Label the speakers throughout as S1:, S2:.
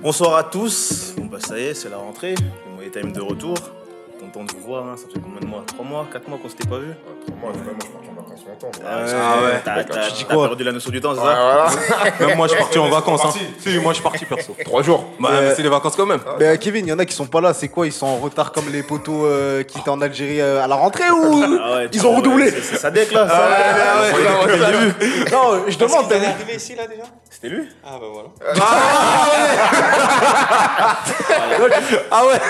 S1: Bonsoir à tous. Bon bah ça y est, c'est la rentrée. Le Moyen Time de retour. Content de vous voir. hein. Ça fait combien de mois 3 mois 4 mois qu'on s'était pas vu
S2: Pour moi, vraiment, je pars en vacances longtemps.
S3: Ah ouais.
S1: T'as t'as-
S3: Tu dis
S1: t'as
S3: quoi
S1: perdu la notion du temps, c'est ça
S2: voilà.
S3: Même moi, je suis parti en vacances. Hein.
S2: Parti.
S3: Si, moi, je suis parti perso.
S2: Trois jours.
S3: Bah,
S4: Euh,
S3: mais c'est les vacances quand même.
S4: Mais euh, Kevin, il y en a qui sont pas là, c'est quoi Ils sont en retard comme les poteaux euh, qui étaient en Algérie euh, à la rentrée ou
S1: Ah ouais, tu
S4: ils
S1: vois,
S4: ont
S1: ouais,
S4: redoublé Ah
S1: c'est- C'est sa deck là. ça.
S4: Non, je demande.
S5: Il est arrivé ici là déjà
S1: C'était lui
S5: Ah bah voilà.
S4: Ah ouais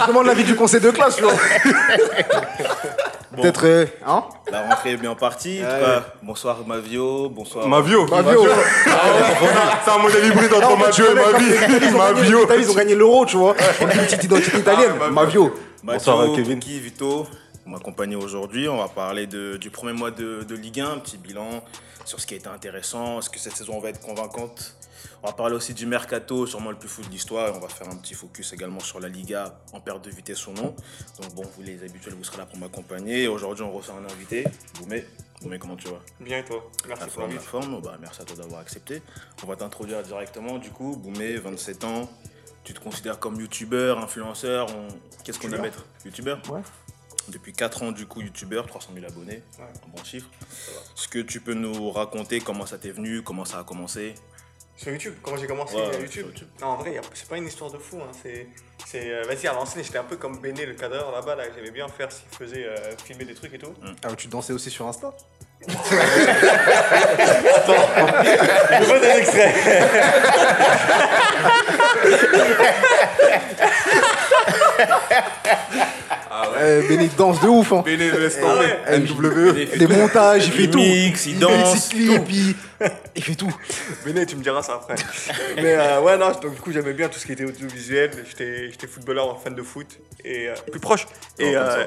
S4: Je demande l'avis du conseil de classe, tu vois. Peut-être. euh, hein
S1: La rentrée est bien partie. En tout
S4: Ouais.
S1: cas, bonsoir Mavio, bonsoir.
S3: Ma oh. bio.
S4: Ma bio.
S3: C'est un modèle hybride entre ma bio et ma vie. Ma bio.
S4: Ils ont gagné l'euro, tu vois. Avec une petite identité italienne. Ah, Ma bio.
S1: Mathieu,
S3: Bonsoir, euh, Kevin.
S1: Kiki, Vito, vous m'accompagnez aujourd'hui. On va parler de- du premier mois de, de Ligue 1, un petit bilan sur ce qui a été intéressant, est-ce que cette saison va être convaincante. On va parler aussi du mercato, sûrement le plus fou de l'histoire. et On va faire un petit focus également sur la Liga en perte de vitesse ou non. Donc bon, vous les habituels, vous serez là pour m'accompagner. Et Aujourd'hui, on reçoit un invité. Boumé, Boumé, comment tu vas
S5: Bien et toi
S1: La
S5: Merci pour
S1: forme, la
S5: l'invite.
S1: forme. Bah, merci à toi d'avoir accepté. On va t'introduire directement. Du coup, Boumé, 27 ans. Tu te considères comme youtubeur, influenceur on- Qu'est-ce qu'on doit mettre Youtubeur
S4: Ouais.
S1: Depuis 4 ans, du coup, youtubeur, 300 000 abonnés.
S5: Ouais.
S1: Un bon chiffre. Est-ce que tu peux nous raconter comment ça t'est venu, comment ça a commencé
S5: Sur YouTube, comment j'ai commencé
S1: Ouais, ouais,
S5: YouTube.
S1: sur YouTube.
S5: Non, en vrai, y a- c'est pas une histoire de fou. Hein. C'est, c'est, euh, vas-y, à l'ancienne, j'étais un peu comme Béné, le cadreur là-bas. Là, j'aimais bien faire s'il faisait euh, filmer des trucs et tout.
S4: Ah, tu dansais aussi sur Insta
S5: Je veux des extraits
S1: Ah
S4: Euh, Benny danse de ouf. Hein.
S3: Béné, laisse
S5: Ah
S3: tomber.
S5: ouais.
S3: NWE.
S4: Des montages, il fait
S1: Il
S4: tout.
S1: mixe, E. il danse,
S4: Il fait ses clips, il- il fait tout.
S5: Béné, tu me diras ça après. Mais euh, ouais, non, donc du coup, j'aimais bien tout ce qui était audiovisuel. J'étais, j'étais footballeur, fan de foot. Et euh, plus proche. Et.
S2: Non, comme ça.
S5: euh,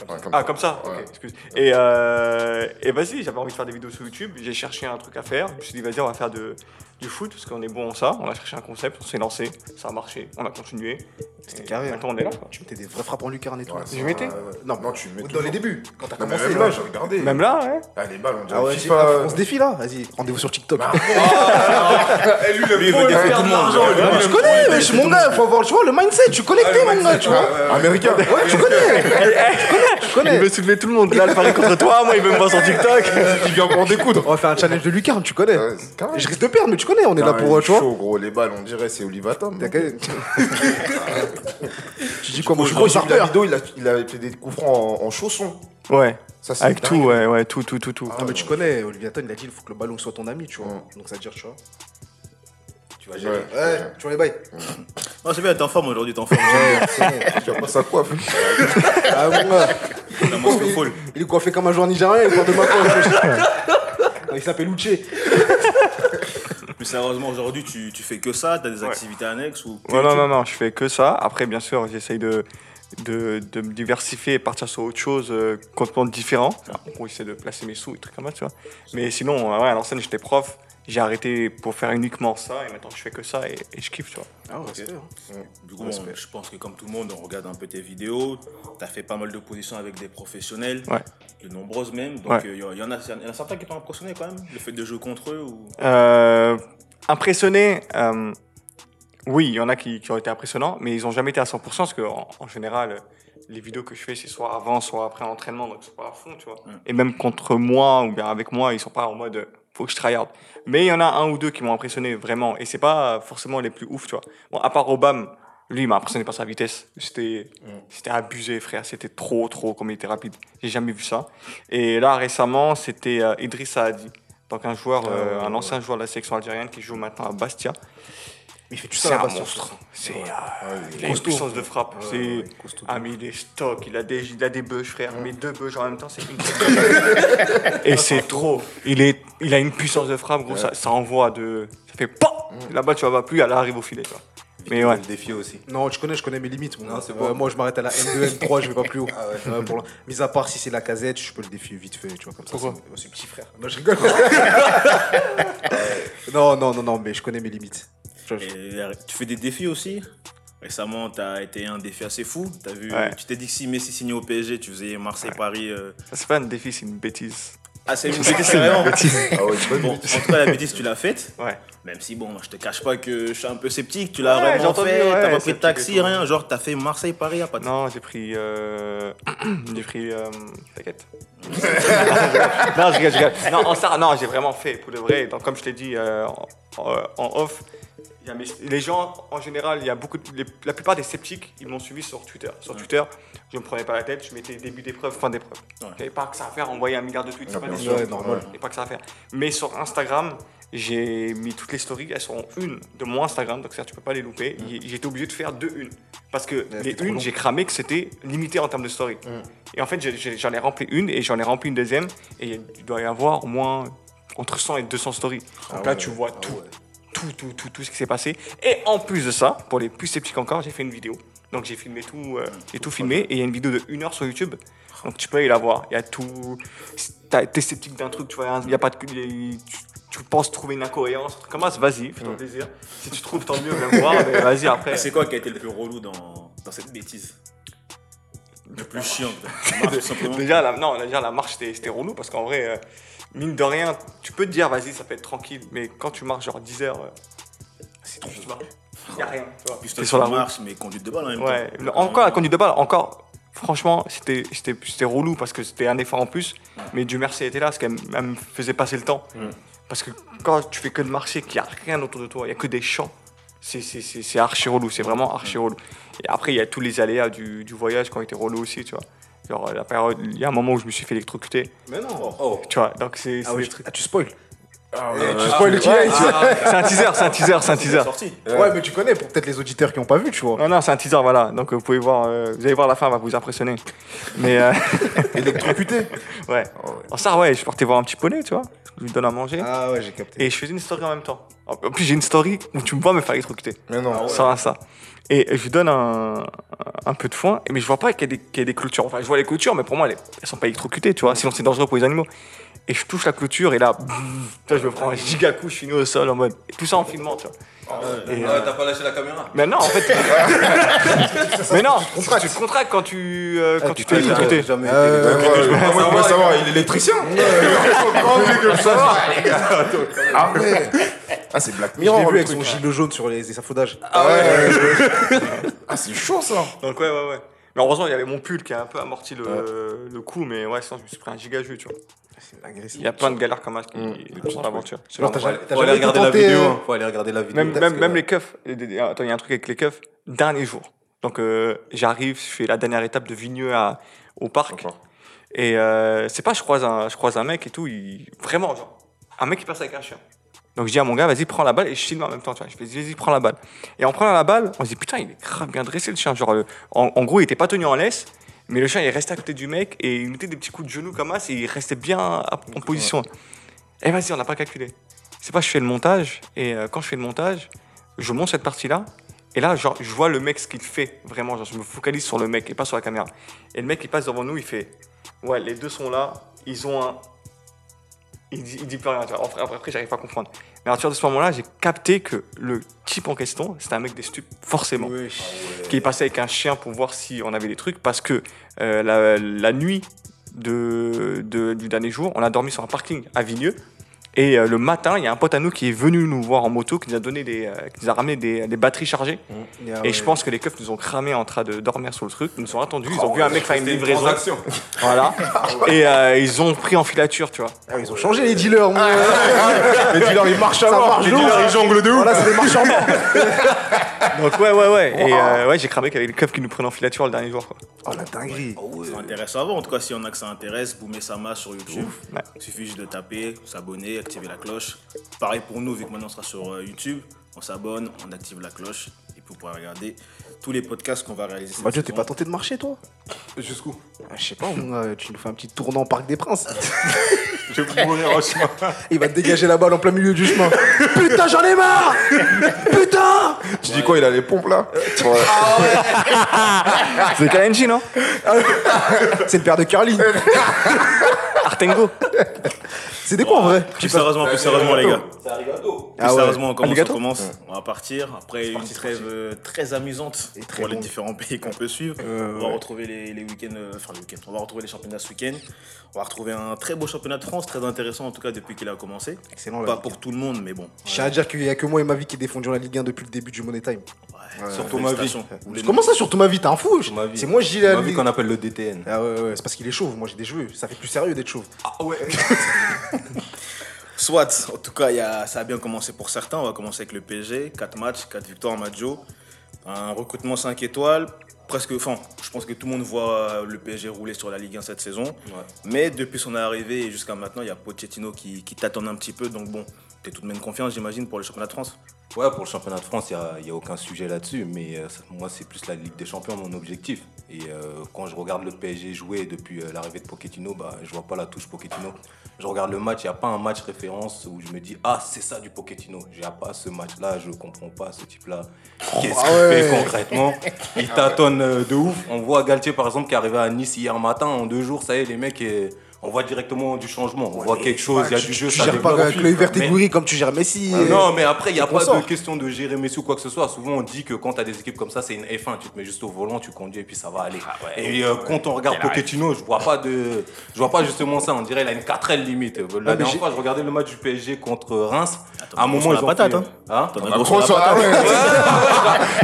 S2: Ouais, comme
S5: Ah,
S2: ça.
S5: comme ça Ok,
S2: Ouais.
S5: excuse. Et, euh, et vas-y, j'avais envie de faire des vidéos sur YouTube, j'ai cherché un truc à faire. Je me suis dit, vas-y, on va faire de, du foot, parce qu'on est bon en ça. On a cherché un concept, on s'est lancé, ça a marché, on a continué. C'était
S4: carré, hein.
S5: Maintenant, on est là. quoi.
S4: Tu mettais des vrais frappes en lucarne et tout.
S2: Ouais, c'est-
S5: Je mettais
S2: ouais, ouais.
S4: Non,
S2: Non, tu mets
S4: Dans
S2: toujours.
S4: les débuts, quand t'as
S2: Non, mais
S4: commencé.
S2: même
S4: là,
S2: là, j'ai regardé.
S5: Même là, ouais.
S2: Ah, les balles, on dirait
S4: Ah ouais,
S2: FIFA. Bah,
S4: on se défie là, hein. vas-y, rendez-vous sur TikTok.
S1: il veut défaire tout le monde.
S4: je connais, wesh, mon gars, faut avoir, tu vois, le mindset, je suis connecté, mon gars, tu vois.
S2: Américain.
S4: Ouais, tu connais, tu connais.
S5: veut soulever tout le monde. Là, le pari contre toi, moi, il veut me voir sur TikTok.
S2: Il vient pour en découdre.
S4: On va faire un challenge de lucarne, tu connais.
S2: Ouais, c'est carré.
S4: Je risque de perdre, mais tu connais, on est là
S2: Non,
S4: pour,
S2: il
S4: euh,
S2: est
S4: tu vois.
S2: chaud, gros, les balles, on dirait c'est hein. Olivatom.
S4: T'as qu'à- Tu dis quoi, moi, je suis gros
S2: Moi, j'ai vu la
S4: starter.
S2: vidéo, il a, il a fait des coups francs en, en chaussons.
S5: Ouais,
S2: Ça, c'est
S5: avec
S2: dingue.
S5: tout, ouais, ouais, tout, tout, tout, tout.
S4: Non, mais tu connais, Olivier Hatton, il a dit, il faut que le ballon soit ton ami, tu vois. Donc ça veut dire, tu vois.
S1: Tu vas
S2: Ouais,
S1: gérer.
S4: Ouais, tu vois les bails.
S1: Non, c'est bien, t'es en forme aujourd'hui, t'es en forme.
S2: Tu vois pas ça coiffe.
S4: Ah, mon gars.
S1: La mosquée folle.
S4: Il est coiffé comme un joueur nigérien, il porte de ma poche. Il s'appelle Uche.
S1: Plus sérieusement, aujourd'hui, tu, tu fais que ça T'as des
S5: Ouais.
S1: activités annexes ou que
S5: Ouais, non,
S1: YouTube
S5: non, non, je fais que ça. Après, bien sûr, j'essaye de, de, de me diversifier et partir sur autre chose euh, complètement différent. En gros, j'essaie de placer mes sous et trucs comme ça, tu vois. Mais sinon, euh, ouais, à l'ancienne, j'étais prof. J'ai arrêté pour faire uniquement ça et maintenant je fais que ça et, et je kiffe, tu vois.
S4: Ah, ouais, c'est vrai, hein.
S1: Du coup, on- je pense que comme tout le monde, on regarde un peu tes vidéos. Tu as fait pas mal de positions avec des professionnels,
S5: Ouais.
S1: de nombreuses même.
S5: Ouais.
S1: Donc, il y, en a y en a certains qui t'ont impressionné quand même, le fait de jouer contre eux. Ou...
S5: Euh, impressionné, euh, oui, il y en a qui, qui ont été impressionnants, mais ils n'ont jamais été à 100% parce que en, en général, euh, les vidéos que je fais, c'est soit avant, soit après l'entraînement, donc c'est pas à fond, tu vois.
S1: Mm.
S5: Et même contre moi ou bien avec moi, ils sont pas en mode euh, faut que je tryhard. Mais il y en a un ou deux qui m'ont impressionné vraiment, et c'est pas euh, forcément les plus ouf, tu vois. Bon, à part Obama. Lui, il m'a impressionné par sa vitesse. C'était c'était abusé, frère. C'était trop, trop, comme il était rapide. J'ai jamais vu ça. Et là, récemment, c'était euh, Idriss Saadi. Donc, un joueur, euh, un ancien joueur de la sélection algérienne qui joue maintenant à Bastia.
S4: Mais il fait tout
S5: C'est
S4: ça
S5: un
S4: là-bas, sur-
S5: monstre. C'est, euh, il a une
S4: Costaud.
S5: puissance de frappe.
S4: Ouais,
S5: c'est...
S4: ouais, ouais, costaud.
S5: Ah, mais il est stock. Il a des, il a des beuges, frère. Mais deux beuges en même temps, c'est une. Et c'est trop. Il, est, il a une puissance de frappe, gros. Ça, ça envoie de. Ça fait pas Là-bas, tu la vois plus. Elle arrive au filet, tu vois. Mais ouais.
S6: Le défi aussi.
S4: Non, tu connais, je connais mes limites. mon
S6: Non,
S4: gars.
S6: c'est bon.
S4: Euh, moi, je m'arrête à la M2, M3, je vais pas plus haut.
S6: Ah ouais.
S4: Ouais, pour l'in- Mis à part si c'est la casette, je peux le défier vite fait, tu vois, comme ça.
S5: Pourquoi
S4: c'est- C'est petit frère. Non, je rigole. non, non, non, non, mais je connais mes limites. Je- je-
S1: Et, euh, tu fais des défis aussi Récemment, tu as été un défi assez fou. T'as vu,
S5: Ouais.
S1: Tu t'es dit que si Messi signait au PSG, tu faisais Marseille-Paris.
S5: Ça, c'est pas un défi, c'est une bêtise.
S1: Ah, c'est une bêtise, euh, carrément.
S2: Ah ouais, bonne
S1: Bon, en
S2: nuit.
S1: tout cas, la bêtise, tu l'as faite.
S5: Ouais.
S1: Même si, bon, je te cache pas que je suis un peu sceptique. Tu l'as
S5: Ouais, j'ai
S1: vraiment
S5: entendu,
S1: fait.
S5: ouais,
S1: T'as pas pris de
S5: sceptique et
S1: taxi,
S5: tout. hein.
S1: rien. Genre, t'as fait Marseille-Paris à pas de
S5: Non, j'ai pris. Euh... j'ai pris. Euh... T'inquiète. non, je rigole, je rigole. Non, en ça, non, j'ai vraiment fait pour de vrai. Donc, comme je t'ai dit euh, en, en- en off, il y a mes- les gens, en général, il y a beaucoup de- les- la plupart des sceptiques, ils m'ont suivi sur Twitter. Sur Twitter, je me prenais pas la tête, je mettais début d'épreuve, fin d'épreuve.
S1: Ouais.
S5: J'avais pas que ça à faire, envoyer un milliard de tweets, c'est pas
S2: bien
S5: des
S2: sûr,
S5: choses.
S2: normal.
S5: J'avais pas que ça à faire. Mais sur Instagram, j'ai mis toutes les stories, elles sont une de mon Instagram, donc ça tu peux pas les louper. J'ai- J'étais obligé de faire deux une. Parce que les
S2: trop
S5: unes,
S2: long. Mm.
S5: j'ai cramé que c'était limité en termes de story. Et en fait, j'ai- j'ai- j'en ai rempli une et j'en ai rempli une deuxième. Et il doit y avoir au moins entre 100 et 200 stories.
S2: Ah
S5: Donc là,
S2: ouais,
S5: tu vois
S2: ah
S5: tout,
S2: ouais.
S5: tout, tout, tout, tout ce qui s'est passé. Et en plus de ça, pour les plus sceptiques encore, j'ai fait une vidéo. Donc j'ai filmé tout,
S2: Mm.
S5: euh, j'ai tout filmé et il y a une vidéo de une heure sur YouTube. Donc tu peux aller la voir. Il y a tout. si t'as- T'es sceptique d'un truc, tu vois. Il y a pas de. il y a- tu, tu penses trouver une incohérence, un truc comme ça, Vas-y, fais ton plaisir. Si tu trouves, tant mieux. Viens voir. mais Vas-y après.
S1: Et Ah, C'est quoi qui a été le plus relou dans, dans cette bêtise Le plus chiant, peut-être. Marche, tout simplement.
S5: Déjà, la, non, déjà, la marche, c'était c'était relou parce qu'en vrai, euh, mine de rien, tu peux te dire, vas-y, ça peut être tranquille, mais quand tu marches genre 10 heures, euh, c'est trop, tu marches. Y a rien, tu vois.
S1: Puis
S5: T'es
S1: toi,
S5: sur la
S1: tu
S5: route.
S1: marche, mais conduite de balle en même
S5: Ouais,
S1: temps.
S5: Le- encore la conduite de balle, encore. Franchement, c'était c'était- c'était relou parce que c'était un effort en plus, mais du merci était là, ce qu'elle m- elle me faisait passer le temps. Parce que quand tu fais que de marcher, qu'il n'y a rien autour de toi, il n'y a que des champs, c'est- c'est c'est- c'est archi relou, c'est vraiment archi relou. Et après, il y a tous les aléas du, du voyage qui ont été relous aussi, tu vois. Genre, euh, la période, il y a un moment où je me suis fait électrocuter,
S2: Mais non.
S5: tu vois. Donc,
S4: Ah
S5: c'est c'est des trucs-
S4: tu spoil.
S1: Euh,
S2: Ah
S4: Eh,
S2: ouais.
S4: tu spoil le TI, tu vois.
S5: c'est un teaser, c'est un teaser, c'est un teaser.
S1: sorti.
S4: Ouais, mais tu connais pour peut-être les auditeurs qui n'ont pas vu, tu vois.
S5: Non, non, c'est un teaser, voilà. Donc, euh, vous pouvez voir, euh, vous allez voir la fin, elle va vous impressionner. Mais. euh,
S2: Électrocuté.
S5: Ah Ouais. En ça, ouais, je partais voir un petit poney, tu vois. Je lui donne à manger.
S4: Ah ouais, j'ai capté.
S5: Et je faisais une story en même temps. En en plus, j'ai une story où tu me vois me faire électrocuter.
S2: Mais non.
S5: Ça va, ça. Et je lui donne un, un peu de foin, mais je vois pas qu'il y, a des- qu'il y a des clôtures. Enfin, je vois les clôtures, mais pour moi, elles, elles sont pas électrocutées, tu vois. Sinon, c'est dangereux pour les animaux. Et je touche la clôture, et là, putain, je me prends un giga coup, je finis au sol en mode. Et tout ça en filmant, tu vois. Et, euh,
S6: t'as pas lâché la caméra
S5: mais non, en fait. mais non, tu te contractes quand tu, euh, quand
S4: Ah,
S5: tu t'es électrocuté.
S4: Jamais.
S2: Ouais, ouais, ouais, Comment il pourrait savoir Il est électricien Ah ouais Ah c'est Black
S4: Je
S2: Mirror
S4: l'ai vu
S2: le
S4: avec
S2: truc.
S4: son gilet jaune sur les échafaudages.
S2: Ah ouais Ah c'est chaud ça
S5: Donc ouais, ouais, ouais. Mais heureusement, il y avait mon pull qui a un peu amorti le, le coup, mais ouais, sinon je me suis pris un giga jus, tu vois. Il y a plein de galères comme ça qui sont dans l'aventure.
S4: Genre, t'as jamais, t'as
S6: Faut aller
S4: jamais
S6: regarder
S4: été
S6: la
S4: tenté,
S6: vidéo.
S4: euh,
S6: hein. Faut aller regarder la vidéo.
S5: Même,
S6: parce
S5: même,
S6: que-
S5: même les keufs. Et des- des- Attends, il y a un truc avec les keufs. Dernier jour. Donc euh, j'arrive, je fais la dernière étape de Vigneux à- au parc.
S2: D'accord.
S5: Et euh, c'est pas, je croise, un, je croise un mec et tout, il... vraiment, genre, un mec qui passe avec un chien. Donc je dis à mon gars, vas-y, prends la balle et je filme en même temps, tu vois. Je fais, vas-y, prends la balle. Et en prenant la balle, on se dit, putain, il est grave bien dressé le chien. Genre, le- en, en gros, il était pas tenu en laisse, mais le chien, il est resté à côté du mec et il mettait des petits coups de genoux comme ça et il restait bien à- en position. Et Eh, vas-y, on n'a pas calculé. C'est pas, je fais le montage et euh, quand je fais le montage, je monte cette partie-là. Et là, genre, je vois le mec ce qu'il fait vraiment. Genre, je me focalise sur le mec et pas sur la caméra. Et le mec, il passe devant nous, il fait Ouais, les deux sont là, ils ont un. Il dit, il dit plus rien. tu vois. Après, après, après, j'arrive pas à comprendre. Mais à partir de ce moment-là, j'ai capté que le type en question, c'était un mec des stupes,
S4: Ah
S5: forcément. Qui est passé avec un chien pour voir si on avait des trucs, parce que euh, la, la nuit de, de- du dernier jour, on a dormi sur un parking à Vigneux. Et euh, le matin, il y a un pote à nous qui est venu nous voir en moto, qui nous a donné des, euh, qui nous a ramené des, des batteries chargées.
S6: Mmh.
S5: Et je pense que les keufs nous ont cramé en train de dormir sur le truc. Ils nous ont attendus, ils ont vu un mec faire une
S6: Oh, C'était une
S5: livraison.
S6: transaction.
S5: Voilà. Et euh, ils ont pris en filature, tu vois.
S4: Ah, ils ont changé les dealers. mon gars.
S2: Les dealers ils marchent à
S4: Ah. Ça
S2: mort
S4: marche de ouf.
S3: jongle de ouf.
S4: Voilà, c'est des marchands.
S5: Donc ouais, ouais, ouais. Et euh, ouais, j'ai cramé qu'il y avait les keufs qui nous prenaient en filature le dernier jour, quoi.
S4: Oh la dinguerie.
S5: euh.
S1: Ça intéresse avant, en tout cas, s'il y en a que ça intéresse, vous mettez ça masse sur YouTube.
S5: Ouais.
S1: Il suffit juste de taper, s'abonner, activer la cloche. Pareil pour nous, vu que maintenant on sera sur euh, YouTube, on s'abonne, on active la cloche, et puis vous pourrez regarder tous les podcasts qu'on va réaliser. cette
S4: Bah, Dieu, t'es
S1: saison.
S4: pas tenté de marcher, toi
S3: Jusqu'où
S4: Ah, Je sais pas, mon gars, tu nous fais un petit tournant au Parc des Princes.
S3: Je vais mourir
S2: Oh,
S3: en chemin.
S4: Il va te dégager la balle en plein milieu du chemin. Putain, j'en ai marre Putain
S2: Tu dis quoi il a les pompes là Ouais.
S6: Ah.
S5: C'est KNJ, non
S4: C'est le père de Curly.
S5: Artengo.
S4: C'était quoi en vrai
S1: Plus sérieusement, plus sérieusement, les gars. Plus
S4: Ah ouais.
S1: sérieusement, on commence, on
S5: Alligator
S1: commence. On va partir. Après une trêve euh, très amusante pour les différents pays qu'on peut suivre.
S4: Euh,
S1: on va retrouver les, les week-ends, euh, enfin les week-ends. On va retrouver les championnats ce week-end. On va retrouver un très beau championnat de France, très intéressant en tout cas depuis qu'il a commencé.
S5: Excellent.
S1: Pas pour tout le monde, mais bon.
S4: Je tiens à dire qu'il n'y a que moi et ma vie qui défendions la Ligue 1 depuis le début du Money Time.
S1: Ouais,
S3: Surtout ma vie.
S1: félicitations. Les-
S4: Comment ça, surtout ma vie T'es un fou
S3: Ma vie.
S4: C'est moi, j'y ai
S3: Ma vie qu'on appelle le DTN.
S4: Ah ouais, ouais, c'est parce qu'il est chauve. Moi, j'ai des cheveux. Ça fait plus sérieux d'être chauve.
S6: Ah,
S1: Soit, en tout cas, il y a- ça a bien commencé pour certains. On va commencer avec le PSG. 4 matchs, 4 victoires, Madjo. Un recrutement 5 étoiles. Presque, enfin, je pense que tout le monde voit euh, le PSG rouler sur la Ligue 1 cette saison. Mais depuis son arrivée et jusqu'à maintenant, il y a Pochettino qui, qui t'attend un petit peu. Donc bon, t'es tout de même confiant, j'imagine, pour le championnat de France.
S3: Ouais, pour le championnat de France, il n'y a, aucun sujet là-dessus, mais euh, ça- moi, c'est plus la Ligue des Champions, mon objectif. Et euh, quand je regarde le PSG jouer depuis euh, l'arrivée de Pochettino, bah, je vois pas la touche Pochettino. Je regarde le match, il n'y a pas un match référence où je me dis Ah, c'est ça du Pochettino. J'ai ah, pas ce match-là, je comprends pas ce type-là. Qu'est-ce
S4: Ah
S3: qu'il fait concrètement Il tâtonne euh, de ouf. On voit Galtier, par exemple, qui est arrivé à Nice hier matin, en deux jours, ça y est, les mecs. eh, On voit directement du changement, on voit quelque chose, il y a du jeu,
S4: Tu
S3: ça
S4: gères pas
S3: développe.
S4: avec l'œil vert et
S3: Mais-
S4: Gouiri comme tu gères Messi.
S3: ah
S4: euh,
S3: Non, mais après, il n'y a
S4: qu'on
S3: pas
S4: sort.
S3: de question de gérer Messi ou quoi que ce soit. Souvent, on dit que quand tu as des équipes comme ça, c'est une F1. Tu te mets juste au volant, tu conduis et puis ça va aller.
S1: Ah
S3: et euh, quand on regarde Pochettino, je vois pas de, je vois pas justement ça. On dirait il a une 4L limite. La dernière
S4: j'ai-
S3: fois, je regardais le match du PSG contre Reims. à un
S1: on prend
S3: moment, ils
S1: la
S3: ont
S1: patate,
S3: fait,
S1: hein.
S3: hein
S1: T'en as
S2: Ah,
S1: gros sur
S2: gros,
S1: la
S2: ça- ah
S1: patate.
S2: ouais.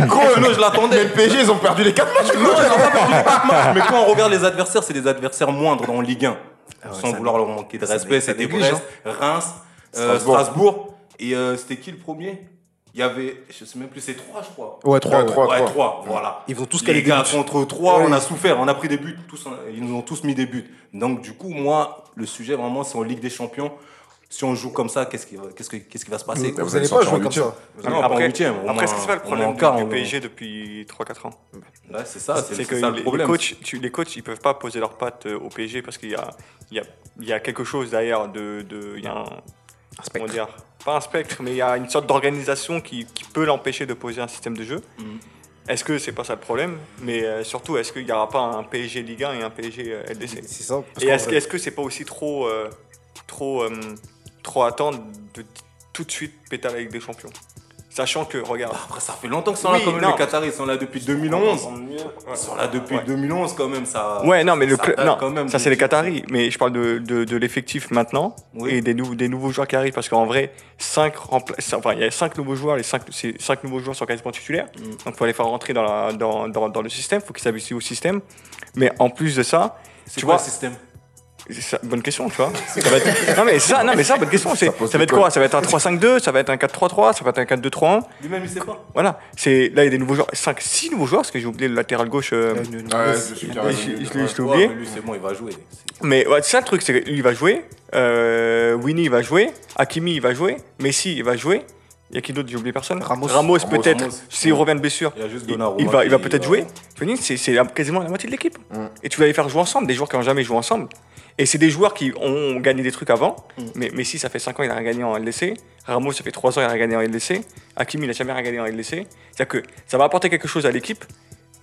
S3: Gros, non, je l'attendais.
S2: Le PSG, ils ont perdu les 4 matchs.
S3: Non, ils ont pas perdu les quatre matchs. Mais quand on regarde les adversaires, c'est des adversaires moindres en Ligue 1.
S4: Ah
S3: Sans vouloir leur manquer de respect, c'était
S4: néglige, hein.
S3: Brest, Reims, euh,
S2: Strasbourg.
S3: Strasbourg. Et euh, c'était qui le premier Il y avait, je sais même plus, c'est 3 je crois.
S4: Ouais, trois.
S2: Ouais,
S4: ouais.
S2: trois.
S3: ouais, 3, voilà.
S4: Ils vont tous caler
S3: les
S4: des
S3: gars
S4: buts.
S3: contre 3,
S4: Ouais.
S3: on a souffert, on a pris des buts, tous, ils nous ont tous mis des buts. Donc du coup, moi, le sujet vraiment, c'est en Ligue des Champions. Si on joue comme ça, qu'est-ce qui, va- qu'est-ce que- qu'est-ce qui va se passer quoi
S4: Vous
S2: Vous
S4: n'allez
S2: allez
S4: pas
S2: sortir
S4: jouer
S2: en
S4: comme ça.
S2: huitième.
S3: Ah non,
S5: après,
S3: en huitième, on
S5: après,
S3: a-
S5: c'est ça le
S3: on a
S5: problème
S3: en
S5: du,
S3: quart,
S5: du
S3: on-
S5: PSG depuis 3-4 ans.
S3: Ouais, c'est ça, c'est,
S5: C'est que
S3: c'est ça
S5: les-
S3: le
S5: les
S3: problème.
S5: coachs, tu- les coachs, ils peuvent pas poser leurs pattes euh, au PSG parce qu'il y a, il y, a, il y a quelque chose derrière de, de il y a un, comment dire, pas un spectre, mais il y a une sorte d'organisation qui, qui peut l'empêcher de poser un système de jeu.
S3: Mhm.
S5: Est-ce que c'est pas ça le problème Mais euh, surtout, est-ce qu'il n'y aura pas un PSG Ligue 1 et un PSG euh,
S3: Mm.
S5: LDC
S4: C'est ça. parce
S5: Et
S4: qu'en
S5: est-ce que-
S4: vrai-
S5: est-ce que c'est pas aussi trop, euh, trop, euh, trop attendre de t- tout de suite péter la Ligue des Champions Sachant que, regarde,
S3: Après, ça fait longtemps qu'ils sont
S5: Oui,
S3: là quand même,
S5: non.
S3: les Qataris. Ils sont là depuis 2011. Ils sont là depuis
S5: Ouais.
S3: 2011 quand même, ça.
S5: Ouais, non, mais le
S3: ça
S5: club.
S3: date
S5: Non,
S3: quand même
S5: ça,
S3: du-
S5: c'est les Qataris. Mais je parle de, de, de l'effectif maintenant
S3: Oui.
S5: et des, nou- des nouveaux joueurs qui arrivent. Parce qu'en vrai, 5 enfin, il y a 5 nouveaux joueurs. Les 5, nouveaux joueurs sont quasiment titulaires.
S3: Mm.
S5: Donc, faut les faire rentrer dans, la- dans, dans, dans le système. faut qu'ils s'habituent au système. Mais en plus de ça,
S3: C'est
S5: tu
S3: quoi
S5: vois,
S3: le système
S5: c'est ça- bonne question, tu vois. Ça va être- non, mais ça, non, mais ça, bonne question. c'est- Ça,
S2: pose
S5: va être
S2: des
S5: quoi Ça va être un 3-5-2, ça va être un 4-3-3, ça va être un 4-2-3-1.
S3: Lui-même, il sait pas.
S5: Voilà. C'est, là, il y a des nouveaux joueurs. 5, 6 nouveaux joueurs, parce que j'ai oublié le latéral gauche. euh,
S2: Ouais, je suis carrément-
S5: je- je- je- je l'ai
S3: Ouais,
S5: oublié.
S3: mais lui, c'est bon, il va jouer. C'est-
S5: Mais ouais, c'est ça le truc, c'est qu'il va jouer, euh, Winnie il va jouer, Hakimi il va jouer, Messi il va jouer. Il y a qui d'autre J'ai oublié personne.
S4: Ramos.
S3: Ramos,
S5: peut-être,
S3: Ramos.
S5: s'il revient de blessure.
S3: Il y a juste
S5: Il,
S3: Donnarumma.
S5: il va, il va
S3: qui- euh, Mm.
S5: peut-être jouer. Tu vois, C'est c'est la- quasiment la moitié de l'équipe. Et tu vas les faire jouer ensemble, des joueurs qui n'ont jamais joué ensemble. Et c'est des joueurs qui ont gagné des trucs avant.
S3: Mm.
S5: Mais Messi, ça fait 5 ans, il a rien gagné en LDC. Ramos, ça fait 3 ans, il a rien gagné en LDC. Hakimi, il n'a jamais rien gagné en LDC. C'est-à-dire que ça va apporter quelque chose à l'équipe.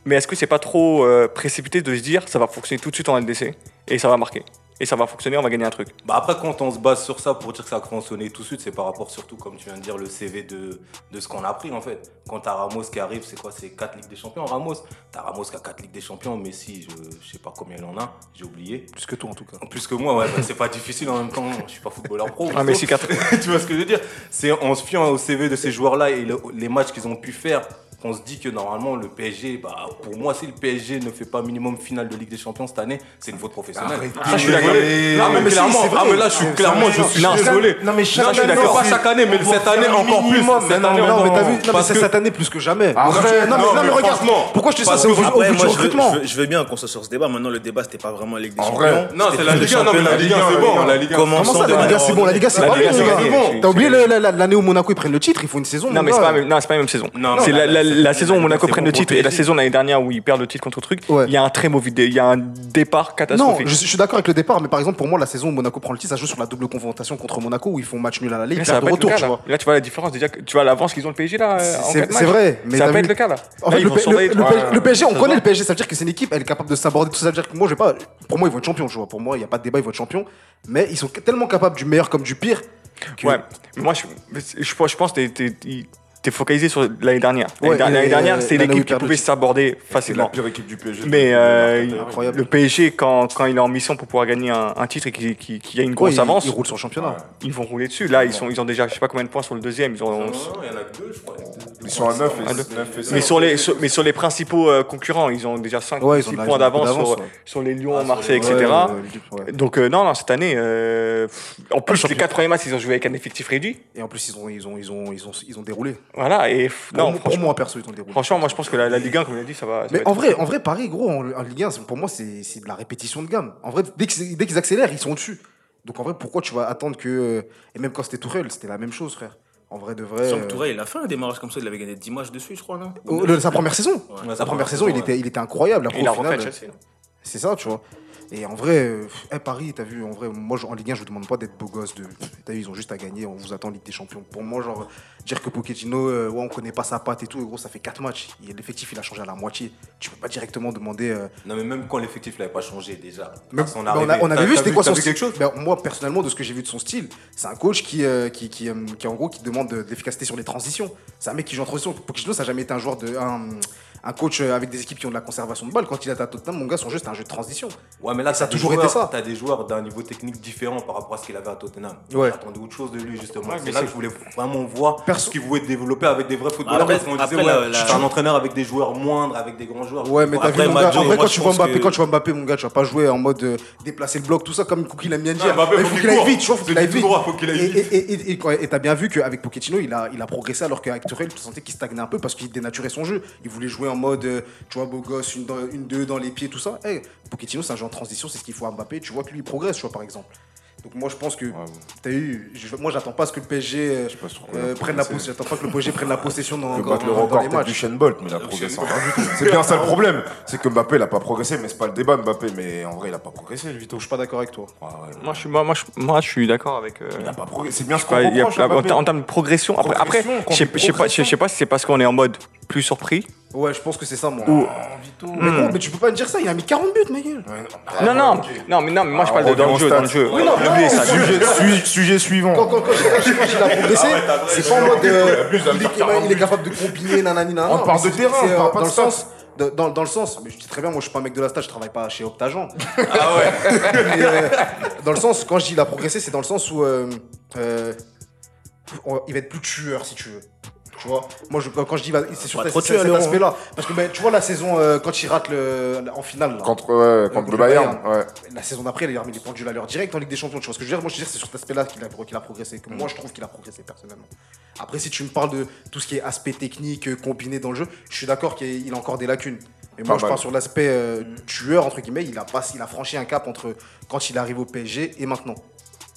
S5: Mais est-ce que c'est pas trop euh, précipité de se dire ça va fonctionner tout de suite en LDC et ça va marquer et ça va fonctionner, on va gagner un truc.
S3: Bah après, quand on se base sur ça pour dire que ça a fonctionné tout de suite, c'est par rapport surtout, comme tu viens de dire, le CV de, de ce qu'on a pris en fait. Quand t'as Ramos qui arrive, c'est quoi C'est 4 Ligues des Champions, Ramos T'as Ramos qui a 4 Ligues des Champions, Messi, je, je sais pas combien il en a, j'ai oublié.
S4: Plus que tout, en tout cas.
S3: Plus que moi, ouais, bah, c'est pas difficile en même temps, je suis pas footballeur pro.
S5: Ah, Messi 4.
S3: tu vois ce que je veux dire C'est en se fiant au CV de ces joueurs-là et le- les matchs qu'ils ont pu faire, qu'on se dit que normalement le PSG, bah, pour moi, si le PSG ne fait pas minimum finale de Ligue des Champions cette année, c'est une faute professionnelle.
S5: Ah, je suis d'accord.
S3: Désolé. Non, mais,
S4: Mais si,
S3: clairement,
S4: c'est vrai.
S3: ah, mais là, je suis clairement, je suis
S5: Non,
S3: désolé.
S4: non, mais chaque
S3: Non, je suis
S5: année,
S3: d'accord.
S5: on
S3: Pas chaque année, mais cette année encore plus.
S4: Minimum,
S3: Cette
S4: non,
S3: année
S4: mais non, mais
S3: encore
S4: t'as vu, non, mais
S3: parce
S4: c'est
S3: que-
S4: cette année plus que jamais.
S2: Arrête,
S4: Regarde, tu- non, mais,
S3: non,
S4: non, mais
S3: mais
S4: regarde,
S3: franchement,
S4: pourquoi je te dis ça
S3: parce
S4: c'est au
S3: que-
S4: vu au
S1: Après,
S4: vu du
S1: moi, je veux,
S4: recrutement
S1: je veux- je veux bien qu'on soit sur ce débat. Maintenant, le débat, c'était pas vraiment la Ligue des
S2: En
S1: Champions.
S2: vrai.
S3: Non, c'est
S1: c'était
S3: la
S1: plus le
S3: Ligue 1, non, mais la
S1: championnat.
S3: Ligue 1, c'est bon, la Ligue 1.
S1: Comment
S4: Comment ça,
S1: de
S4: la Liga,
S1: manière
S4: c'est bon, la Liga, c'est
S5: La
S4: pas
S5: Liga,
S4: bon,
S5: c'est
S4: les gars.
S5: gagné.
S4: T'as oublié le- la- la- l'année où Monaco ils prennent le titre, ils font une saison.
S5: Non, mais
S4: là.
S5: c'est pas, la même- non, c'est pas la même saison.
S3: Non,
S5: C'est
S3: non,
S5: la, la-
S3: c'est
S5: la saison où Monaco
S3: c'est
S5: prenne
S3: bon
S5: le
S3: pour
S5: titre et
S3: PSG.
S5: la saison l'année dernière où ils perdent le titre contre truc, il
S4: Ouais.
S5: y a un très mauvais dé- il y a un départ
S4: Non,
S5: catastrophique.
S4: je, suis- je suis d'accord avec le départ, mais par exemple, pour moi, la saison où Monaco prend le titre, ça joue sur la double confrontation contre Monaco où ils font match nul à l'aller,
S5: Mais
S4: ils
S5: ça va
S4: perdent de
S5: pas être le
S4: retour,
S5: cas,
S4: tu
S5: là.
S4: vois.
S5: Là, tu vois la différence déjà, que- tu vois l'avance qu'ils ont le PSG là. euh, en
S4: C'est-
S5: quatre
S4: c'est
S5: matchs.
S4: vrai, mais
S5: ça
S4: t'as
S5: va pas
S4: vu-
S5: être le cas là.
S4: En
S5: Là,
S4: fait,
S5: ils
S4: le,
S5: vont
S4: P-
S5: s'en
S4: le-
S5: aller, tu
S4: le
S5: vois.
S4: PSG le PSG, on
S5: Ça se
S4: connaît
S5: voit.
S4: le PSG, ça veut dire que c'est une équipe, elle est capable de s'aborder, tout ça. Ça veut dire que moi, j'ai pas, pour moi, ils vont être champions, je vois. Pour moi, il n'y a pas de débat, ils vont être champions. Mais ils sont tellement capables du meilleur comme du pire. que-
S5: Ouais, mais moi je, je, pense- je pense que t'es- t'es- t'es t'es focalisé sur l'année dernière. L'année
S4: Ouais,
S5: dernière- l'année
S4: et- euh,
S5: dernière,
S4: et-
S5: c'est
S4: l'année où
S5: l'équipe
S4: ils
S5: qui
S4: perdent le
S5: pouvait
S4: titre.
S5: s'aborder
S2: C'est la
S5: facilement.
S2: pire équipe du PSG.
S5: Mais euh, il-
S4: Incroyable.
S5: le PSG, quand, quand il est en mission pour pouvoir gagner un, un titre et qu'il qu'il- qu'il y a une
S4: Ouais,
S5: grosse
S4: ils,
S5: avance,
S4: ils roulent sur le championnat.
S5: ils vont rouler dessus. Là, ils, sont, ils ont déjà, je sais pas combien de points sur le deuxième. Ils ont,
S3: il y en a que deux, je crois.
S2: Ils sont à 9
S5: Ah,
S2: et
S5: deux.
S2: 9 et
S5: mais,
S2: 7.
S5: sur les, sur- mais sur les principaux euh, concurrents, ils ont déjà 5
S4: Ouais, ils ont de la- ils ont
S5: points
S4: beaucoup
S5: d'avance sur,
S4: d'avance, ouais.
S5: sur les Lyons,
S3: Ah, sur
S5: Marseille,
S3: les-
S5: etc.
S4: Ouais, ouais.
S5: Donc, euh, non, non, cette année, euh, pff, en plus, les
S4: champion.
S5: 4 premiers matchs, ils ont joué avec un effectif réduit.
S4: Et en plus, ils ont, ils ont, ils ont, ils ont, ils ont déroulé.
S5: Voilà, et pff,
S4: Pour
S5: non,
S4: moi- pour
S5: franchement,
S4: moi, perso, ils ont déroulé.
S5: franchement, moi, je pense que la, la Ligue 1, comme on l'a dit, ça va. ça va
S4: Mais
S5: être-
S4: en vrai, en vrai, Paris, gros, en, en Ligue 1, c'est- pour moi, c'est c'est de la répétition de gamme. En vrai, dès que c'est- dès qu'ils accélèrent, ils sont au-dessus. Donc en vrai, pourquoi tu vas attendre que. euh, Et même quand c'était Tourelle, c'était la même chose, frère. En vrai, de vrai.
S1: Sam
S4: euh,
S1: Touré, il a fait un démarrage comme ça, il avait gagné 10 matchs dessus, je crois, non
S4: oh, le- sa première saison
S1: Ouais.
S4: Sa première saison, il était, il était incroyable. Après,
S5: Il a
S4: au
S5: refait à
S4: final,
S5: Chelsea.
S4: c'est ça, tu vois. Et en vrai, euh, pff, eh, Paris, t'as vu, en vrai, moi, je- en Ligue 1, je vous demande pas d'être beau gosse. De... pff, T'as vu, ils ont juste à gagner, on vous attend en Ligue des Champions. Pour moi, genre, dire que Pochettino, euh, ouais, on connaît pas sa patte et tout, et gros, ça fait 4 matchs. Et L'effectif, il a changé à la moitié. Tu peux pas directement demander. euh,
S3: Non, mais même quand l'effectif n'avait pas changé déjà.
S4: Mais-
S3: à son
S4: mais on,
S3: arrivée,
S4: a, on
S3: t'as-
S4: avait vu
S3: t'as
S4: c'était quoi
S3: t'as
S4: son
S3: vu
S4: style
S3: quelque chose
S4: Ben, Moi personnellement de ce que j'ai vu de son style, c'est un coach qui, euh, qui, qui, euh, qui, en gros qui demande de, de l'efficacité sur les transitions. C'est un mec qui joue en transition. Pochettino ça n'a jamais été un joueur de un, un coach euh, avec des équipes qui ont de la conservation de balle. Quand il est à Tottenham, mon gars son jeu c'est un jeu de transition.
S3: Ouais, mais là,
S4: ça a
S3: t'as des
S4: toujours été
S3: joueurs-
S4: ça.
S3: T'as des joueurs d'un niveau technique différent par rapport à ce qu'il avait à Tottenham.
S4: Ouais.
S3: J'attendais autre chose de lui, justement.
S5: Ouais, mais
S3: c'est là
S5: c'est- Bah,
S3: que je voulais vraiment voir
S4: Perso-
S3: ce qu'il voulait développer avec des vrais footballeurs.
S1: Après-
S3: parce qu'on
S1: après,
S3: disait,
S1: la-
S3: ouais,
S1: la-
S3: je suis un entraîneur avec des joueurs moindres, avec des grands joueurs.
S4: Ouais mais t'as
S1: après,
S4: vu mon
S1: Majo,
S4: gars, en vrai
S1: moi,
S4: quand
S1: je
S4: tu vois
S1: pense
S4: Mbappé,
S1: que-
S4: quand tu vois Mbappé mon gars, tu vas pas jouer en mode euh, déplacer le bloc tout ça comme Kouki l'aime bien dire.
S3: Mbappé,
S4: Mais
S3: faut
S4: faut
S3: qu'il
S4: qu'il aille
S3: court.
S4: vite, tu vois, faut
S3: De
S4: qu'il aille
S3: tout
S4: vite.
S3: droit, faut qu'il aille
S4: Et-
S3: vite.
S4: et- et- et- et quand- Et t'as bien vu qu'avec Pochettino, il a, il a progressé alors qu'avec Tuchel, tu sentais qu'il stagnait un peu parce qu'il dénaturait son jeu. Il voulait jouer en mode, euh, tu vois, beau gosse, une, dans- une deux dans les pieds, tout ça. Hey, Pochettino, c'est un jeu en transition, c'est ce qu'il faut à Mbappé. Tu vois que lui, il progresse, tu vois, par exemple. Donc moi, je pense que t'as eu. je- moi, j'attends pas à ce que le PSG euh,
S2: pas sûr qu'on
S4: euh,
S2: l'a
S4: prenne la
S2: progressé.
S4: possession. J'attends pas que le PSG prenne la possession dans,
S2: Il peut
S4: dans-
S2: battre le
S4: dans
S2: record
S4: les
S2: peut-être
S4: matchs.
S2: du Shane Bolt, mais il a progressé en rien du tout. C'est bien ça le problème. C'est que Mbappé, il a pas progressé, mais c'est pas le débat Mbappé, mais en vrai, il a pas progressé, lui, euh,
S4: Donc je suis pas d'accord avec toi.
S5: Moi, je suis, moi, moi, je, moi, je suis d'accord avec. euh,
S2: Il a pas progressé. C'est bien ce qu'on
S5: Ouais, il y a-
S2: reproche à
S5: en,
S2: Mbappé.
S5: ter- en termes de progression, après, après
S2: Progression,
S5: je sais- je sais pas, je
S2: progression.
S5: sais pas si c'est parce qu'on est en mode plus surpris
S4: Ouais, je pense que c'est ça, moi.
S5: ou.
S4: Mais,
S1: Hmm.
S4: gros, mais tu peux pas me dire ça, il a mis 40 buts, ma gueule.
S5: Non, non, non, mais, non, mais moi je
S2: Ah,
S5: parle de
S2: on
S5: dans le
S2: revient
S5: jeu,
S2: au
S5: dans le
S2: stade.
S5: jeu.
S4: Oui, non,
S5: Oubliez
S4: non,
S5: ça.
S4: c'est
S2: Sujet, su- sujet
S4: quand,
S2: suivant.
S4: quand, quand je dis quand je dis qu'il a progressé,
S2: Ah
S4: c'est pas en mode euh,
S2: plus, il a
S4: il,
S2: mis
S4: est-
S2: 40
S4: il est capable de combiner, nanani, nanana.
S2: On
S4: Non,
S2: parle
S4: mais
S2: de
S4: c'est-
S2: terrain,
S4: c'est,
S2: on parle
S4: euh,
S2: pas
S4: dans
S2: de
S4: le
S2: stats.
S4: sens. de- dans, dans le sens, mais je dis très bien, moi je suis pas un mec de la stage, je travaille pas chez Optagent.
S3: Ah ouais.
S4: Mais, euh, dans le sens, quand je dis il a progressé, c'est dans le sens où euh, euh, on- il va être plus tueur si tu veux. Tu vois, moi je, quand je dis, il va- c'est sur
S1: Pas
S4: cet-
S1: trop
S4: cet-
S1: tueur,
S4: cet
S1: Laurent.
S4: aspect-là. Parce que ben, tu vois la saison euh, quand il rate le, en finale. là.
S2: Contre, ouais, contre le Bayern. Ouais.
S4: La saison d'après, il a remis les pendules à l'heure directe en Ligue des Champions. Tu vois ce que je veux dire Moi, je veux dire, c'est sur cet aspect-là qu'il a, qu'il a progressé. Que Moi, je trouve qu'il a progressé personnellement. Après, si tu me parles de tout ce qui est aspect technique euh, combiné dans le jeu, je suis d'accord qu'il y a- il a encore des lacunes. Mais moi,
S2: Pas
S4: je
S2: mal.
S4: parle sur l'aspect euh, tueur, entre guillemets. Il a, pas- il a franchi un cap entre quand il arrive au PSG et maintenant.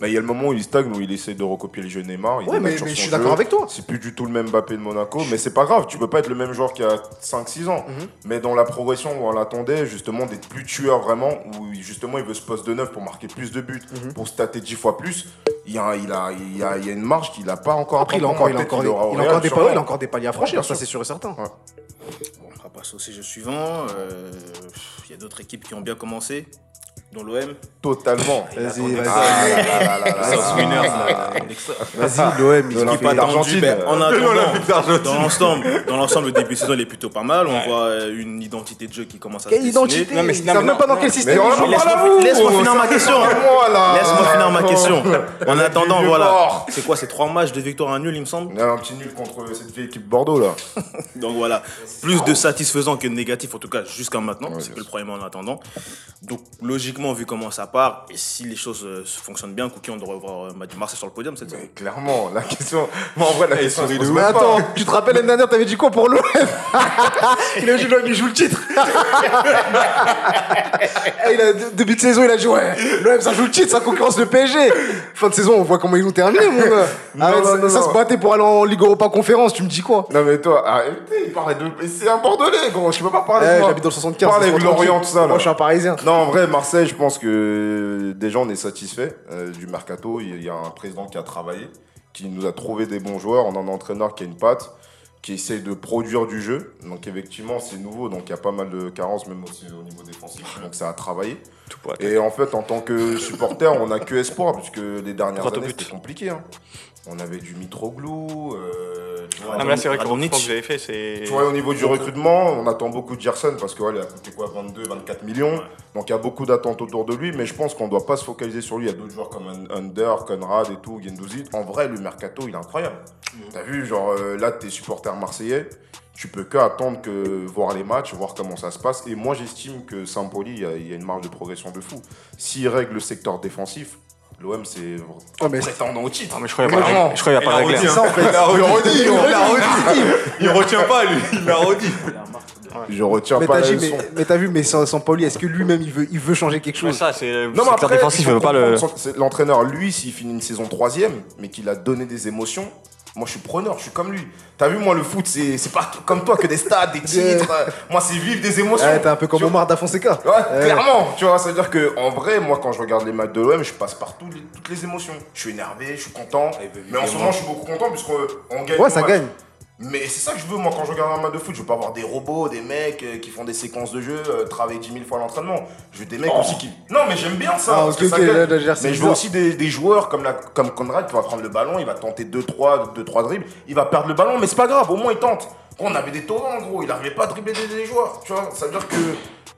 S2: Mais il y a le moment où il stagne, où il essaie de recopier le jeu Neymar. Il
S4: Ouais,
S2: est
S4: mais,
S2: mature
S4: mais je
S2: sur
S4: suis
S2: son
S4: d'accord
S2: jeu.
S4: avec toi.
S2: C'est plus du tout le même Mbappé de Monaco, mais c'est pas grave, tu peux pas être le même joueur qu'il y a 5-6 ans.
S4: Mhm.
S2: Mais dans la progression où on l'attendait, justement, d'être plus tueur vraiment, où justement il veut ce poste de neuf pour marquer plus de buts,
S4: Mhm.
S2: pour stater 10 fois plus, il y a, il a, il y a, il y a une marge qu'il a pas encore.
S4: Après, il a
S2: atteinte.
S4: encore, il a
S2: Peut-être
S4: encore, des,
S2: qu'il aura au
S4: il a
S2: Real,
S4: encore des,
S2: sûrement.
S4: paliers- il a encore des paliers à franchir,
S2: Ouais,
S4: ça c'est sûr et certain.
S1: Bon, on va passer au sujet suivant. euh, pff, Il y a d'autres équipes qui ont bien commencé, dont l'OM.
S2: Totalement.
S4: Vas-y,
S2: Ah là là là là là là.
S3: South Winners, là.
S4: vas-y, l'OM,
S2: ils ont
S1: Équipe
S2: fait
S1: attendue,
S2: l'Argentine.
S1: ben, en
S3: De l'Olympique
S1: attendant,
S3: d'Argentine.
S1: dans l'ensemble, dans l'ensemble, le début de saison, il est plutôt pas mal. On voit euh, une identité de jeu qui commence à se
S4: Quelle
S1: dessiner.
S4: identité
S5: Non, mais c'est-
S4: Ils
S5: non,
S4: savent
S5: mais
S4: même
S5: non,
S4: pas dans
S5: non.
S4: quel
S2: Mais
S4: système
S2: on
S4: ils
S2: en
S4: jouent.
S2: parle à
S1: Laisse-moi
S2: vous
S1: laisse-moi
S4: Oh,
S1: finir ma question. Laisse-moi finir
S2: Oh.
S1: ma question. En attendant, voilà.
S2: mort.
S1: C'est quoi ces trois matchs de victoire à nul, il me semble
S2: On a un petit nul contre cette vieille équipe Bordeaux là.
S1: Donc voilà, plus de satisfaisant que de négatif, en tout cas jusqu'à maintenant, c'est que le premier en attendant. Donc logiquement, vu comment ça part, et si les choses euh, se fonctionnent bien, Cookie, on devrait voir euh, Madu Marseille sur le podium cette
S2: Mais
S1: semaine.
S2: clairement, la question. Moi, en vrai, la question. se pose
S4: Mais
S2: même pas.
S4: attends, tu te rappelles l'année dernière, t'avais dit quoi pour l'OM Il a joué l'OM, il joue le titre. Eh, il a, début de saison, il a dit ouais, l'OM ça joue le titre, ça concurrence le PSG. Fin de saison, on voit comment ils ont terminé, mon gars. Ah,
S2: Non,
S4: ça-
S2: non, non,
S4: ça
S2: non.
S4: se battait pour aller en Ligue Europa conférence, tu me dis quoi
S2: Non mais toi, arrêtez, il parlait de. mais C'est un Bordelais, gros, tu peux pas parler de
S4: Eh,
S2: moi.
S4: J'habite dans le 75.
S2: Parle
S4: ça se
S2: avec
S4: voit tranquille.
S2: Lorient, tout ça, là.
S4: Moi, je suis un Parisien.
S2: Non, en vrai, Marseille, je pense que déjà, on est satisfait euh, du mercato. Il y a un président qui a travaillé, qui nous a trouvé des bons joueurs. On a un entraîneur qui a une patte, qui essaye de produire du jeu. Donc, effectivement, c'est nouveau. Donc, il y a pas mal de carences, même aussi au niveau défensif. Donc, ça a travaillé.
S5: Tout pour
S2: Et en fait, en tant que supporter, on n'a que espoir, puisque les dernières
S5: Droit au
S2: années,
S5: but.
S2: c'était compliqué. hein. On avait du Mitroglou. euh, tu vois,
S5: Non, mais là, c'est vrai que le
S1: Radonjic.
S5: recrutement que vous avez fait, c'est.
S2: tu vois, au niveau du recrutement, on attend beaucoup de Gerson parce que ouais, il a coûté quoi 22, 24 millions. Donc il y a beaucoup d'attentes autour de lui, mais je pense qu'on ne doit pas se focaliser sur lui. Il y a d'autres joueurs comme Un- Under, Conrad et tout, Gendouzi. En vrai, le mercato, il est incroyable. T'as vu, genre euh, là, t'es supporter marseillais, tu peux que attendre que voir les matchs, voir comment ça se passe. Et moi, j'estime que Sampoli, il y a- il y, a une marge de progression de fou. S'il règle le secteur défensif, l'OM, Ah, c'est
S4: Oh, mais-
S2: prétendant au titre.
S5: Non, mais je crois qu'il n'y a pas de règle. Je crois qu'il y a pas de règle.
S3: hein.
S4: C'est ça, en fait.
S2: Il redit, il redit.
S3: Il retient pas, lui. Il l'a redit.
S2: Je retiens
S4: Ah, Mais
S2: Ah, pas
S4: t'as
S2: la
S4: dit-
S2: leçon.
S4: mais- mais t'as vu, mais sans, sans Pauli, est-ce que lui-même il veut, il veut changer quelque
S5: Mais
S4: chose
S5: ça, c'est.
S2: Non, mais après,
S5: défensif,
S2: il
S5: il
S2: faut
S5: veut pas le.
S2: comprendre son- c'est- L'entraîneur, lui, s'il finit une saison troisième, mais qu'il a donné des émotions, moi, je suis preneur, je suis comme lui. T'as vu, moi, le foot, c'est c'est pas comme toi que des stades, des titres. euh, moi, c'est vivre des émotions.
S4: Ouais, Eh, T'es un peu comme
S2: Tu vois-
S4: Omar da Fonseca.
S2: Ouais,
S4: Ouais.
S2: clairement, tu vois, c'est-à-dire que en vrai, moi quand je regarde les matchs de l'OM, je passe par tous les- toutes les émotions. Je suis énervé, je suis content,
S3: il veut
S2: mais en
S3: vivre
S2: ce
S3: les
S2: moment je suis beaucoup content puisqu'on on gagne.
S4: Ouais,
S2: le
S4: ça
S2: match.
S4: gagne.
S2: Mais c'est ça que je veux, moi, quand je regarde un match de foot, je veux pas avoir des robots, des mecs euh, qui font des séquences de jeu, euh, travailler 10 000 fois à l'entraînement. Je veux des mecs aussi qui. Non, mais j'aime bien ça.
S4: Ah,
S2: parce
S4: ok,
S2: que ça
S4: ok,
S2: gagne.
S4: là, là, j'ai l'air
S2: mais je veux
S4: bizarre.
S2: aussi des, des joueurs comme, la, comme Conrad qui va prendre le ballon, il va tenter 2-3, 2-3 dribbles, il va perdre le ballon, mais c'est pas grave, au moins il tente. On avait des torrents, gros, il arrivait pas à dribbler des, des joueurs, tu vois. Ça veut dire que.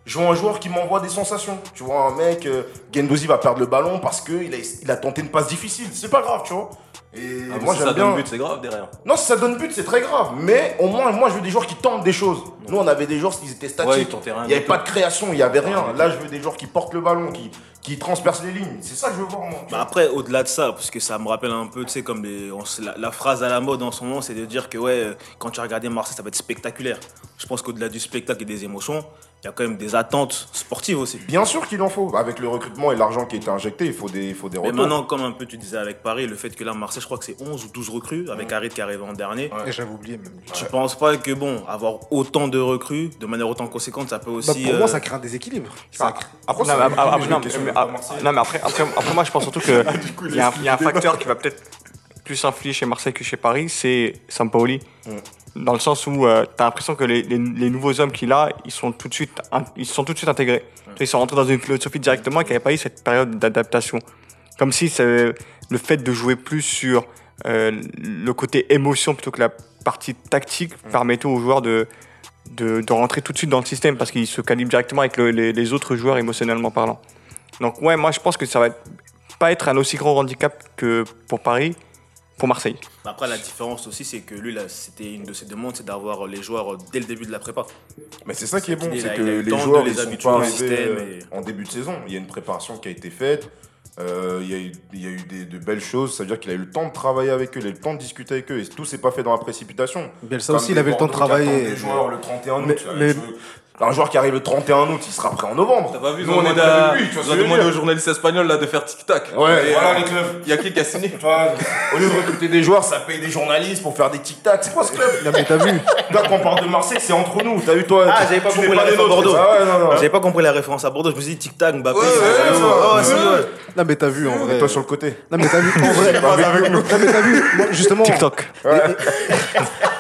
S2: Je vois un joueur qui m'envoie des sensations. Tu vois, un mec, euh, Guendouzi va perdre le ballon parce qu'il a, il a tenté une passe difficile. C'est pas grave, tu vois. Et
S3: Ah,
S2: moi, j'aime bien.
S3: but, c'est grave derrière.
S2: Non, si ça donne but, c'est très grave. Mais au moins, moi, je veux des joueurs qui tentent des choses. Nous, on avait des joueurs qui étaient
S3: Ouais, ils
S2: statiques.
S3: tentaient rien
S2: il n'y avait
S3: du
S2: pas
S3: tout.
S2: de création, il n'y avait rien. Là, je veux des joueurs qui portent le ballon, qui, qui transpercent les lignes. C'est ça que je veux voir, moi.
S1: Bah après, au-delà de ça, parce que ça me rappelle un peu, tu sais, comme les- on se- la, la phrase à la mode en ce moment, c'est de dire que ouais, euh, quand tu as regardé Marseille, ça va être spectaculaire. Je pense qu'au-delà du spectacle et des émotions, il y a quand même des attentes sportives aussi.
S2: Bien sûr qu'il en faut. Avec le recrutement et l'argent qui a été injecté, il faut des, il faut des
S1: Mais
S2: retours.
S1: maintenant, comme un peu tu disais avec Paris, le fait que là, Marseille, je crois que c'est 11 ou 12 recrues, avec Harit qui arrive en dernier.
S4: Et J'avais oublié même.
S1: Tu penses pas que, bon, avoir autant de recrues de manière autant conséquente, ça peut aussi.
S4: Bah, pour moi,
S1: euh,
S4: ça crée un déséquilibre.
S5: Enfin,
S4: Ça crée-
S5: après,
S2: ça
S5: non, mais
S2: va
S5: après-
S2: être
S5: non,
S2: une question
S5: mais-
S2: de Ah, Marseille.
S5: ah, non, mais après, après, après, moi, je pense surtout que il y, a un- il y a un facteur qui va peut-être plus influer chez Marseille que chez Paris, c'est Sampaoli.
S2: Mm.
S5: Dans le sens où euh, t'as l'impression que les, les- les nouveaux hommes qu'il a, ils sont tout de suite, in- ils sont tout de suite intégrés.
S2: Mm.
S5: Ils sont rentrés dans une philosophie directement et qu'il n'y avait pas eu cette période d'adaptation. Comme si c'est- le fait de jouer plus sur euh, le côté émotion plutôt que la partie tactique
S2: Mm.
S5: permettait aux joueurs de, de, de rentrer tout de suite dans le système parce qu'ils se calibrent directement avec le- les, les autres joueurs émotionnellement parlant. Donc ouais, moi je pense que ça va être- pas être un aussi grand handicap que pour Paris, pour Marseille.
S4: Ah,
S1: Après, la différence aussi, c'est que lui, là, c'était une de ses demandes, c'est d'avoir les joueurs euh, dès le début de la prépa.
S2: Mais c'est ça qui est bon,
S1: Il a-
S2: c'est que
S1: il a eu le
S2: les
S1: temps de
S2: joueurs
S1: les
S2: ils sont
S1: habituer au
S2: pas arrivés
S1: système
S2: euh,
S1: et-
S2: en début de saison. Il y a une préparation qui a été faite. euh, il, y a eu, il y a eu des, de belles choses. Ça veut dire qu'il a eu le temps de travailler avec eux, il a eu le temps de discuter avec eux. Et tout s'est pas fait dans la précipitation.
S4: Bielsa
S2: Comme
S4: aussi, il
S2: les
S4: avait le temps de
S2: Bordeaux qui attendent
S4: travailler.
S2: des joueurs le 31 août.
S4: Mais-
S2: tu vois,
S4: mais-
S2: tu vois. Un joueur qui arrive le 31 août, il sera prêt en novembre.
S3: T'as pas vu, ils
S2: Nous, on
S3: ont
S2: est
S3: demandé,
S2: prêt
S3: à-
S2: depuis, tu vois ce que
S3: ils ont
S2: je veux
S3: demandé
S2: dire.
S3: aux journalistes espagnols là, de faire tic-tac.
S2: Ouais,
S3: Et,
S2: voilà
S3: euh,
S2: les clubs.
S3: Il y a qui qui a signé
S2: Tu vois, Au lieu de recruter des joueurs, ça paye des journalistes pour faire des tic-tacs. C'est quoi ce club
S4: Non, mais t'as vu
S2: Là, quand on parle de Marseille, c'est entre nous. T'as vu, toi
S1: Ah,
S2: tu-
S1: j'avais pas
S2: tu n'es
S1: compris la
S2: des
S1: raison
S2: nôtres.
S1: Bordeaux.
S2: Ah, ouais, non, non.
S1: J'avais pas compris la référence à Bordeaux, je me suis dit tic-tac, Mbappé.
S3: Ouais,
S1: ça- ça-
S3: ouais, ouais,
S1: oh,
S3: ouais.
S1: si, ouais.
S4: Non, mais t'as vu en vrai.
S2: Toi sur le côté.
S4: Non, mais t'as vu en vrai. Non, mais t'as vu, moi, justement.
S5: TikTok.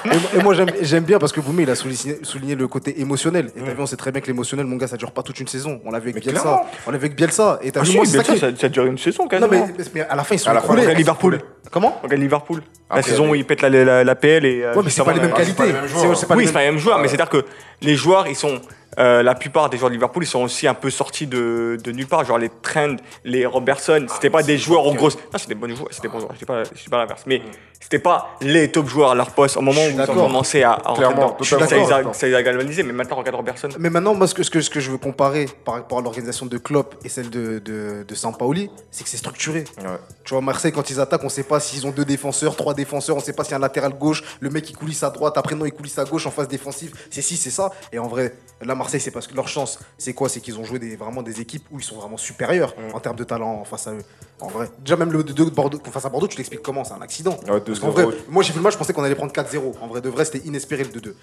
S4: Et, moi- et moi, j'aime- j'aime bien parce que Boumé, il a souligné, souligné le côté émotionnel. Et t'as vu, on sait très bien que l'émotionnel, mon gars, ça dure pas toute une saison. On l'avait avec Bielsa.
S2: clairement.
S4: On l'avait avec Bielsa. Et t'as
S5: Ah,
S4: vu,
S5: si,
S4: moi,
S5: mais
S4: c'est ça
S5: ça,
S4: qui-
S5: ça, a duré une saison
S4: Non,
S5: quasiment.
S4: mais, mais à la fin, ils sont
S2: À la fin,
S4: écroulés.
S5: Regarde Liverpool.
S4: Comment
S5: Regarde Liverpool. la
S2: Après,
S5: saison où il pète la, la- la PL et. euh,
S4: Ah, Ouais, mais c'est pas les mêmes
S2: Ah, c'est pas
S4: qualités.
S2: les mêmes
S4: C'est-
S2: joueurs.
S4: c'est pas les
S5: oui,
S4: mêmes- Euh,
S5: c'est pas les mêmes joueurs, mais c'est-à-dire que les joueurs, ils sont. euh, la plupart des joueurs de Liverpool, ils sont aussi un peu sortis de, de nulle part. Genre les Trent, les Robertson,
S4: Ah,
S5: c'était pas des joueurs en gros. Non, c'était des bons joueurs, c'était des bons joueurs, je dis pas, je dis pas l'inverse. Mais c'était pas les top joueurs à leur poste au moment où ils ont
S4: Mm. d'accord.
S5: commencé à, à rentrer
S2: Clairement,
S5: dedans.
S2: totalement
S5: Ça les, a,
S2: d'accord.
S5: ça les a galvanisés, mais maintenant, regarde Robertson.
S4: Mais maintenant, moi, ce que, ce que, ce que je veux comparer par rapport à l'organisation de Klopp et celle de, de, de Sampaoli, c'est que c'est structuré.
S2: Ouais.
S4: Tu vois, Marseille, quand ils attaquent, on sait pas s'ils ont deux défenseurs, trois défenseurs, on sait pas s'il y a un latéral gauche, le mec il coulisse à droite, après non, il coulisse à gauche en phase défensive. C'est si, c'est ça. Et en vrai, là, Marseille, c'est parce que leur chance, c'est quoi C'est qu'ils ont joué des, vraiment des équipes où ils sont vraiment supérieurs en termes de talent face à eux. En vrai, déjà même le 2 de Bordeaux, face à Bordeaux, tu l'expliques comment C'est un accident.
S2: Ouais,
S4: Parce
S2: 2-0,
S4: qu'en vrai,
S2: ouais.
S4: moi j'ai vu le match, je pensais qu'on allait prendre 4-0. En vrai, de vrai, c'était inespéré le 2-2.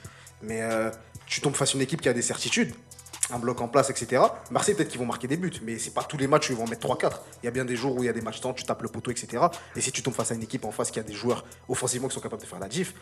S4: Mais euh, tu tombes face à une équipe qui a des certitudes, un bloc en place, etc. Marseille, peut-être qu'ils vont marquer des buts, mais c'est pas tous les matchs où ils vont en mettre 3-4. Il y a bien des jours où il y a des matchs temps, tu tapes le poteau, etc. Et si tu tombes face à une équipe en face qui a des joueurs offensivement qui sont capables de faire la diff,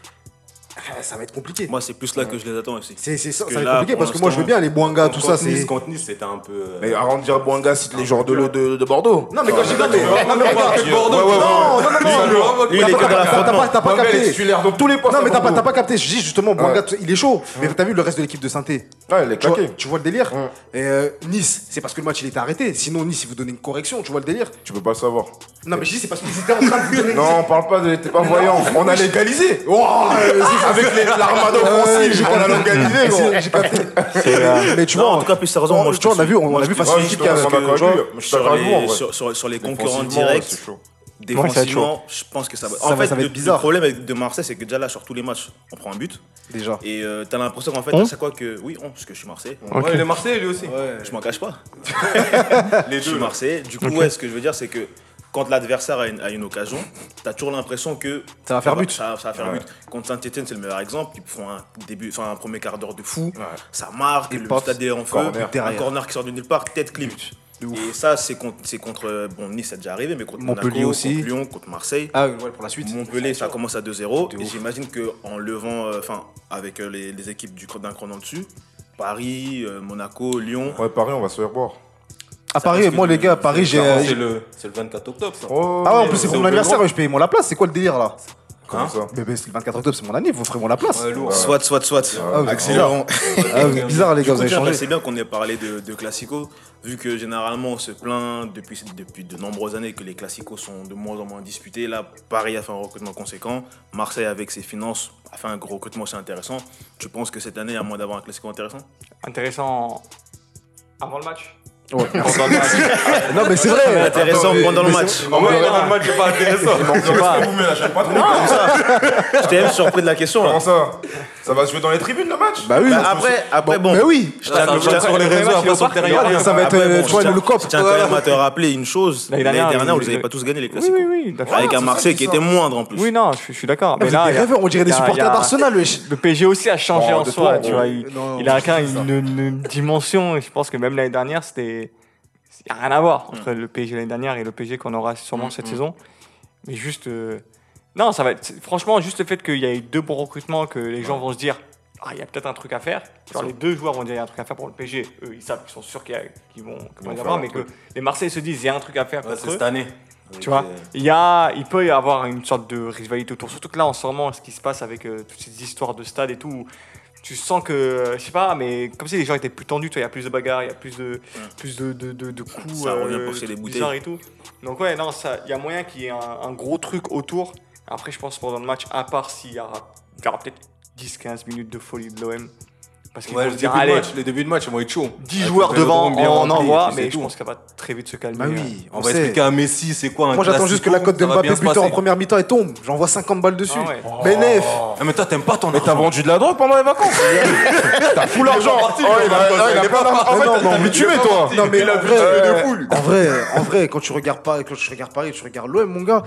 S4: euh, ça va être compliqué.
S1: Moi, c'est plus là que je les attends aussi.
S4: C'est c'est ça,
S1: Parce que
S4: ça va être
S1: là,
S4: compliqué
S1: pour
S4: parce que moi je veux
S1: l'instant,
S4: bien les Boanga, Ah, tout ça, c'est.
S3: Contre Nice, c'était un peu. euh,
S2: Mais arrondir Boanga, c'est les genres de l'eau de, de Bordeaux.
S4: Non, mais quand je dis non, mais.
S3: Ah,
S4: Non, mais regarde,
S2: Ouais, ouais, ouais.
S4: non, non, non, non, non,
S1: Lui, il est que dans
S4: T'as
S1: l'affrontement.
S4: pas- t'as pas
S2: Mauvais,
S4: capté.
S2: titulaire dans tous les postes.
S4: Non, mais
S2: à
S4: t'as pas,
S2: Bordeaux.
S4: t'as pas capté. Je dis justement, Boanga, t- il est chaud. Mais t'as vu le reste de l'équipe de saint
S2: Ouais, il est
S4: tu, vois,
S2: claqué.
S4: tu vois le délire
S2: Ouais.
S4: Et euh, Nice, c'est parce que le match il était arrêté. Sinon, Nice, il vous donnait une correction. Tu vois le délire
S2: Tu peux pas le savoir.
S4: Non, mais je dis, c'est parce qu'ils étaient en train de vous donner.
S2: Non, on parle pas de. T'es pas voyant. On a légalisé. Avec les-
S4: Ouais,
S2: l'armada offensive,
S4: j'ai
S2: on a légalisé, gros.
S4: J'ai capté. Mais tu
S1: Non,
S4: vois,
S1: en tout cas, plus sérieusement,
S4: on-
S1: moi, je
S4: tu vois,
S1: te
S4: on a vu, on
S1: suis.
S4: a
S1: Moi,
S4: vu face
S1: je
S4: à
S1: te
S4: une
S1: suis
S4: équipe
S1: parce
S4: qui a.
S2: d'accord
S1: que
S2: avec lui.
S1: je-
S2: Je suis
S1: sur
S2: d'accord avec vous, en
S1: les-
S2: vrai.
S1: Sur sur- sur les concurrents
S2: Défensivement, ouais,
S1: directs,
S2: c'est chaud.
S5: Ouais, ça va être chaud.
S1: défensivement, je pense que ça va.
S4: Ça
S1: En
S4: va-
S1: fait,
S4: ça va
S1: le-
S4: être bizarre.
S1: le problème avec- de Marseille, c'est que déjà là, sur tous les matchs, on prend un but.
S4: Déjà.
S1: Et euh, t'as l'impression qu'en fait,
S5: On
S1: à chaque fois que. Oui, on, parce que je suis Marseille.
S5: Ok.
S3: Ouais, le Marseille, lui aussi.
S1: Je m'en cache pas. Les deux. Je suis Marseillais. Du coup, ouais, ce que je veux dire, c'est que quand l'adversaire a une, a une occasion, t'as toujours l'impression que.
S4: Ça va faire but.
S1: Ça, ça va faire but. Contre Saint-Etienne, c'est le meilleur exemple. Ils font un, début, enfin, un premier quart d'heure de fou. Ça marque, le
S4: paf,
S1: stade est en feu.
S4: corner.
S1: Un
S4: Derrière.
S1: corner qui sort de nulle part, tête clip. Et ça, c'est contre, c'est contre. euh, Bon, Nice, ça déjà arrivé, mais contre
S4: Montpellier
S1: Monaco,
S4: aussi.
S1: contre Lyon, contre Marseille.
S4: Ah, ouais, pour la suite.
S1: Montpellier, ça commence à 2-0.
S4: De
S1: Et
S4: ouf.
S1: j'imagine qu'en levant, euh, enfin, avec euh, les, les équipes du, d'un cran en dessus, Paris, euh, Monaco, Lyon,
S2: Ouais, Paris, on va se faire boire.
S4: À Paris,
S1: risque
S4: moi,
S1: de-
S4: les gars, à Paris, j'ai.
S3: Clairement, C'est le, c'est le 24 octobre, ça.
S2: Oh,
S4: Ah ouais, en plus, c'est pour mon
S3: au
S4: anniversaire, ouais, je paye moi la place. C'est quoi le délire là
S2: Comme ça.
S4: Bébé, c'est le 24 octobre, c'est mon année, vous ferez moi la place.
S3: Ouais, lourd.
S1: Soit, soit, soit.
S4: Ah, vous êtes
S1: Accélérons.
S4: bizarre. Ah, vous êtes bizarre, les gars, vous avez changé.
S1: bah, C'est bien qu'on ait parlé de, de classico, vu que généralement on se plaint depuis, depuis de nombreuses années que les classicos sont de moins en moins disputés. Là, Paris a fait un recrutement conséquent, Marseille avec ses finances a fait un gros recrutement assez intéressant. Tu penses que cette année, à moins d'avoir un classico intéressant
S5: Intéressant avant le match.
S4: Ouais.
S5: Pendant le match.
S4: Non, mais c'est vrai.
S1: Intéressant
S4: mais-
S1: pendant le
S4: mais c'est-
S1: match.
S3: En vrai, dans le match, c'est pas intéressant.
S1: Je t'ai même surpris de la question. là.
S2: Comment ça Ça va se jouer dans les tribunes le match
S4: Bah oui.
S1: Bah, après, après, bon.
S4: Mais oui.
S1: Je
S3: Ça
S1: tiens-
S3: va
S1: je tiens-
S3: jouer sur les réseaux, après sur le terrain.
S4: Ah, Ça va être,
S1: Après,
S4: euh,
S1: bon,
S4: tu vois,
S1: je tiens-
S4: le cop.
S1: Je tiens quand même à te rappeler une chose.
S5: L'année
S1: L'année
S5: dernière,
S1: dernière, vous
S5: ils-
S1: n'avez pas tous gagné les
S5: Oui,
S1: classicos.
S5: oui, oui, d'accord.
S1: Avec un Marseille qui était moindre en plus.
S5: Oui, non, je suis- je suis d'accord. Mais là, il y a-
S4: rêveurs, on dirait Ah, des
S5: il y a- il y a-
S4: supporters d'Arsenal, wesh.
S5: Le PSG aussi a changé
S2: Oh,
S5: en
S2: de toi,
S5: soi, tu
S2: ouais.
S5: vois. Il,
S4: Non,
S5: il a atteint une, une dimension, et je pense que même l'année dernière, c'était. Il n'y a rien à voir entre le PSG l'année dernière et le PSG qu'on aura sûrement cette saison. Mais juste. euh, Non, ça va être. c'est- Franchement, juste le fait qu'il y a eu deux bons recrutements, que les gens vont se dire. Ah, il y a peut-être un truc à faire. Genre, les deux joueurs vont dire il y a un truc à faire pour le PSG. Eux, ils savent qu'ils sont sûrs qu'il y a- qu'ils vont, qu'ils vont y avoir, mais que les Marseillais se disent il y a un truc à faire.
S3: Ouais,
S5: contre
S3: C'est
S5: eux.
S3: cette année.
S5: Tu vois, il, y a, il peut y avoir une sorte de rivalité autour. Surtout que là, en ce moment, ce qui se passe avec euh, toutes ces histoires de stade et tout, où tu sens que, euh, je sais pas, mais comme si les gens étaient plus tendus, tu vois, il y a plus de bagarres, il y a plus de, plus de, de, de- de coups.
S1: Ça revient pour chez les
S5: bizarres
S1: bouteilles.
S5: Et tout. Donc, ouais, non, ça- il y a moyen qu'il y ait un, un gros truc autour. Après, je pense pendant le match, à part s'il y aura, il y aura peut-être 10-15 minutes de folie de l'OM. Parce qu'ils
S3: Ouais,
S5: vont
S3: le
S5: se
S3: début
S5: dire,
S3: de
S5: allez,
S3: match, les débuts de match, ils vont être chauds.
S5: 10
S3: Avec
S5: joueurs
S3: le
S5: devant,
S3: vélodrome bien
S5: on
S3: rempli,
S5: envoie,
S3: et puis
S5: mais
S3: c'est
S5: je
S3: tout. hein.
S5: pense qu'elle va très vite se calmer. hein.
S4: Bah oui,
S3: On
S4: on
S3: va
S4: sait.
S3: expliquer à Messi c'est quoi un
S4: Moi, j'attends
S3: classico,
S4: juste que la cote de
S3: ça va
S4: Mbappé
S3: bien se
S4: buteur en
S3: passer.
S4: première mi-temps elle tombe. J'envoie 50 balles dessus.
S5: Ah ouais.
S4: Benef.
S3: Ah, mais toi, t'aimes pas ton. Mais
S2: T'as vendu de la drogue pendant les vacances T'as fou l'argent
S3: parti,
S2: Oh,
S3: lui,
S2: il a-
S3: il est
S2: ah, il a
S3: pas
S2: plein
S3: parti.
S2: d'argent. En
S4: Mais non,
S2: fait,
S4: mais
S2: t'as
S4: on
S2: mis
S4: le
S2: tué,
S3: tue,
S2: toi
S3: parti.
S4: Non mais en vrai,
S2: jeu de
S4: euh,
S2: poule.
S4: en vrai, en vrai, quand tu regardes pas, quand je regarde Paris, tu regardes l'OM, mon gars.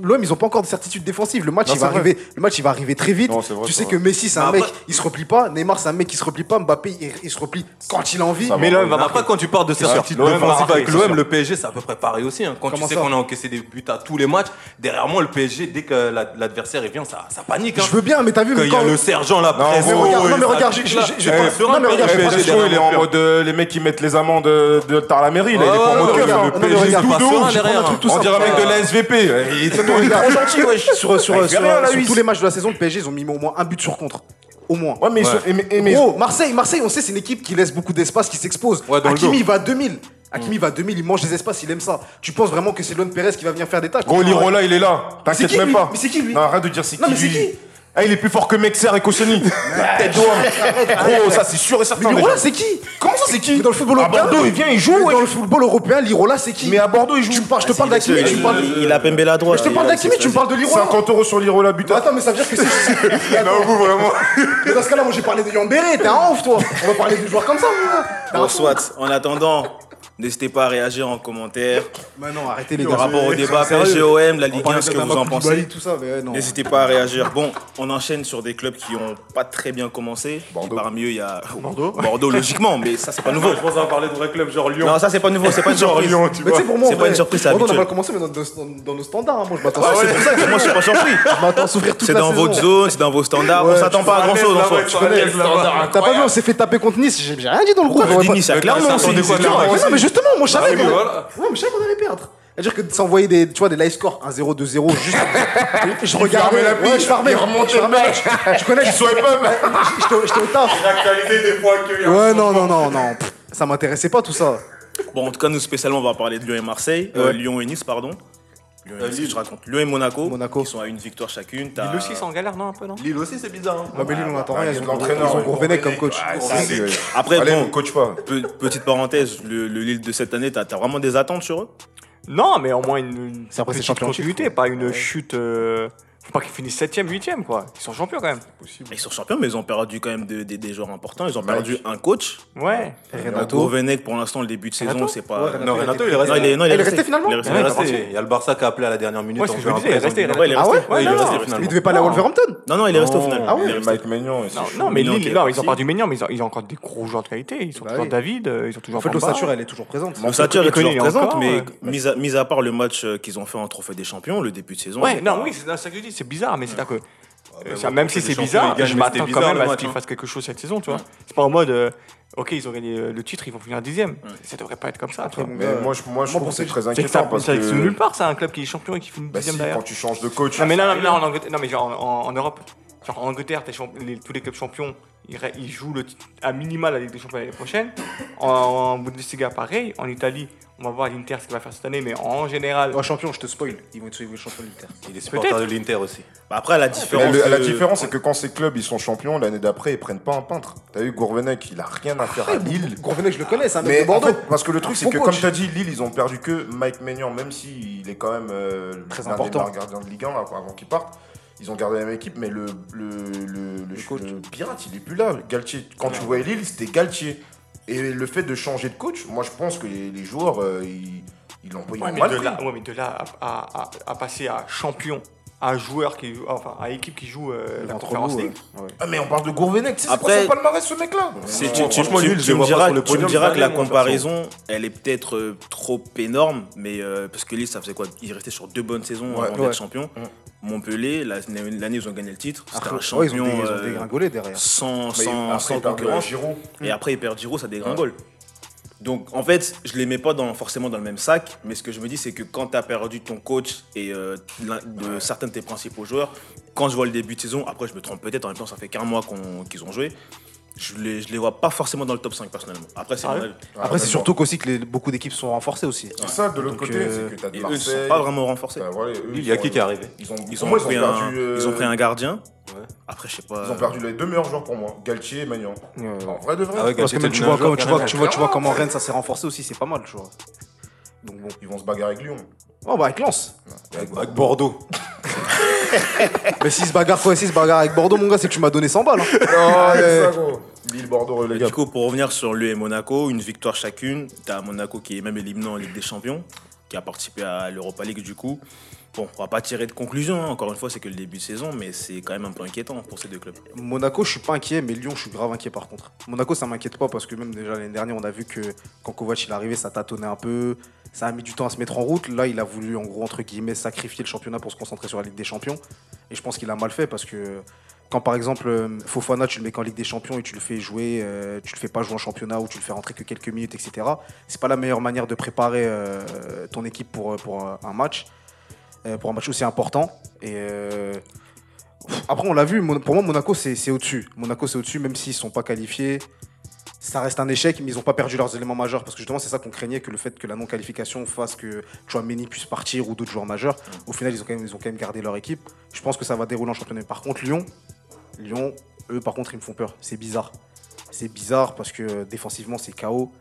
S4: L'OM, ils ont pas encore de certitude défensive. Le match,
S2: Non,
S4: il va
S2: c'est vrai.
S4: arriver. Le match, il va arriver très vite.
S2: Non, c'est vrai,
S4: tu
S2: c'est
S4: sais que Messi, c'est un
S3: Mais
S4: mec,
S3: après-
S4: il se replie pas. Neymar, c'est un mec qui se replie pas. Mbappé, il, il se replie quand il a envie.
S2: Ça va.
S5: Mais l'OM va
S3: Mais
S5: marquer.
S3: après, quand tu parles de certitude
S5: L'OM va
S3: défensive
S5: marquer,
S3: avec
S5: c'est
S3: l'OM,
S5: sûr.
S3: le PSG, c'est à peu près pareil aussi. hein. Quand
S4: Comment
S3: tu sais
S4: ça
S3: qu'on a encaissé des buts à tous les matchs, derrière moi, le PSG, dès que la- l'adversaire il vient, ça, ça panique. hein.
S4: Je veux bien, mais t'as vu
S3: Quand
S4: mais
S3: il y a
S4: quand-
S3: le sergent là,
S2: mais
S4: mais
S3: pression,
S4: regarde,
S3: et
S4: non mais
S3: ça
S4: regarde,
S3: pique,
S4: j'ai-
S3: là.
S4: j'ai- j'ai
S2: Eh,
S4: pas-
S3: sur un
S4: non mais
S3: peu,
S4: regarde,
S3: le
S4: j'ai
S2: PSG,
S4: pas-
S3: derrière
S2: il est en mode euh, les mecs qui mettent les amendes euh, de tard la mairie, là, il est
S3: Ouais,
S2: pour
S3: ouais,
S2: mon
S3: ouais,
S2: cœur,
S3: regarde,
S2: hein.
S3: on
S2: Le
S3: est
S2: PSG
S3: regarde
S2: tout
S3: pas
S2: de
S3: ça,
S2: ouf.
S3: derrière,
S4: on a un truc tout
S2: On
S4: simple.
S2: dirait un mec de la SVP. Il est trop il est trop gentil, wesh.
S4: sur, sur,
S2: Ah, il fait
S4: sur-
S2: rien, là,
S4: sur
S2: lui.
S4: tous les matchs de la saison, le PSG, ils ont mis au moins un but sur contre. Au moins.
S2: Ouais, mais ils sont-
S3: Ouais.
S2: et mais- et mais-
S4: Gros, Marseille, Marseille, on sait, c'est une équipe qui laisse beaucoup d'espace, qui s'expose.
S3: Ouais, dans le
S4: Hakimi
S3: dos.
S4: va à 2000. Hakimi
S2: Mm.
S4: va à 2000, il mange des espaces, il aime ça. Tu penses vraiment que c'est Luan Perez qui va venir faire des tacles
S2: Gros Lirola, il est là.
S4: C'est
S2: T'inquiète
S4: qui,
S2: même
S4: lui
S2: pas.
S4: Mais c'est qui, lui
S2: Non, arrête de dire c'est qui.
S4: Non, mais c'est
S2: lui.
S4: qui
S2: Ah, il est plus fort que Mexer et Koscielny. Tête d'homme. Gros, ça c'est sûr et certain. déjà.
S4: Lirola, c'est qui
S2: Comment ça c'est qui
S4: Dans le football
S2: À
S4: européen
S2: Bordeaux, il vient, il joue.
S4: Mais
S2: ouais.
S4: Dans le football européen, Lirola, c'est qui
S2: Mais à Bordeaux, il joue.
S4: Tu me parles, je te parle d'Akimi, tu me parles de-
S1: Il a Pembele à droite.
S4: je te parle d'Akimi, tu me parles de Lirola.
S2: 50 euros sur l'Irola
S4: Bah,
S2: buteur.
S4: Attends, mais ça veut dire que si- si.
S2: Non, vous vraiment.
S4: Mais dans ce cas-là, moi j'ai parlé de Yambéré, t'es un ouf, toi. On va parler de joueurs comme ça, moi. T'es un
S1: Bon,
S4: fou.
S1: soit. En attendant, n'hésitez pas à réagir en commentaire.
S4: Maintenant, arrêtez les gars.
S1: Par rapport au débat
S4: Sérieux.
S1: PSGOM, la
S4: On
S1: Ligue
S4: parlait
S1: 1, ce que
S4: de
S1: vous en
S4: Bamba
S1: pensez.
S4: Koulibaly, tout ça, mais non.
S1: N'hésitez pas à réagir. Bon, on enchaîne sur des clubs qui ont pas très bien commencé.
S2: Bordeaux.
S1: Parmi eux, il y a Bordeaux. logiquement, mais ça, c'est pas nouveau.
S5: Je pense à parler de vrai club genre Lyon.
S1: Non, ça, c'est pas nouveau, c'est pas une surprise.
S2: Lyon, tu
S4: Mais tu sais, pour moi, en
S1: C'est pas
S4: vrai,
S1: une surprise, c'est
S4: Bordeaux, On a
S1: habituel.
S4: mal commencé, mais dans, dans- dans nos standards, hein. moi je m'attends
S1: Ouais,
S4: à-
S1: c'est pour ça que moi, je suis pas surpris.
S4: je m'attends à souffrir toute
S1: C'est
S4: la
S1: dans
S4: saison.
S1: votre zone, c'est dans vos standards.
S4: Ouais,
S1: on s'attend pas à grand chose en soi.
S5: Tu connais le standard.
S4: T'as pas vu, on s'est fait taper contre Nice, j'ai j'ai rien dit dans le groupe. Euh,
S1: Je
S4: on va
S1: dis
S4: pas-
S1: Nice, à
S5: Mais
S1: Clermont
S5: ça,
S1: aussi.
S5: on déconne,
S1: c'est
S5: là,
S1: dur,
S5: ouais.
S1: hein.
S4: Ouais, non, mais justement, moi je
S2: Bah
S4: savais
S5: Ah oui,
S4: qu'on allait...
S5: voilà.
S4: Ouais, mais je savais qu'on allait perdre. C'est-à-dire que de s'envoyer des, tu vois, des live scores 1-0, 2-0, juste. je regardais.
S2: fermait la
S4: Ouais,
S2: piste,
S4: je fermais.
S2: il remontait
S4: Je fermais. Je connais. je-
S2: Soyez pas mal.
S4: J'étais au- j'étais au taf.
S5: Actualité des fois que.
S4: Ouais, non, non, non, non. Pff, Ça m'intéressait pas tout ça.
S1: Bon, en tout cas, nous spécialement, on va parler de Lyon et Marseille. Euh,
S4: Ouais.
S1: Lyon et Nice, pardon. Lyon et Nice, qu'est-ce que je raconte. Lyon et Monaco.
S4: Monaco.
S1: Ils sont à une victoire chacune. T'as-
S5: Euh, Lille aussi, c'est en galère, non Un peu, non
S3: Lille aussi, c'est bizarre. hein.
S4: Ouais, mais Lille, on attend rien.
S2: bah, il y a
S4: Ils
S2: de
S4: ont
S2: l'entraîneur,
S4: ils ont
S2: ouais.
S4: Gourvenec comme coach.
S1: Après,
S2: Allez,
S1: bon.
S2: on coach pas.
S1: Pe- petite parenthèse, le, le Lille de cette année, t'as t'as vraiment des attentes sur eux
S5: Non, mais au moins une, une
S4: C'est après, c'est
S5: petite
S4: champion en titre,
S5: continuité, pas une chute. euh, Faut pas qu'ils finissent 7ème, 8ème, quoi. Ils sont champions quand même.
S1: Ils sont champions, mais ils ont perdu quand même des- des- des joueurs importants. Ils ont perdu un coach.
S5: Ouais.
S4: Renato.
S1: Gourvenec, pour l'instant, le début de saison,
S5: Renato
S1: c'est pas.
S4: Ouais,
S1: non,
S4: Renato,
S1: Renato,
S3: il
S1: il est
S3: est resté.
S1: resté. Non, il est
S4: Ah, il est
S1: resté.
S4: resté finalement
S1: Il est resté.
S3: Il est
S1: il est
S3: resté.
S1: resté.
S3: Il y a le Barça qui a appelé à la dernière minute.
S5: Ouais, ce
S3: on
S5: que je
S3: fait
S5: vous
S3: un
S5: disais, il est
S3: présent
S5: resté, il est
S3: de-
S5: resté.
S1: Ouais, il est
S4: Ah ouais
S1: resté.
S4: Ouais,
S1: il est
S4: non.
S1: resté au final.
S4: Il devait pas aller à Wolverhampton
S1: Non, non, il est resté au final.
S4: Ah ouais,
S1: Il est resté.
S2: Mike Maignan.
S5: Non, non, mais Lille, non, ils ont perdu Maignan, mais ils ont, ils ont encore des gros joueurs de qualité. Ils ont
S4: Bah
S5: toujours
S4: oui.
S5: David, euh, ils ont toujours
S4: En fait,
S5: Bamba.
S4: l'ossature, elle est toujours présente.
S1: Le Satyr est
S5: il connaît
S1: toujours présente,
S5: encore,
S1: mais
S5: ouais.
S1: mis à, mis à part le match euh, qu'ils ont fait en Trophée des Champions, le début de saison.
S5: Ouais,
S1: c'est
S5: non,
S1: pas-
S5: oui, c'est ça que je dis, c'est bizarre, mais c'est-à-dire que. euh,
S3: mais
S5: ça-
S3: bon,
S5: même si
S3: c'est
S5: c'est
S3: des
S5: bizarre,
S3: champions, ils
S5: je
S3: gagnent, mais c'était
S5: m'attends quand
S3: bizarre,
S5: même
S3: le
S5: à ce
S3: match,
S5: qu'ils
S3: hein.
S5: fassent quelque chose cette saison, tu vois. C'est pas en mode, euh, ok, ils ont gagné euh, le titre, ils vont finir dixième. Ça devrait pas être comme ça, tu vois.
S2: Mais moi, je, moi, je
S4: Moi,
S2: trouve
S4: pour
S2: que c'est
S4: ça,
S2: très
S5: C'est que ça,
S2: inquiétant parce
S5: ça existe
S2: que
S5: nulle part, c'est un club qui est champion et qui finit
S2: bah, si,
S5: dixième derrière.
S2: quand tu changes de coach,
S5: Non, mais là, en Angleterre, non, mais genre en, en- en Europe, genre en Angleterre, t'es champ- les- tous les clubs champions, ils, ré- ils jouent le, tit- à minima la Ligue des Champions l'année prochaine. En, en Bundesliga, pareil. En Italie, on va voir l'Inter ce qu'il va faire cette année, mais en général,
S4: Oh, champion, je te spoil. Ils vont être suivre le champion de l'Inter.
S3: Il est supporter de l'Inter aussi.
S1: Bah Après, à la
S2: Mais
S1: différence.
S2: le- la
S1: de-
S2: différence, c'est que quand ces clubs ils sont champions, l'année d'après ils prennent pas un peintre. T'as vu Gourvenec, il a rien à faire à Lille.
S4: Gourvenec, je le connais, c'est un mec
S2: Mais
S4: de
S2: en
S4: Bordeaux.
S2: fait, parce que le truc,
S5: Ah,
S2: c'est
S4: Bon
S2: que
S4: coach.
S2: comme tu as dit, Lille, ils ont perdu que Mike Maignan, même s'il est quand même euh,
S4: Très
S2: l'un des
S4: important.
S2: meilleurs gardiens de Ligue 1 là, quoi, avant qu'il parte. Ils ont gardé la même équipe, mais le, le, le, le-
S4: coach.
S2: le pirate, il est plus là. Galtier, quand tu voyais Lille, c'était Galtier. Et le fait de changer de coach, moi je pense que les, les joueurs, euh, ils ils l'ont pas ils
S5: Ouais,
S2: l'ont
S5: mais,
S2: mal
S5: de
S2: pris.
S5: là, ouais, mais de là à, à- à- à passer à champion, à joueur qui joue, enfin à équipe qui joue euh, la
S4: Entre
S5: conférence
S4: nous,
S5: League.
S2: Ah, mais on parle de Gourvenec, tu sais, c'est
S1: Après-
S2: quoi son palmarès ce mec-là
S1: C'est-
S2: Non,
S1: tu, tu-
S3: franchement,
S1: tu-
S3: Lille,
S1: tu
S3: je les
S1: me
S3: vois pas
S1: diras,
S3: sur le
S1: tu me
S3: podium
S1: diras
S3: cette
S1: que la
S3: année, moi, de toute
S1: comparaison, elle est peut-être euh, trop énorme, mais euh, parce que Lille, ça faisait quoi Il restait sur deux bonnes saisons
S2: Ouais.
S1: avant
S4: Ouais.
S1: d'être champion.
S3: Mm.
S1: Montpellier, la- l'année où ils ont gagné le titre, c'était
S4: Après,
S3: Ah,
S1: un
S4: ouais, ils
S1: champion
S4: ont, dé- ils ont
S1: euh,
S4: dégringolé
S3: hein.
S4: derrière.
S1: sans,
S2: Mais
S1: sans,
S2: après,
S1: sans
S2: il parle de
S1: concurrence.
S2: Giroud.
S1: Et après, ils perdent Giro, ça dégringole. Donc, en fait, je les mets pas dans, forcément dans le même sac, mais ce que je me dis, c'est que quand tu as perdu ton coach et euh, l'un de certains de tes principaux joueurs, quand je vois le début de saison, après, je me trompe peut-être, en même temps, ça fait qu'un mois qu'on- qu'ils ont joué, je les, je les vois pas forcément dans le top 5 personnellement. Après, c'est
S5: Ah
S1: mon
S5: ouais
S1: avis.
S2: Ah,
S4: Après, c'est
S2: d'accord.
S4: surtout qu'aussi que les- beaucoup d'équipes sont renforcées aussi.
S2: C'est ça, de l'autre
S4: Donc,
S2: côté,
S4: euh,
S2: c'est que t'as
S1: Et
S2: de
S1: eux, ils
S2: Marseille.
S1: sont pas vraiment renforcés.
S2: bah, voilà, eux,
S3: Il
S2: ils
S3: y a
S2: ont-
S3: qui qui est arrivé
S2: Ils ont,
S1: Ils ont,
S2: pour moi,
S1: pris, un,
S2: perdu, euh,
S1: ils ont pris un gardien.
S3: Ouais.
S1: Après, je sais pas.
S2: ils ont perdu les deux meilleurs joueurs pour moi, Galtier et Magnan.
S4: Ouais.
S2: En vrai de vrai.
S3: Ah ouais,
S4: Parce que
S3: Galtier,
S4: même
S3: c'est
S4: tu
S3: le
S4: vois,
S3: meilleur
S4: comme- tu
S3: joueur
S4: vois, tu vois, tu vois comment Rennes ça s'est renforcé aussi, c'est pas mal, tu vois. Donc bon.
S2: Ils vont se bagarrer avec Lyon.
S4: Oh bah avec Lens.
S3: Avec avec Bordeaux.
S4: Mais s'ils se bagarrent quoi, s'ils se bagarrent avec Bordeaux, mon gars, c'est que tu m'as donné 100 balles. hein.
S2: Ah, c'est ça, gros. Lille, Bordeaux, les
S1: Et
S2: gars.
S1: Du coup, pour revenir sur l'UE et Monaco, une victoire chacune. T'as Monaco qui est même éliminé en Ligue des Champions, qui a participé à l'Europa League du coup. Bon, on va pas tirer de conclusion, hein. encore une fois, c'est que le début de saison, mais c'est quand même un peu inquiétant pour ces deux clubs.
S4: Monaco, je suis pas inquiet, mais Lyon, je suis grave inquiet par contre. Monaco, ça m'inquiète pas parce que même déjà l'année dernière, on a vu que quand Kovac il est arrivé, ça tâtonnait un peu, ça a mis du temps à se mettre en route. Là, il a voulu en gros entre guillemets sacrifier le championnat pour se concentrer sur la Ligue des Champions, et je pense qu'il a mal fait parce que quand par exemple euh, Fofana, tu le mets qu'en Ligue des Champions et tu le fais jouer, euh, tu le fais pas jouer en championnat ou tu le fais rentrer que quelques minutes, etc. C'est pas la meilleure manière de préparer euh, ton équipe pour pour un- un match, euh, pour un match aussi important et euh, après, on l'a vu, Mon- pour moi, Monaco, c'est c'est au-dessus. Monaco, c'est au-dessus, même s'ils ne sont pas qualifiés. Ça reste un échec, mais ils n'ont pas perdu leurs éléments majeurs. Parce que justement, c'est ça qu'on craignait, que le fait que la non-qualification fasse que Chouameni puisse partir ou d'autres joueurs majeurs. Au final, ils ont, quand même, ils ont quand même gardé leur équipe. Je pense que ça va dérouler en championnat. Par contre, Lyon, Lyon, eux, par contre, ils me font peur. C'est bizarre. C'est bizarre parce que euh, défensivement, c'est KO.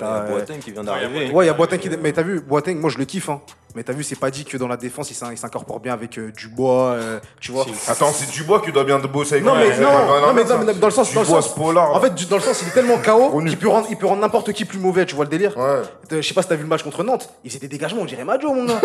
S3: Bah, Il y a
S4: T'as, euh,
S3: Boateng qui vient d'arriver.
S4: Ouais, il y a Boateng qui. Mais t'as vu, Boateng, moi je le kiffe. Hein. Mais t'as vu, c'est pas dit que dans la défense, il s'in- il s'incorpore bien avec euh, Dubois, euh, tu vois.
S2: Attends, c'est Dubois qui doit bien de bosser avec
S4: Non, mais
S2: lui.
S4: non,
S2: Ouais, ouais,
S4: non, mais
S2: ça.
S4: non, mais dans le sens- dans le
S2: Dubois,
S4: sens-
S2: ce Pollard,
S4: En fait, du- dans le sens, il est tellement KO
S2: Gros nul.
S4: qu'il peut rendre, il peut rendre n'importe qui plus mauvais, tu vois le délire.
S2: Ouais.
S4: Euh, Je sais pas si t'as vu le match contre Nantes, il faisait des dégagements, on dirait Majo, mon gars.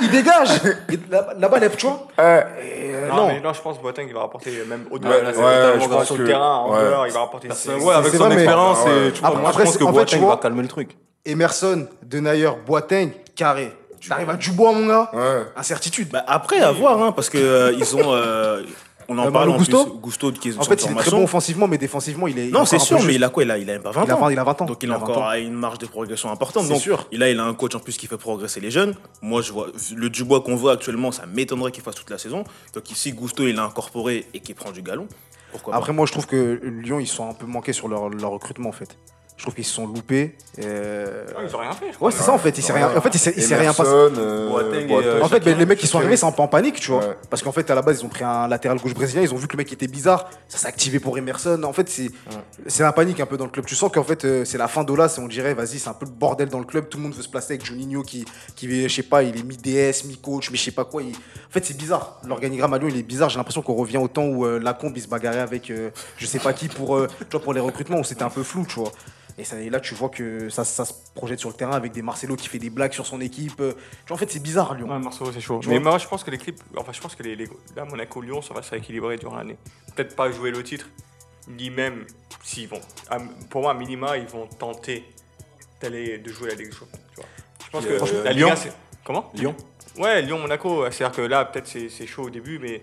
S4: il dégage Et la- Là-bas, là, tu vois
S2: Eh,
S4: Et, euh,
S5: Non,
S4: non.
S5: mais là, je pense que Boateng, il va rapporter même au-delà.
S2: Ouais,
S5: là, c'est
S2: ouais,
S5: totalement
S2: je
S5: grave
S2: pense
S5: sur
S2: que-
S5: le terrain, en
S2: ouais.
S5: dehors, il va rapporter ses-
S3: Ouais, avec
S4: c'est
S3: son
S4: vrai, mais-
S3: expérience,
S2: Ah ouais.
S3: et, tu vois,
S4: Après-
S3: moi
S4: après,
S3: je pense que
S4: en fait, tu
S3: Boateng
S4: vois-
S3: va calmer le truc.
S4: Emerson, Denayer, Boateng, carré. T'arrives à Dubois, mon gars
S2: ouais.
S4: Incertitude.
S1: Bah, après, à voir, hein, parce que euh, ils ont. euh, on en
S4: Bah,
S1: parle
S4: Malo
S1: en
S4: Gusto
S1: plus. Gusto qui est
S4: en
S1: sur
S4: fait,
S1: une
S4: il est très
S1: formation.
S4: bon offensivement, mais défensivement, il est. il est
S1: Non, c'est
S4: encore un
S1: sûr,
S4: peu
S1: mais
S4: juste.
S1: il a quoi il a, il a même pas 20
S4: Il a
S1: ans.
S4: 20 il a 20 ans.
S1: Donc il
S4: Il
S1: a
S4: a 20
S1: encore
S4: ans.
S1: à une marge de progression importante.
S4: C'est
S1: Donc
S4: sûr.
S1: Et là, il a un coach en plus qui fait progresser les jeunes. Moi, je vois le Dubois qu'on voit actuellement, ça m'étonnerait qu'il fasse toute la saison. Donc ici, Gusto, il l'a incorporé et qu'il prend du galon. Pourquoi
S4: Après, moi, je trouve que Lyon, ils sont un peu manqués sur leur, leur recrutement, en fait. Je trouve qu'ils se sont loupés. euh,
S5: Ah, Ils ont rien fait, je crois.
S4: Ouais, c'est ça, en fait. Il s'est rien, en fait, il s'est- il s'est rien passé.
S2: Emerson, euh,
S3: Boateng et,
S2: Boateng.
S3: euh,
S4: En fait, ben, les mecs qui sont
S2: Chacun.
S4: arrivés, c'est un peu en panique, tu vois.
S2: Ouais.
S4: Parce qu'en fait, à la base, ils ont pris un latéral gauche brésilien, ils ont vu que le mec était bizarre, ça s'est activé pour Emerson. En fait, c'est c'est la panique un peu dans le club. Tu sens qu'en fait, euh, c'est la fin d'Olas, et on dirait, vas-y, c'est un peu le bordel dans le club, tout le monde veut se placer avec Juninho qui, qui je sais pas, il est mi-DS, mi-coach, mais je sais pas quoi. il- En fait, c'est bizarre. L'organigramme à Lyon, il est bizarre. J'ai l'impression qu'on revient au temps où euh, Lacombe, il se bagarrait avec euh, je sais pas qui pour, euh, tu vois, pour les recrutements, où c'était un peu flou, tu vois. Et, ça, et là, tu vois que ça, ça se projette sur le terrain avec des Marcelo qui fait des blagues sur son équipe. euh. Tu vois, en fait, c'est bizarre, Lyon.
S5: Ouais, Marcelo, c'est chaud.
S4: Tu
S5: Mais
S4: vois
S5: moi, je pense que les clips. Enfin, je pense que les, les- là, Monaco-Lyon, ça va se rééquilibrer durant l'année. Peut-être pas jouer le titre, ni même s'ils vont. à- Pour moi, à minima, ils vont tenter d'aller de jouer la Ligue des Champions. tu vois. Je pense
S3: Puis,
S5: que
S3: euh,
S5: franchement, la
S3: Lyon
S5: Ligue 1, c'est. Comment
S3: Lyon
S5: Ouais, Lyon-Monaco. C'est-à-dire que là, peut-être c'est c'est chaud au début, mais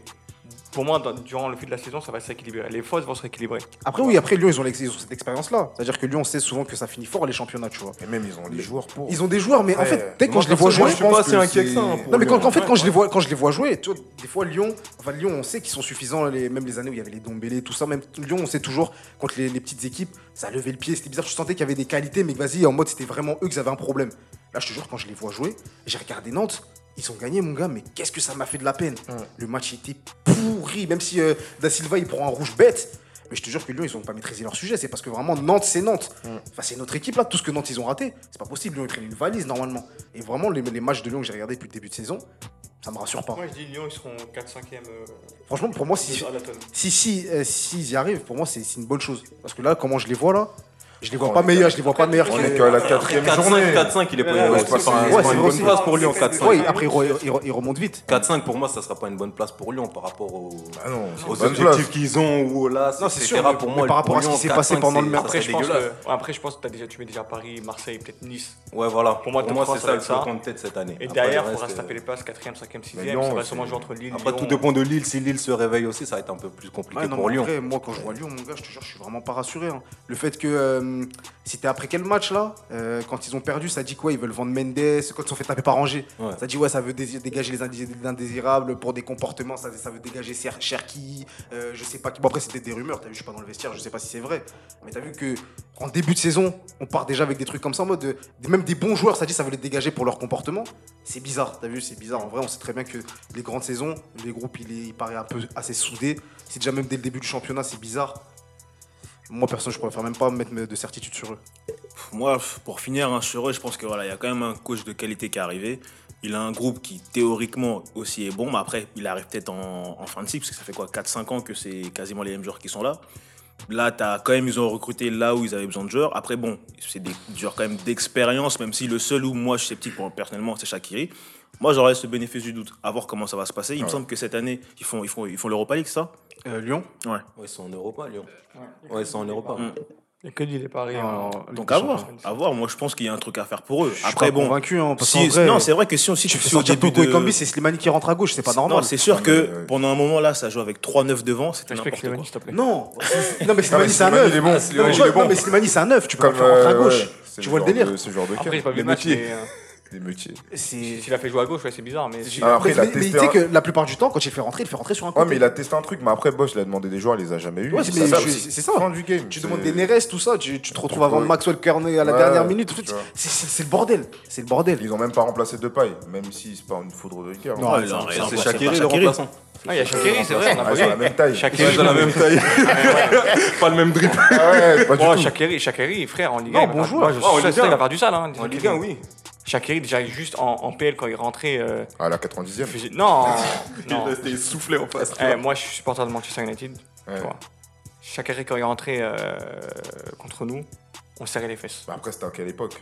S5: pour moi, dans- durant le fil de la saison, ça va se rééquilibrer. Les fausses vont se rééquilibrer.
S4: Après, oui, après Lyon, ils ont, l'ex- ils ont cette expérience-là. C'est-à-dire que Lyon, on sait souvent que ça finit fort les championnats, tu vois.
S2: Et même, ils ont les joueurs pour.
S4: Ils ont des joueurs, mais en fait, dès que quand
S2: Moi,
S4: je les vois
S2: perso,
S4: jouer.
S2: moi,
S3: je suis pas
S2: pense
S3: si
S2: que
S3: inquiet que ça,
S2: c'est-
S3: hein, pour
S4: Non, mais quand,
S3: Lyon.
S4: en fait, quand je les vois, quand je les vois jouer, tu vois, des fois, Lyon, enfin, Lyon, on sait qu'ils sont suffisants, les, même les années où il y avait les Dombélé, tout ça, même Lyon, on sait toujours, contre les, les petites équipes, ça levait le pied, c'était bizarre, je sentais qu'il y avait des qualités, mais que, vas-y, en mode, c'était vraiment eux qu'ils avaient un problème. Là, je te jure, quand je les vois jouer, j'ai regardé Nantes, ils ont gagné, mon gars, mais qu'est-ce que ça m'a fait de la peine. Le match était pourri, même si euh, Da Silva, il prend un rouge bête. Mais je te jure que Lyon, ils ont pas maîtrisé leur sujet. C'est parce que vraiment, Nantes, c'est Nantes. Enfin, c'est notre équipe là. Tout ce que Nantes, ils ont raté. C'est pas possible. Lyon, ils traînent une valise normalement. Et vraiment, les, les matchs de Lyon que j'ai regardés depuis le début de saison, ça me rassure pas.
S5: Moi, je dis Lyon, ils seront euh, 4-5e
S4: Franchement, pour moi, si si, si, euh, s'ils y arrivent, pour moi, c'est c'est une bonne chose. Parce que là, comment je les vois là, je les vois
S2: Oh,
S4: pas
S2: les
S4: meilleurs. Je les vois pas meilleurs.
S2: On
S4: que-
S2: est qu'à la quatrième journée.
S3: 4-5, il est pas.
S5: Ouais, ouais,
S3: Ouais,
S2: c'est
S3: c'est
S2: vrai,
S3: pas un- c'est
S4: c'est
S3: pas une
S4: vrai
S3: bonne
S4: aussi.
S3: place pour Lyon,
S4: Ouais,
S3: 4-5.
S4: après, ils, re- ils re- ils remontent vite.
S3: 4-5 pour moi, ça sera pas une bonne place pour Lyon par rapport aux,
S2: Ah non, c'est
S3: aux
S2: une bonne
S3: objectifs qu'ils ont ou au LAS,
S4: Non, c'est
S3: etc.
S4: sûr, mais-
S3: pour
S4: mais
S3: moi,
S4: par rapport à ce qui s'est passé pendant le match,
S5: Après, je pense
S3: dégueulasse.
S5: que, après, je pense que t'as déjà, tu mets déjà Paris, Marseille, peut-être Nice.
S3: Ouais, voilà. Pour moi,
S5: top trois,
S3: c'est
S5: ça
S3: ça
S5: va
S3: le
S5: être ça.
S3: flottement de tête cette année.
S5: Et
S3: Après,
S5: derrière,
S3: le
S5: il faudra
S3: reste,
S5: se taper
S3: euh,
S5: les places 4ème, 5ème, 6ème.
S2: Lyon,
S5: ça va
S2: c'est-
S5: sûrement jouer entre Lille
S3: Après,
S5: Lyon.
S3: tout dépend de Lille. Si Lille se réveille aussi, ça va être un peu plus compliqué
S4: Ouais, non,
S3: pour
S4: mais
S3: Lyon.
S4: après, moi, quand je vois Lyon, mon gars, je te jure, je suis vraiment pas rassuré. hein. Le fait que euh, c'était après quel match là Euh, Quand ils ont perdu, ça dit quoi Ils veulent vendre Mendes. Quand ils sont fait taper par Angers,
S3: Ouais.
S4: ça dit ouais, ça veut dés- dégager les indés- les indésirables pour des comportements. Ça, ça veut dégager Ser- Cherki. euh, je sais pas qui. Bon après c'était des rumeurs. T'as vu, je suis pas dans le vestiaire. Je sais pas si c'est vrai. Mais t'as vu que en début de saison, on part déjà avec des trucs comme ça en mode euh, même des bons joueurs. Ça dit ça veut les dégager pour leur comportement. C'est bizarre. T'as vu, c'est bizarre. En vrai, on sait très bien que les grandes saisons, les groupes, il, est- il paraît un peu assez soudé. C'est déjà même dès le début du championnat, c'est bizarre. Moi, personne, je préfère même pas mettre de certitude sur eux.
S1: Moi, pff, pour finir hein, sur eux, je pense que voilà, il y a quand même un coach de qualité qui est arrivé. Il a un groupe qui théoriquement aussi est bon, mais après, il arrive peut-être en, en fin de cycle, parce que ça fait quoi 4-5 ans que c'est quasiment les mêmes joueurs qui sont là. Là, as, quand même, ils ont recruté là où ils avaient besoin de joueurs. Après, bon, c'est des joueurs quand même d'expérience, même si le seul où moi je suis sceptique pour- personnellement, c'est Shakiri. Moi, j'aurais ce bénéfice du doute, à voir comment ça va se passer. Il me semble que cette année, ils font ils font, ils font l'Europa League, c'est ça
S4: Euh, Lyon
S1: Ouais.
S3: Ouais, ils sont en Europa, Lyon. Ouais, ils sont en Europa.
S1: Mm.
S5: Il n'y a que Lille et Paris. hein.
S1: Donc, à voir. À voir. Moi, je pense qu'il y a un truc à faire pour eux.
S4: Je suis
S1: Après,
S4: pas
S1: bon.
S4: convaincu, hein, parce
S1: si-
S4: qu'en vrai,
S1: non, c'est vrai que si on si
S4: tu fais
S1: si au
S4: sortir
S1: début
S4: Togo
S1: de-
S4: et Kambi, c'est Slimani qui rentre à gauche, c'est pas
S1: Non,
S4: normal.
S1: c'est sûr que
S2: ouais.
S1: pendant un moment là, ça joue avec 3-9 devant, c'était
S5: Respecte
S1: n'importe
S5: les
S1: quoi.
S5: s'il te plaît.
S4: Non, c'est- non mais Slimani
S2: mais
S4: c'est un
S2: Ah Slimani,
S4: neuf.
S2: il est bon.
S4: Non, mais
S2: Slimani,
S4: tu vois,
S2: il est bon.
S4: non, mais Slimani c'est un neuf, tu peux pas le faire
S2: euh,
S4: rentrer à
S2: ouais,
S4: gauche.
S2: c'est
S4: Tu vois le
S2: genre
S4: délire
S2: de- Ce genre de
S5: Après, j'ai
S2: cœur.
S5: pas vu
S3: Les
S5: le match,
S3: métiers.
S5: mais euh,
S2: Des métiers.
S4: C'est
S5: s'il a fait jouer à gauche, ouais, c'est bizarre. Mais
S2: Ah, après,
S4: mais,
S2: il a
S4: mais- mais
S2: testé
S4: tu sais
S2: un-
S4: que la plupart du temps, quand il fait rentrer, il fait rentrer sur un
S2: Ouais,
S4: côté.
S2: mais il a testé un truc, mais après, Bosch, il a demandé des joueurs, il les a jamais eu.
S4: Ouais, mais je-
S2: aussi.
S4: c'est ça.
S2: Fin du game.
S4: Tu
S2: C'est-
S4: demandes des Neres, tout ça, tu, tu te retrouves avant
S2: Ouais.
S4: Maxwell Kearney à la
S2: Ouais,
S4: dernière minute. En fait,
S2: tu vois.
S4: c'est- c'est c'est le bordel. C'est le bordel.
S2: Ils ont même pas remplacé Depay, même si c'est pas une foudre de cœur.
S4: Non,
S1: Ouais,
S4: ça-
S1: non,
S4: ça-
S1: non,
S3: C'est
S1: non,
S3: Shakiri
S1: pas
S3: le remplaçant.
S5: Ah, il y a Shaqiri, c'est vrai, on a
S2: Ah,
S5: pas
S2: ils ont la
S5: vu.
S2: même taille.
S5: Shaqiri,
S3: Ils ont la même taille. Pas le même drip.
S2: Ah ouais, pas du
S5: Oh,
S2: tout.
S5: Shaqiri, Shaqiri, frère, en Ligue 1.
S3: Non,
S5: il va
S3: bon
S5: faire-
S3: joueur.
S5: Moi, je
S3: Oh, en
S5: suis sûr,
S3: Ligue
S5: il
S3: 1.
S5: va faire du sale. Hein,
S3: En Ligue 1, oui.
S5: Shaqiri, déjà, juste en, en PL, quand il est rentré. euh,
S2: À Ah, la 90e.
S5: il faisait- Non non.
S3: resté soufflé en face.
S5: Eh, Moi, je suis supporter de Manchester United. tu
S2: Ouais.
S5: vois. Shaqiri, quand il est rentré euh, contre nous, on serrait les fesses.
S2: Bah après, c'était à quelle époque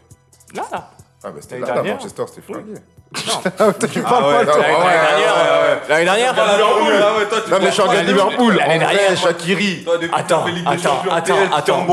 S5: Là, là
S2: Ah, bah c'était
S5: L'année
S2: là, là,
S5: dernière.
S2: Manchester, c'était flingué.
S5: Non
S4: Tu parles pas,
S2: Ah ouais,
S5: L'année
S2: ouais,
S5: dernière,
S2: ouais, ouais.
S5: euh, L'année dernière,
S2: Non, mais je suis un gars de Liverpool. En
S5: L'année
S2: vrai,
S5: dernière.
S2: Shaqiri.
S5: Attends, attends, attends, attends,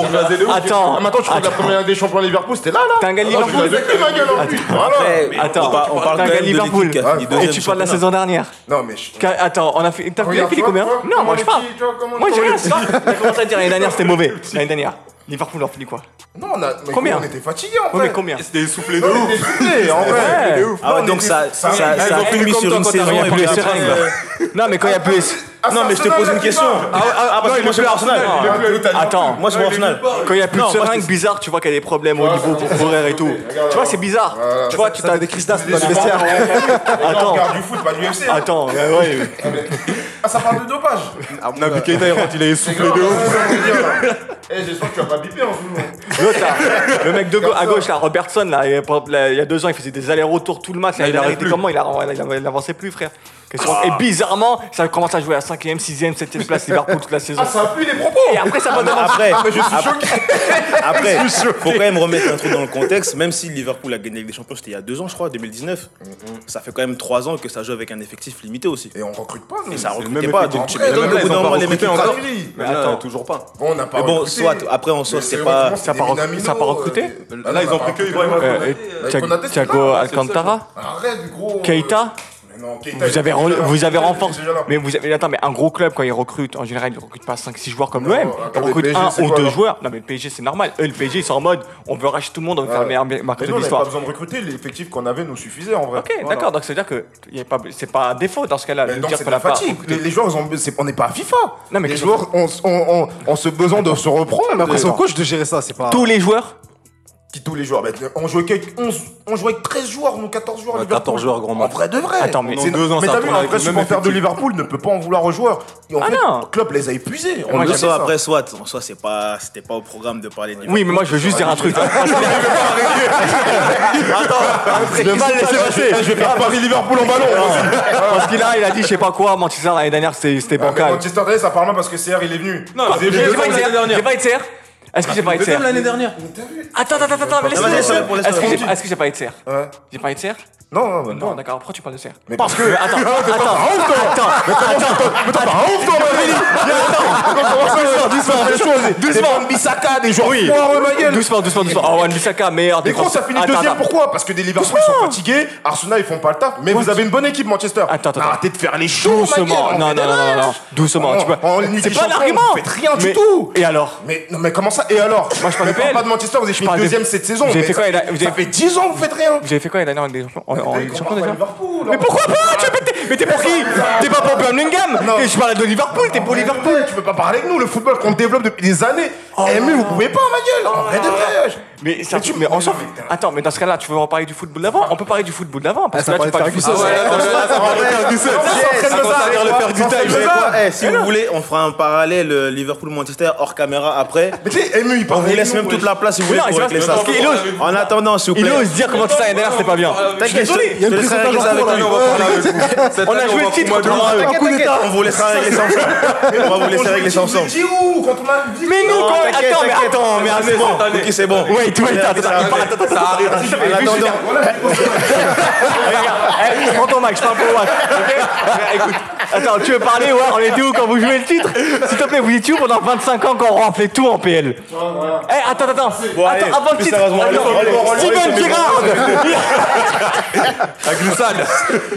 S2: Ah,
S5: attends,
S2: maintenant, tu crois que la première Ligue des champions à Liverpool, c'était là, là
S5: T'es un gars de
S2: Ah, tu l'as
S5: Liverpool
S2: vu, ma gueule, en plus. Voilà.
S1: Mais
S5: Attends,
S1: on parle- on parle quand
S5: t'as
S1: même
S5: un
S1: de
S5: gars
S1: l'équipe qui a
S2: Liverpool.
S1: fini
S5: Et
S1: deuxième
S5: tu parles de
S1: championnat.
S5: la saison dernière
S2: Non, mais je-
S5: Qu'a- Attends, on a fait. T'as fait
S2: Regarde,
S5: Philippe
S2: tu vois,
S5: combien
S2: tu vois,
S5: Non,
S2: comment
S5: moi je
S2: les
S5: parle.
S2: petits, tu vois, comment-
S5: Moi je
S2: comment
S5: regarde
S2: les
S5: ça. T'as commencé à dire l'année dernière c'était mauvais. L'année dernière, Liverpool leur finit quoi
S2: Non, on a. mais
S5: Combien
S2: On était fatigués, en
S5: Ouais, mais
S2: fait.
S5: combien
S3: C'était essoufflé de
S2: Non, on
S3: ouf.
S2: était fatigués, en vrai.
S5: Ouais.
S1: Ah ouais,
S2: Non,
S1: donc
S2: mais
S1: ça,
S2: c'est-
S1: ça,
S2: ça-
S1: ça,
S2: ils ont
S1: a
S2: fait
S1: mis
S2: comme
S1: sur
S2: toi,
S1: une
S2: quand
S1: saison
S5: Il y a
S1: et
S5: plus
S1: puis
S5: les
S1: après.
S5: seringues là.
S1: euh,
S5: Non, mais quand il y a plus.
S2: Ah,
S1: Non,
S2: c'est
S1: mais je te
S2: Arsenal,
S1: pose
S2: là,
S1: une
S2: qui
S1: question.
S2: parle.
S5: Ah, ah, ah, parce
S1: Non,
S5: que
S1: il est
S5: moi je
S1: plus Arsenal.
S5: Arsenal.
S2: Il est plus à l'Italie.
S5: Attends,
S1: Moi, je suis Arsenal.
S5: Quand il y a plus
S1: Non,
S5: de
S1: moi,
S5: seringues, bizarre, tu vois qu'il y a des problèmes au niveau corporel et tout.
S2: Regarde,
S5: Tu vois, c'est bizarre.
S2: Voilà.
S5: Tu vois, tu
S4: t'as
S5: t'as
S4: des crises d'asthme dans
S2: Les
S4: le
S2: gens,
S4: vestiaire.
S2: on- les gens
S5: Attends.
S2: regardent du foot, pas du UFC. hein.
S5: Attends, ouais, ouais.
S2: Ah, ça parle de dopage.
S3: Nabi Keita, il rentre, il est essoufflé de ouf.
S2: Eh, j'espère que tu vas pas biper en ce moment.
S5: L'autre, là, le mec de gau- à gauche, là, Robertson, là, il, par exemple, là, il y a deux ans, il faisait des allers-retours tout le match. Là,
S3: Là,
S5: il
S3: il
S5: a
S3: arrête
S5: arrêté
S3: plus.
S5: comment il, a- il a- il avançait plus, frère. Que sur- Et bizarrement, ça commence à jouer à 5ème, 6ème, 7ème place Liverpool toute la saison.
S2: Ah, ça Ah, appuie les propos.
S5: Et après, ça va dans
S1: Après, après, après, faut quand même remettre un truc dans le contexte. Même si Liverpool a gagné la Ligue des Champions, c'était il y a deux ans, je crois, 2019.
S2: Mm-hmm.
S1: Ça fait quand même trois ans que ça joue avec un effectif limité aussi.
S2: Et on recrute pas, nous.
S1: Et ça
S3: le
S1: recrutait
S3: même
S1: pas.
S3: effectif.
S1: Donc, tu
S2: Après,
S1: même
S2: donc,
S1: au bout d'un moment, les mecs.
S3: recruté
S1: ils
S2: Encore.
S1: partent.
S3: Mais
S5: attends.
S3: attends, toujours pas.
S2: Bon, on n'a pas
S1: Mais bon,
S2: recruté.
S1: soit, après, en soi,
S2: Mais
S1: c'est
S2: c'est
S1: pas.
S2: vraiment-
S5: Ça a pas recruté Ça a pas recruté
S2: Bah, non,
S3: Là, ils
S2: on
S3: ont
S2: a
S3: pris
S2: pas
S3: que.
S2: recruté.
S3: Ouais,
S5: Euh,
S3: ouais.
S5: et Thiago-
S2: Konaté, hein, c'est
S5: Thiago
S2: là,
S5: Alcantara
S2: Arrête, gros.
S5: Keita
S2: Mais non, Keita, il
S5: vous
S2: est
S5: avez,
S2: déjà
S5: re-
S2: là.
S5: vous avez
S2: Il est
S5: renforcé.
S2: déjà là.
S5: Mais vous avez, attends, mais un gros club, quand ils recrutent, en général, ils ne recrutent pas 5-6 joueurs comme
S2: Non,
S5: l'OM. Ils
S2: attendez,
S5: recrutent
S2: PSG,
S5: un
S2: c'est
S5: ou
S2: quoi,
S5: deux
S2: alors
S5: joueurs. Non, mais le PSG, c'est normal. Eux, le PSG, ils sont en mode on veut racheter tout le monde, on veut faire le meilleur
S2: Mais
S5: mercato
S2: nous,
S5: de
S2: on n'avait pas
S5: l'histoire.
S2: besoin de recruter. L'effectif qu'on avait nous suffisait, en vrai.
S5: Ok,
S2: Voilà.
S5: d'accord, donc ça veut dire que y a pas, c'est pas un défaut dans ce cas-là,
S2: Mais
S5: de
S2: donc,
S5: dire
S2: c'est
S5: qu'on
S2: de
S5: l'a
S2: la
S5: pas.
S2: fatigue. Les, les joueurs, ils ont- c'est- on n'est pas à FIFA.
S5: Non, mais
S2: les
S5: qu'est-ce
S2: joueurs ont, ont- ont- ont ce besoin de se reprendre.
S4: Mais après, c'est au coach de gérer ça, c'est pas.
S5: Tous les joueurs
S2: Qui tous les joueurs bah, On jouait quelques 11, on jouait 13 joueurs, nous 14 joueurs.
S3: Ouais,
S2: Liverpool.
S3: 14 joueurs, grand max.
S2: En vrai de vrai.
S5: Attends, mais
S2: C'est-
S3: en deux ans,
S2: mais
S3: ça
S2: t'as
S3: tourne
S2: vu, un
S3: avec
S2: vrai
S3: le même
S2: supporter de
S3: effectif.
S2: Liverpool ne peut pas en vouloir aux joueurs. Et en
S5: Ah
S2: fait,
S5: non. Ah,
S2: le club les a épuisés. On
S5: moi,
S2: le
S5: j'aime
S2: sait,
S1: Soit
S2: ça.
S1: après, soit, en soi, c'est pas, c'était pas au programme de parler de Liverpool.
S5: Oui, mais moi je veux juste dire un truc. hein.
S3: Je vais mal laisser passer. Je vais faire Paris-Liverpool en ballon.
S5: Parce qu'il a, il a dit je sais pas quoi, Manchester l'année dernière c'était c'était
S2: Ah, mais
S5: bancal.
S2: Manchester United, ça parle mal parce que CR il est venu. Ah,
S3: Non,
S2: Ils
S5: J'ai
S2: ont
S3: mais-
S2: joué-
S5: pas été
S3: l'année
S5: serre
S3: dernière.
S5: J'ai pas été serre Est-ce que j'ai pas été serre
S3: l'année dernière.
S5: Attends, attends, attends, attends, mais laisse-moi
S1: Non, mais laisse-le,
S5: dire.
S1: pour laisse-le.
S5: Est-ce que j'ai- est-ce que j'ai pas été serre
S2: Ouais.
S5: J'ai pas été serre
S2: Non, non, mais
S5: Non,
S2: non.
S5: d'accord, pourquoi tu parles de serre
S2: Mais
S5: Parce que. Attends, attends, attends,
S2: Mais t'as pas un ouf, toi, Mabili Doucement, doucement, doucement Des Bissaka, des joueurs
S5: Oui.
S2: foireux, Oh, ma gueule
S5: Doucement, doucement, doucement. Oh, Wan Bissaka, meilleur
S2: Mais gros,
S5: défenseur.
S2: ça finit
S5: Attends,
S2: deuxième,
S5: attends.
S2: pourquoi Parce que des Liverpool sont fatigués, Arsenal ils font pas le taf, mais vous avez une bonne équipe Manchester.
S5: Attends, attends,
S2: Arrêtez de faire les shows, ma gueule,
S5: Doucement,
S2: on
S5: non,
S2: fait
S5: non,
S2: des
S5: non, non,
S2: matchs.
S5: non, doucement,
S2: On-
S5: tu peux.
S2: on- en Ligue
S5: C'est
S2: des
S5: pas un
S2: Champions,
S5: argument.
S2: Vous faites rien du
S5: Mais-
S2: tout
S5: Et alors
S2: mais, non, mais comment ça Et alors
S5: Moi, je parle
S2: Mais
S5: de
S2: parle
S5: PL.
S2: pas de Manchester, vous avez fini
S5: parle de-
S2: deuxième cette saison.
S5: Vous avez
S2: mais
S5: fait quoi, il a- vous avez-
S2: Ça fait 10 ans que vous faites rien.
S5: Vous avez fait quoi l'année dernière en Ligue des Champions En- en
S1: Bah,
S5: Ligue des Champions déjà
S2: Mais
S5: Pourquoi pas tu veux- t'es- Mais t'es pour qui T'es pas pour
S1: bah,
S5: Birmingham
S2: Non.
S5: T'es- Je parlais de Liverpool, t'es pour
S2: Mais
S5: Liverpool
S2: ouais, tu peux pas parler avec nous, le football qu'on développe depuis des années. Eh, mais vous pouvez pas, ma gueule En vrai de vrai
S5: Mais, ça,
S2: Mais tu-
S5: mais on s'en fout.
S1: bah,
S2: mais t'as-
S5: Attends, mais dans ce cas-là, tu veux en parler du football d'avant On peut parler du football d'avant. Parce
S4: Ah, ça
S5: que là, tu
S4: parlait
S5: parles
S4: de
S5: du
S4: Ferguson.
S5: football.
S1: Vous savez quoi Eh, si vous voulez, on fera un parallèle euh, Liverpool-Manchester hors caméra après.
S2: Mais tu sais, Emu, il
S1: On
S2: parle
S1: vous laisse même toute la place si vous voulez
S5: non,
S1: pour
S5: c'est
S1: régler
S5: parce
S1: ça.
S5: que- parce qu'il ose-
S1: En attendant, s'il vous
S5: Il
S1: plaît.
S5: ose dire comment ça l'année dernière, c'était pas bien.
S1: T'inquiète, je te- je te laisserai régler ça avec lui.
S5: On a joué le titre devant eux.
S1: T'inquiète, t'inquiète, On vous laissera régler ça ensemble. On va vous laisser régler ça ensemble.
S2: où Quand on a dit-
S5: Mais nous,
S1: Non,
S5: quand.
S1: t'inquiète,
S5: Attends, mais
S1: t'inquiète.
S5: attends, mais
S1: C'est bon, ok, c'est bon.
S5: Wait, wait, attends, attends, il parle- attends, attends, Ah, attends.
S1: En attendant,
S5: Regarde, eh, prends ton mic, je parle pour Watt. ok Écoute, attends, tu veux parler, ouais, on était où quand vous jouez le titre S'il te plaît, vous dites où pendant 25 ans qu'on renflait tout en PL Eh, attends, attends,
S1: Bon, allez,
S5: attends, avant le
S1: plus
S5: titre,
S1: sérieusement, allez,
S5: attends,
S1: allez, allez,
S5: Steven
S1: allez,
S5: Gerrard
S3: La glissade.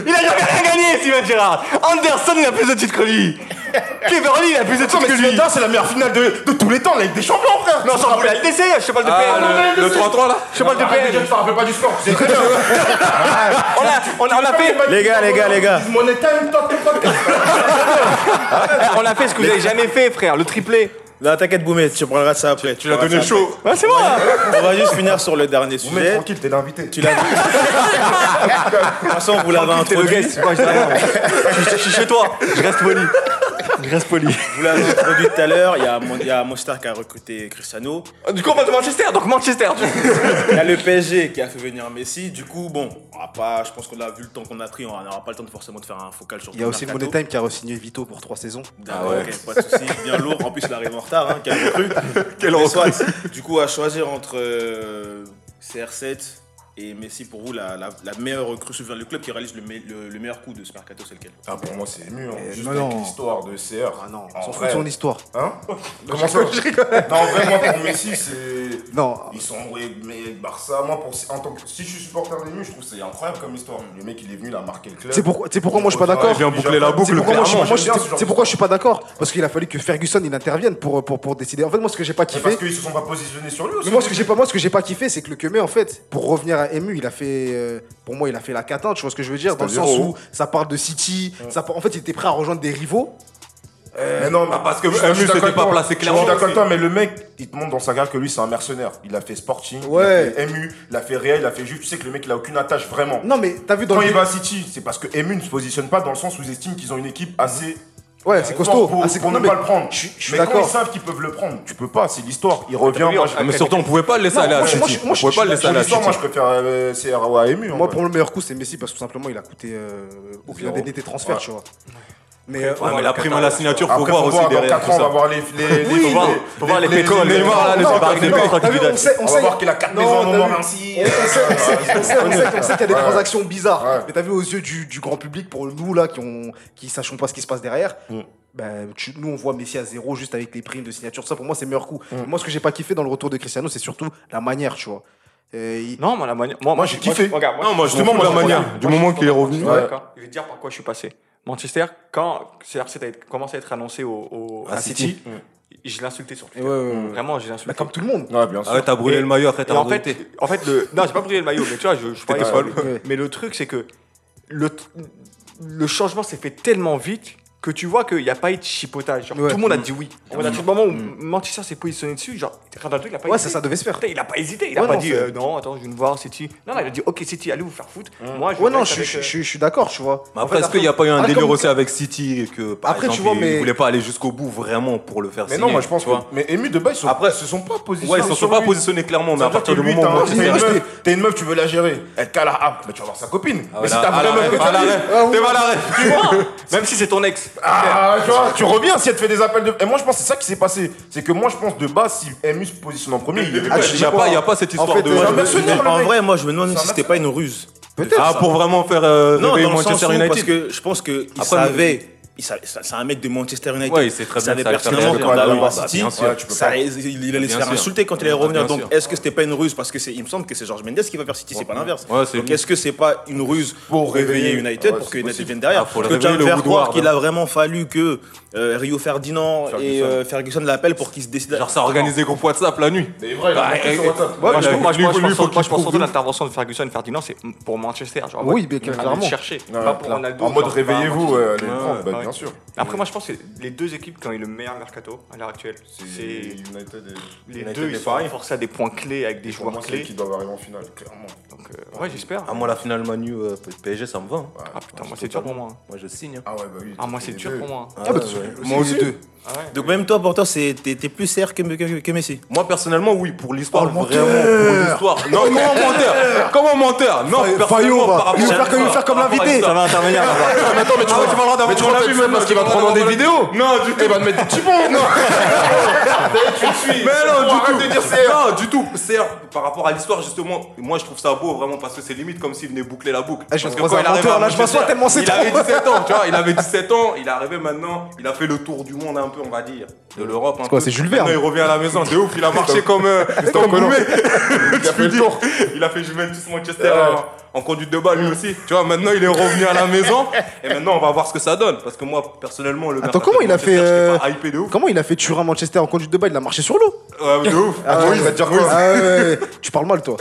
S5: Il a jamais rien gagné, Steven Gerrard Anderson, il a plus de titres que lui Keverly, il a plus de titres
S2: Attends, mais
S5: que
S2: ce
S5: lui
S2: matin, c'est la meilleure finale de de tous les temps, la Ligue des Champions, frère
S5: Non, on s'en fout, la LDC, je te parle
S1: Ah,
S5: de PL
S3: Le 3-3 là
S5: Je te parle de
S2: Ah, déjà,
S5: PL
S2: tu te rappelles pas du score, tu sais très bien.
S5: On a, on a, on a fait,
S1: Les gars, les gars, les gars.
S2: It's Ah, money time, toc, toc, toc.
S5: on a fait ce que vous avez jamais fait, frère, le triplé
S1: Non, t'inquiète, Boumé, tu parleras de ça après.
S6: Tu l'as
S1: parleras
S6: donné
S1: de ça
S6: chaud.
S5: Ouais, c'est moi
S1: après. On va juste finir sur le dernier
S2: Vous mettez
S1: sujet.
S2: tranquille, t'es l'invité.
S1: Tu l'as vu. De toute façon, vous l'avez
S5: T'es le
S1: introduit.
S5: guest, moi, je dis rien. Je suis chez toi, je reste poli. Je reste poli.
S1: Vous l'avez introduit tout à l'heure. Il y a Mon- Il y a Monster qui a recruté Cristiano.
S5: Ah, Du coup, on va de Manchester, donc Manchester. tu-
S1: Il y a le PSG qui a fait venir Messi. Du coup, bon, on va pas, je pense qu'on a vu le temps qu'on a pris. On n'aura pas le temps de forcément de faire un focal sur
S4: Il y a
S1: tout
S4: aussi
S1: le
S4: le Money
S1: mercato.
S4: Time qui a re-signé Vito pour trois saisons.
S1: D'accord,
S3: Ah ouais.
S1: ok, pas de soucis, bien lourd. En plus, il arrive en retard, hein, quel recrue.
S5: Quel
S1: Mais
S5: recrue.
S1: soit, Du coup, à choisir entre euh, CR7 et Messi, pour vous, la, la, la meilleure recrue souvenir du club qui réalise le, me- le- le meilleur coup de ce mercato, c'est lequel
S2: Ah, pour moi, c'est mieux.
S4: Eh,
S2: Hein. Juste
S4: non,
S2: avec
S4: non.
S2: l'histoire de CR.
S4: Ah non,
S2: En
S4: on s'en fout
S2: vrai.
S4: de son histoire.
S2: Hein Comment ça Non, vraiment, pour Messi, c'est.
S4: Non,
S2: Ils sont envoyés mais avec Barça. Moi, pour, en tant que, si je suis supporter des Mus, je trouve que c'est incroyable comme histoire. Le mec, il est venu, il a marqué le club.
S4: c'est pourquoi, c'est pourquoi moi je suis pas
S2: Ouais,
S4: d'accord.
S2: il vient boucler la
S4: C'est
S2: boucle,
S4: pourquoi, moi, je suis-
S2: clairement,
S4: moi, je suis-
S2: j'aime bien ce genre
S4: c'est pourquoi je suis pas d'accord. Parce qu'il a fallu que Ferguson il intervienne pour, pour, pour décider. En fait, moi ce que j'ai pas
S2: C'est
S4: kiffé.
S2: Eh, parce qu'ils se sont pas positionnés sur lui aussi.
S4: Mais moi ce que j'ai pas moi ce que j'ai pas kiffé c'est que le Kemé en fait pour revenir à Emu il a fait euh, pour moi il a fait la catin tu vois ce que je veux dire dans le
S2: C'est-à-dire
S4: sens
S2: où
S4: où ça parle de City ça par- en fait il était prêt à rejoindre des rivaux
S2: Mais Eh non, mais
S3: Ah, parce que
S2: je suis- je suis
S3: Mus
S2: d'accord
S3: s'était pas
S2: avec toi.
S3: placé clairement.
S2: Je suis d'accord avec toi, mais le mec, il te montre dans sa carrière que lui, c'est un mercenaire. Il a fait Sporting,
S4: Ouais.
S2: il a fait MU, il a fait Real, il a fait Juve. Tu sais que le mec, il a aucune attache vraiment.
S4: non mais t'as vu dans
S2: Quand
S4: le
S2: il va à City, c'est parce que MU ne se positionne pas dans le sens où ils estiment qu'ils ont une équipe assez.
S4: ouais c'est
S2: forte
S4: costaud
S2: Pour,
S4: Ah, c'est
S2: pour
S4: non,
S2: ne
S4: mais
S2: pas le prendre.
S4: je suis- je suis
S2: mais quand ils
S4: d'accord
S2: savent qu'ils peuvent le prendre, tu peux pas, c'est l'histoire. Il revient. Moi, je-
S3: Ah, mais surtout, on pouvait pas le laisser
S4: Non,
S3: aller à
S4: moi, je-
S3: City.
S4: moi, je-
S3: on pouvait
S4: je-
S3: pas le laisser
S2: Sur
S3: aller à
S2: l'histoire,
S3: City.
S2: moi, je préfère euh, CRO à MU. en
S4: moi
S2: vrai.
S4: pour le meilleur coup c'est Messi parce que tout simplement il a coûté euh, aucun
S3: Zéro.
S4: des, des transferts
S2: Ouais.
S4: tu vois mais euh,
S3: Ouais, mais la prime à la signature, faut
S2: Après,
S3: voir
S2: faut
S3: aussi
S2: voir, dans
S3: derrière
S2: 4
S3: tout
S2: ans, on va
S3: ça.
S2: voir les. les, les-
S3: faut voir-
S2: les-
S3: faut voir les
S2: les-
S3: pécoles,
S2: les-
S3: les morts, là,
S2: les-
S3: les
S2: non,
S3: barres, les
S2: non,
S3: pécoles,
S4: t'as vu, on sait-
S2: On
S4: on
S2: va
S4: sait-
S2: voir qu'il a 4
S4: Non,
S2: maisons à un
S4: t'as
S2: moment,
S4: vu.
S2: merci.
S4: On on sait, on sait- on sait- on sait- on sait qu'il y a des transactions bizarres.
S2: Ouais.
S4: Mais t'as vu aux yeux du, du grand public, pour nous là qui ne qui sachons pas ce qui se passe derrière, ben, tu- nous on voit Messi à zéro juste avec les primes de signature. Ça pour moi c'est le meilleur coup. Moi ce que j'ai pas kiffé dans le retour de Cristiano, c'est surtout la manière, tu vois. Euh, il-
S5: Non, moi, la manière. Moi, moi,
S2: j'ai kiffé.
S5: regarde,
S6: Non, moi,
S5: je
S6: justement,
S5: m'en
S6: moi,
S5: fous
S6: la
S5: de la
S6: manière.
S5: manière.
S6: Du moment qu'il est revenu.
S5: Ouais. D'accord. Je vais te dire par quoi je suis passé. Manchester, quand CR7 a été- commencé à être annoncé au, au-
S3: À
S5: à
S3: City.
S5: City,
S6: Mm.
S5: je l'ai insulté sur Twitter.
S4: Ouais, ouais, ouais.
S5: Vraiment, je l'ai insulté.
S4: Bah, comme tout le monde.
S2: Ouais, bien sûr.
S3: Ah ouais, t'as brûlé
S5: Et-
S3: le maillot, après
S5: Et
S3: t'as
S5: en
S3: regretté.
S5: fait, en fait, le... non, j'ai pas brûlé le maillot, mais tu vois, je, je parlais sur le-
S4: Ouais.
S5: Mais le truc, c'est que le, t- le changement s'est fait tellement vite que tu vois qu'il n'y a pas eu de chipotage. Genre,
S4: Ouais. Mm.
S5: Tout le monde a dit oui. On a tout le moment où Manchester s'est positionné dessus, genre, Ronaldo, il a pas
S4: Ouais,
S5: hésité.
S4: ça, ça devait se faire.
S5: Putain, il a pas hésité, il a
S4: Ouais,
S5: pas
S4: non,
S5: dit
S4: c'est-
S5: euh, non, attends, je viens de voir City. Non, non, il a dit ok, City, allez vous faire foutre. Moi, je
S4: Mm. Ouais, non,
S5: reste
S4: je,
S5: avec,
S4: je-
S5: euh,
S4: je- je suis d'accord, tu vois.
S3: Mais
S4: En
S3: après,
S4: fait,
S3: est-ce qu'il n'y a pas eu un
S4: ah,
S3: délire
S4: comme-
S3: aussi avec City et que par
S4: Après, tu
S3: exemple,
S4: vois,
S3: ils
S4: mais-
S3: voulaient pas aller jusqu'au bout vraiment pour le faire
S2: Mais
S3: signer
S2: non, moi je pense
S3: tu
S2: que.
S3: vois.
S2: Mais Emu de base, ils sont-
S3: Après-
S2: ils se sont pas
S3: Ouais,
S2: positionnés.
S3: ils se sont
S2: sur
S3: pas
S2: lui.
S3: positionnés clairement, mais
S2: Ça
S3: à
S2: veut dire
S3: partir
S2: que
S3: du
S2: lui,
S3: moment
S2: t'as
S3: où
S2: un-
S3: Manchester
S2: t'as une
S3: United-
S2: meuf, T'es une meuf, tu veux la gérer. Elle cale la app, mais tu vas voir sa copine.
S3: Ah,
S2: Mais
S3: voilà.
S2: si t'as
S3: Ah,
S2: vraiment
S3: la
S2: meuf que
S3: ref,
S2: t'as
S3: ah, la
S2: dit-
S3: ref.
S5: T'es mal à rêve, tu vois Même si c'est ton ex.
S2: Ah, tu vois, tu reviens si elle te fait des appels de. Et moi je pense que c'est ça qui s'est passé. C'est que moi je pense de base, si Emu se positionne en premier, il y avait
S4: Ah,
S2: pas-
S4: tu
S3: Il
S4: dis
S3: n'y a,
S4: quoi
S3: pas- il y a pas cette
S4: En
S3: histoire
S4: fait,
S3: de.
S4: euh,
S5: Ah,
S1: Moi, je
S5: bah,
S1: me-
S2: mercenaire,
S1: je-
S2: le
S1: En
S2: mec.
S1: vrai, moi, je me demande
S2: C'est
S1: si
S2: un
S1: c'était pas
S5: hein.
S1: une ruse.
S3: ah, pour vraiment faire euh,
S1: Non,
S3: réveiller
S1: dans le sens
S3: Manchester
S1: où,
S3: United.
S1: parce que je pense qu'il
S3: Après,
S1: savait, il savait- ça- c'est un mec de Manchester United.
S3: Ouais, il sait très bien
S1: savait
S3: que ça allait faire
S1: pertinemment
S3: réagir.
S1: qu'en
S2: Ouais,
S1: allant
S2: bah,
S1: à City,
S2: bien sûr, tu peux
S1: ça-
S2: pas.
S1: il il allait se
S3: Bien
S1: faire
S3: sûr.
S1: insulter quand il allait
S3: Ouais,
S1: revenir.
S3: bien
S1: Donc,
S3: sûr.
S1: est-ce que c'était pas une ruse Parce que c'est, il me semble que c'est George Mendes qui va vers City, c'est pas l'inverse.
S3: Ouais, c'est
S1: Donc,
S3: lui.
S1: est-ce que c'est pas une ruse pour réveiller United
S2: Ouais,
S1: pour
S2: c'est
S1: que United
S2: possible.
S1: vienne derrière
S3: Ah, faut le
S1: Parce que tu vas me
S3: réveiller, le
S1: faire croire
S3: Woodward,
S1: qu'il
S3: hein.
S1: a vraiment fallu que euh, Rio Ferdinand et
S2: Ferguson.
S1: euh, Ferguson l'appellent pour qu'ils se décident. à-
S3: Genre, ça a organisé groupe WhatsApp la nuit.
S2: Mais vrai, il a
S3: Bah,
S2: marqué sur
S3: eh,
S2: WhatsApp.
S3: Ouais,
S5: moi, je,
S3: lui,
S5: moi, je
S3: lui,
S5: pense-
S3: lui,
S5: moi, je
S3: faut
S5: pense moi, je pense
S3: qu'il trouve
S5: surtout
S3: lui.
S5: l'intervention de Ferguson et Ferdinand, c'est pour Manchester. Genre, en
S4: Oui,
S5: mode,
S4: bien
S5: allez le
S4: clairement.
S5: chercher.
S2: Ouais,
S5: pas pour
S2: clair.
S5: Ronaldo.
S2: En mode
S5: genre, pas
S2: réveillez-vous,
S5: Manchester.
S2: euh, allez le
S3: Ouais,
S2: prendre, bah,
S5: ouais.
S2: bien sûr.
S5: Après, moi, je pense que les deux équipes qui ont eu le meilleur mercato à l'heure actuelle, c'est
S2: United et-
S5: les
S2: United
S5: deux,
S2: et
S5: ils sont
S2: Paris.
S5: forcés à des points clés avec des
S2: Pour
S5: joueurs
S2: moi, c'est
S5: clés.
S2: qui doivent arriver en finale, clairement.
S5: Donc, euh, ouais, j'espère.
S3: À Ah, moi, la finale Manu euh, PSG, ça me va. hein.
S5: Ah putain, moi, c'est dur pour moi.
S3: Moi, je signe. hein.
S2: Ah ouais, bah oui.
S5: Ah, moi,
S2: les
S5: c'est dur
S2: deux.
S5: pour moi.
S4: bah,
S3: Ah, ouais, ouais.
S4: Moi aussi deux.
S5: Ah ouais.
S1: Donc, même toi, pour toi, c'est, t'es, t'es plus CR que, que- que Messi.
S3: Moi, personnellement, oui, pour l'histoire,
S4: Oh, le
S3: vraiment,
S4: menteur
S3: pour l'histoire. Non, comment menteur Comment menteur Non, personnellement,
S4: Fayot
S3: par
S4: va
S3: rapport
S4: il va faire comme- il va faire comme
S3: par rapport à
S4: l'invité.
S3: l'histoire.
S5: va intervenir.
S3: Ah, mais attends, mais tu vas avoir d'avoir
S2: tu vas
S3: ton avis,
S2: peut-être
S3: même,
S2: parce qu'il va te prendre des
S3: vidéos. Eh Non, du tout. Il va te mettre des petits bons. Non. Mais non, du tout. Non, du tout. CR, par rapport à l'histoire, justement, moi je trouve ça beau vraiment parce que c'est limite comme s'il venait boucler la boucle.
S4: Ah, je
S3: Parce
S4: me croise un menteur, là, je
S3: Manchester,
S4: m'assois tellement c'est
S3: Il avait
S4: trop.
S3: 17 ans, tu vois, il avait 17 ans, il est arrivé maintenant, il a fait le tour du monde un peu, on va dire, de l'Europe un
S4: quoi,
S3: peu.
S4: c'est Jules Verne
S3: Maintenant, il revient à la maison, de ouf, il a marché comme euh, comme Boumé. Tu me dis, Il a fait Juventus Manchester en- en conduite de balle lui aussi. Tu vois, maintenant il est revenu à la maison et maintenant on va voir ce que ça donne parce que moi personnellement le
S4: Attends,
S3: mercato
S4: comment
S3: de
S4: il a
S3: Manchester,
S4: fait.
S3: j'étais
S4: euh,
S3: pas hypé de ouf.
S4: Comment il a fait Turin Manchester en conduite de bail Il a marché sur l'eau.
S3: Ouais, de ouf.
S2: Ah, oui, il va te dire quoi
S4: Ah ouais, ouais, ouais. Tu parles mal, toi.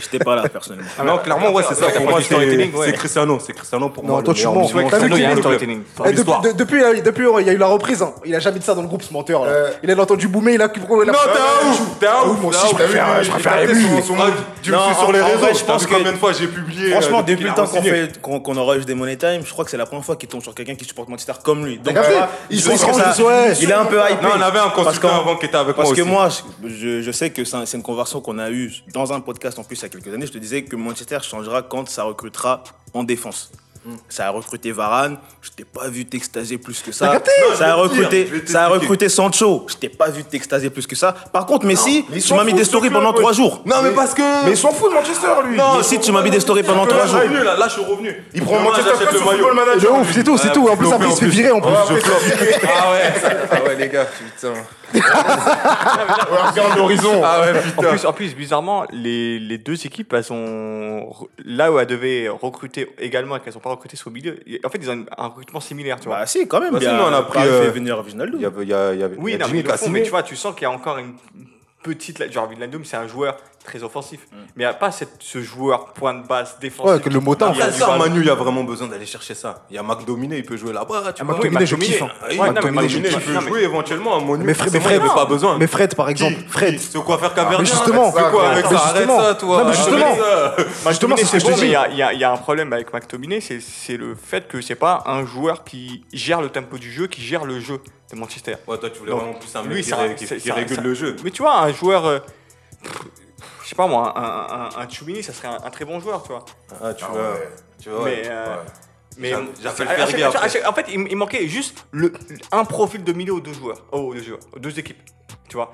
S1: J'étais pas là, personnellement.
S3: Ah, non, clairement, ouais, c'est ça.
S5: Pour
S3: Pour
S5: moi,
S3: moi,
S5: c'est-
S3: c'est
S5: c'est
S3: c'est Cristiano. C'est Cristiano pour
S4: Non,
S3: moi.
S4: toi,
S3: le
S4: tu
S3: meilleur
S4: mens.
S3: milieu
S4: T'as vu
S3: mondial.
S4: qu'il y a le
S3: Il y a un
S5: storytelling.
S3: club.
S5: Eh,
S4: Eh,
S3: L'histoire.
S4: depuis, de- depuis, euh, depuis, euh, il y a eu la reprise. hein. Il a jamais dit ça dans le groupe, ce menteur. Là.
S2: Euh.
S4: Il a entendu Boomer, il a.
S5: Non, t'es un ouf T'es un
S4: Ah oui,
S5: ouf
S4: moi
S5: t'es
S4: aussi,
S5: un
S4: je
S5: ouf.
S4: préfère, je préfère
S2: Il a tapé
S4: lui.
S2: son- son-
S3: Tu
S1: Non,
S3: le suis
S1: en-
S3: sur les
S1: en
S3: réseaux.
S1: vrai, je
S3: Je
S1: pense
S3: pense
S1: que-
S3: combien de fois j'ai publié. euh,
S1: Franchement,
S3: depuis
S1: depuis le temps qu'on
S3: qu'il a
S1: fait, qu'on qu'on enregistre des Money Time, je crois que c'est la première fois qu'il tombe sur quelqu'un qui supporte Manchester comme lui. Donc,
S4: T'as capté
S1: voilà,
S4: Ils
S1: je
S4: sont
S1: pense que
S4: grands,
S1: ça-
S4: ils sont- ouais.
S1: il est un peu hypé.
S3: Non, on avait un
S1: Parce
S3: consultant
S1: qu'en-
S3: avant qui était avec moi
S1: Parce
S3: aussi.
S1: que moi, je, je sais que c'est un- c'est une conversion qu'on a eue dans un podcast en plus il y a quelques années. Je te disais que Manchester changera quand ça recrutera en défense.
S3: Hmm.
S1: Ça a recruté Varane, je t'ai pas vu t'extasier plus que ça. ça a
S3: Non, je vais te
S1: recruté,
S3: dire, je vais
S1: ça a
S3: t'expliquer.
S1: recruté Sancho, je t'ai pas vu t'extasier plus que ça. Par contre, Messi,
S2: mais ils
S1: tu
S2: s'en
S1: m'as mis
S2: foutent,
S1: des
S2: ce
S1: stories
S2: club,
S1: pendant
S2: ouais.
S1: trois jours.
S3: Non, mais parce que.
S2: Mais il s'en fout de Manchester, lui.
S3: Non,
S1: Messi, tu m'as mis des stories pendant trois jours.
S3: Revenu, là, là, je suis revenu.
S2: Il prend
S3: Demain,
S2: Manchester
S3: j'achète
S2: Club sur
S3: le maillot.
S2: Football
S4: De
S2: Manager.
S4: ouf, c'est tout, c'est
S3: Ouais,
S4: tout. En
S3: flopé,
S4: plus, après, il
S3: en
S4: se fait
S3: plus.
S4: virer en plus.
S2: Ouais, après, ça-
S3: Ah ouais, ah ouais les gars, putain.
S2: ouais, regarde l'horizon.
S3: Ah ouais,
S5: En
S3: putain.
S5: plus, en plus, bizarrement, les, les deux équipes, elles ont re- là où elles devaient recruter également et qu'elles n'ont pas recruté sous milieu. En fait, ils ont un recrutement similaire, tu vois.
S1: Bah si, quand même.
S3: Bah,
S1: bien.
S3: si, nous, on a pris,
S1: Paris fait
S3: euh,
S1: venir Wijnaldum.
S3: Il y avait, il y a- il y avait il
S5: oui,
S3: y a
S5: non, mais,
S3: Jimmy
S5: ils le font, mais
S3: Casimir.
S5: tu vois, tu sens qu'il y a encore une petite. Genre, Vinlandum, c'est un joueur très offensif, mais il n'y a pas cette- ce joueur point de base défensif.
S4: Ouais, que le motard,
S5: Il y a
S3: Après
S5: du
S3: ça,
S5: ballon.
S3: Manu, il y a vraiment besoin d'aller chercher ça. Il y a Mac Dominé, il peut jouer là-bas. Tu
S4: Ah,
S3: vois.
S4: McTominay,
S3: Oui,
S4: je
S3: McTominay.
S4: kiffe, hein.
S3: Oui,
S5: Ouais, non, mais
S3: McTominay,
S5: McTominay,
S3: il
S5: non,
S3: peut
S5: mais-
S3: jouer éventuellement à Monu.
S4: Mais, Fred- mais
S3: forcément, il
S4: Fred,
S3: n'a pas besoin.
S4: mais Fred, par exemple, Fred,
S3: C'est quoi faire Caverna
S4: mais justement,
S3: C'est quoi
S2: mais
S3: arrête ça, arrête
S4: justement.
S3: ça, toi.
S4: Non, mais justement.
S3: arrête ça.
S4: justement, c'est ce que je
S5: bon,
S4: te
S5: mais il
S4: dis.
S5: y a- il y, a- il y a un problème avec McTominay, c'est- c'est le fait que c'est pas un joueur qui gère le tempo du jeu, qui gère le jeu de Manchester.
S3: Ouais, toi, tu voulais
S5: Donc,
S3: vraiment plus un
S5: lui,
S3: mec qui
S5: ça-
S3: ré- qui
S5: c'est-
S3: qui
S5: ça-
S3: régule
S5: ça-
S3: le jeu.
S5: Mais tu vois, un joueur. euh, pff, je sais pas moi, un, un, un, un Tchouaméni, ça serait un, un très bon joueur, tu vois.
S3: Ah, tu
S2: Ah
S3: vois.
S2: ouais.
S3: Tu vois.
S5: Mais, euh,
S3: ouais.
S5: Mais
S3: J'a- j'appelle
S5: à- à
S3: Fergie
S5: chaque- à chaque-
S3: après.
S5: à chaque- En fait, il, il manquait juste le, un profil de milieu aux deux joueurs, aux deux, joueurs, aux deux équipes, tu vois.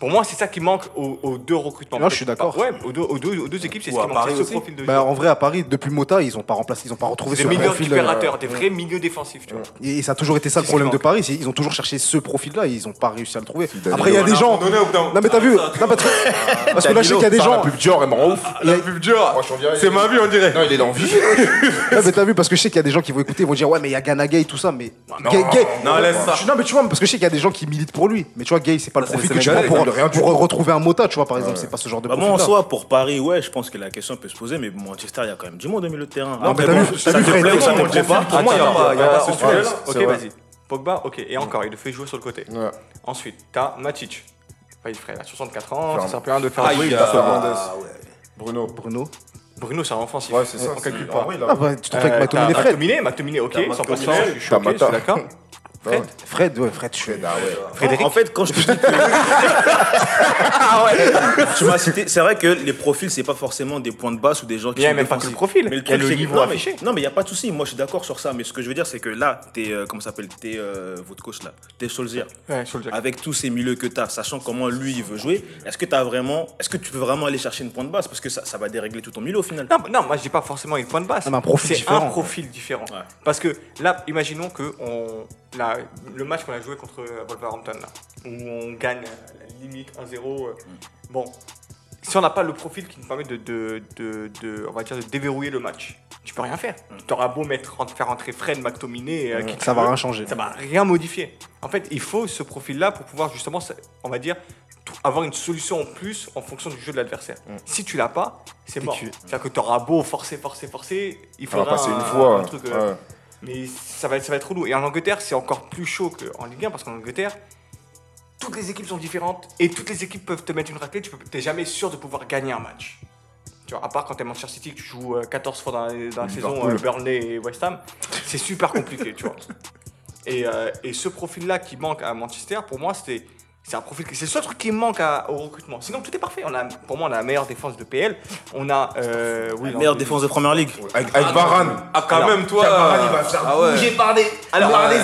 S5: Pour moi, c'est ça qui manque aux, aux deux recrutements.
S4: Là, je suis
S5: Peut-être
S4: d'accord.
S5: pas- Ouais, aux deux, aux deux, aux deux équipes, c'est
S3: Ou
S5: ce
S3: à
S5: qui manque,
S3: Paris
S5: c'est ce
S3: aussi.
S5: profil de
S4: Bah,
S5: joueur.
S4: en vrai, à Paris, depuis Mota, ils ont pas remplacé, ils ont pas retrouvé
S5: Des
S4: ce
S5: milieux
S4: profil. euh,
S5: récupérateurs, des vrais milieux défensifs, tu vois.
S4: Et, et ça a toujours été ça le
S5: C'est ce qui
S4: problème de
S5: manque.
S4: Paris. c'est- Ils ont toujours cherché ce profil-là et ils ont pas réussi à le trouver. Après, il y a des gens.
S3: abandonné au bout d'un moment.
S4: Non, mais t'as vu non, parce que- Parce que là, je sais qu'il y a des
S2: Putain,
S4: gens.
S2: La pub Dior, elle me rend ouf.
S4: il y a-
S3: La pub dure.
S2: Moi, je t'en dirais.
S3: C'est ma vie, on dirait.
S2: Non, il est dans vie.
S4: Non, mais t'as vu, parce que je sais qu'il y a des gens qui vont écouter, ils vont dire ouais, mais il y a Ghana Gay, tout ça, mais. Gay, Gay-
S3: non, laisse ça.
S4: Tu- Non, mais tu vois, parce que je sais qu'il y a des gens qui militent pour lui, mais tu vois, Gay, c'est pas le
S3: Ça,
S4: profil
S3: c'est
S4: que tu prends pour,
S3: Sénégalais,
S2: ils veulent rien du
S4: pour
S2: tout.
S4: retrouver un Mota, tu vois, par exemple, c'est pas ce genre de
S1: Bah
S4: profil.
S1: moi, en soi, pour Paris, ouais, je pense que la question peut se poser, mais Manchester, il y a quand même du monde au milieu de terrain. Après,
S4: mais t'as
S1: bon,
S4: vu-
S1: ça
S4: t'as vu
S1: te plaît ou ça
S4: Fred
S1: te plaît pas
S3: Pour moi, il n'y a pas- il y a pas ce sujet-là.
S5: Ok,
S4: vrai.
S5: vas-y. Pogba, ok, et encore, il le fait jouer sur le côté.
S2: Ouais.
S5: Ensuite, t'as Matic. Enfin, il ferait là, 64 ans,
S2: Genre-
S5: ça sert plus à rien de faire.
S3: Ah,
S5: jouer.
S3: il y
S2: Fernandez.
S3: a.
S2: Bruno.
S4: Bruno.
S5: Bruno, c'est un offensif.
S2: Ouais, c'est ça.
S5: On
S2: c'est-
S5: calcule
S2: Ah
S5: pas.
S2: oui,
S4: Ah,
S2: là.
S4: bah, tu te retrouves
S5: Euh,
S4: avec
S5: T'as
S4: Matomine et Fred.
S5: Matominé, Matominé, ok,
S3: T'as
S5: 100%,
S3: Matominé,
S5: je suis
S2: t'as
S5: choqué, je suis
S2: Mata.
S5: d'accord. Fred,
S4: Fred, ouais, Fred, je suis.
S2: Ah ouais.
S5: Frédéric.
S1: En fait, quand je te dis que. Tu m'as cité. C'est vrai que les profils, c'est pas forcément des points de basse ou des gens qui
S5: Il y a
S1: sont
S5: même pas que
S1: défensifs.
S5: le profil,
S1: Mais le
S5: il y a
S1: truc,
S5: le
S1: c'est que-
S5: niveau
S1: non, mais-
S5: affiché.
S1: Non, mais il y a pas de souci. Moi, je suis d'accord sur ça. Mais ce que je veux dire, c'est que là, t'es. euh, comment ça s'appelle T'es euh, votre coach là. T'es Solskjaer.
S5: Ouais, sur le jack.
S1: Avec tous ces milieux que t'as, sachant comment lui il veut jouer, est-ce que t'as vraiment, est-ce que tu peux vraiment aller chercher une pointe basse parce que ça, ça va dérégler tout ton milieu au final.
S5: Non, non, moi je dis pas forcément une point de base.
S4: Non, mais un profil
S5: C'est
S4: différent,
S5: un profil différent.
S1: Ouais.
S5: Parce que là, imaginons que on, la- le match qu'on a joué contre euh, Wolverhampton, là, où on gagne euh, la limite 1-0. euh, Bon, si on n'a pas le profil qui nous permet de, de, de- de- on va dire, de déverrouiller le match, tu peux rien faire. Tu auras beau mettre, faire rentrer Fred, McTominay, euh, qui tu
S4: Mm. Ça va
S5: veux,
S4: rien changer.
S5: ça va rien modifier. En fait, il faut ce profil-là pour pouvoir justement, ça- on va dire, tr- avoir une solution en plus en fonction du jeu de l'adversaire.
S2: Mm.
S5: Si tu l'as pas, c'est mort.
S4: cuit.
S5: C'est-à-dire que tu auras beau forcer, forcer, forcer, il
S2: On va
S5: faudra
S2: Ah, passer une
S5: un-
S2: fois.
S5: un truc, euh,
S2: ouais.
S5: Mais ça va, être, ça va être relou. Et en Angleterre, c'est encore plus chaud qu'en Ligue 1 parce qu'en Angleterre, toutes les équipes sont différentes et toutes les équipes peuvent te mettre une raclée. Tu n'es jamais sûr de pouvoir gagner un match. Tu vois, à part quand tu es Manchester City, que tu joues euh, 14 fois dans la, dans la saison, euh, Burnley et West Ham, c'est super compliqué, tu vois. Et, euh, et ce profil-là qui manque à Manchester, pour moi, c'est c'est un profil qui- c'est le seul truc qui manque à- au recrutement. Sinon, tout est parfait. On a, pour moi, on a la meilleure défense de PL. On a euh, oui,
S1: Meilleure
S5: on-
S1: défense de première ligue.
S2: Avec avec Varane.
S3: Ah, quand
S5: Alors,
S3: même, toi.
S2: Varane, il va faire
S3: Ah ouais.
S5: par des. Alors, par des Je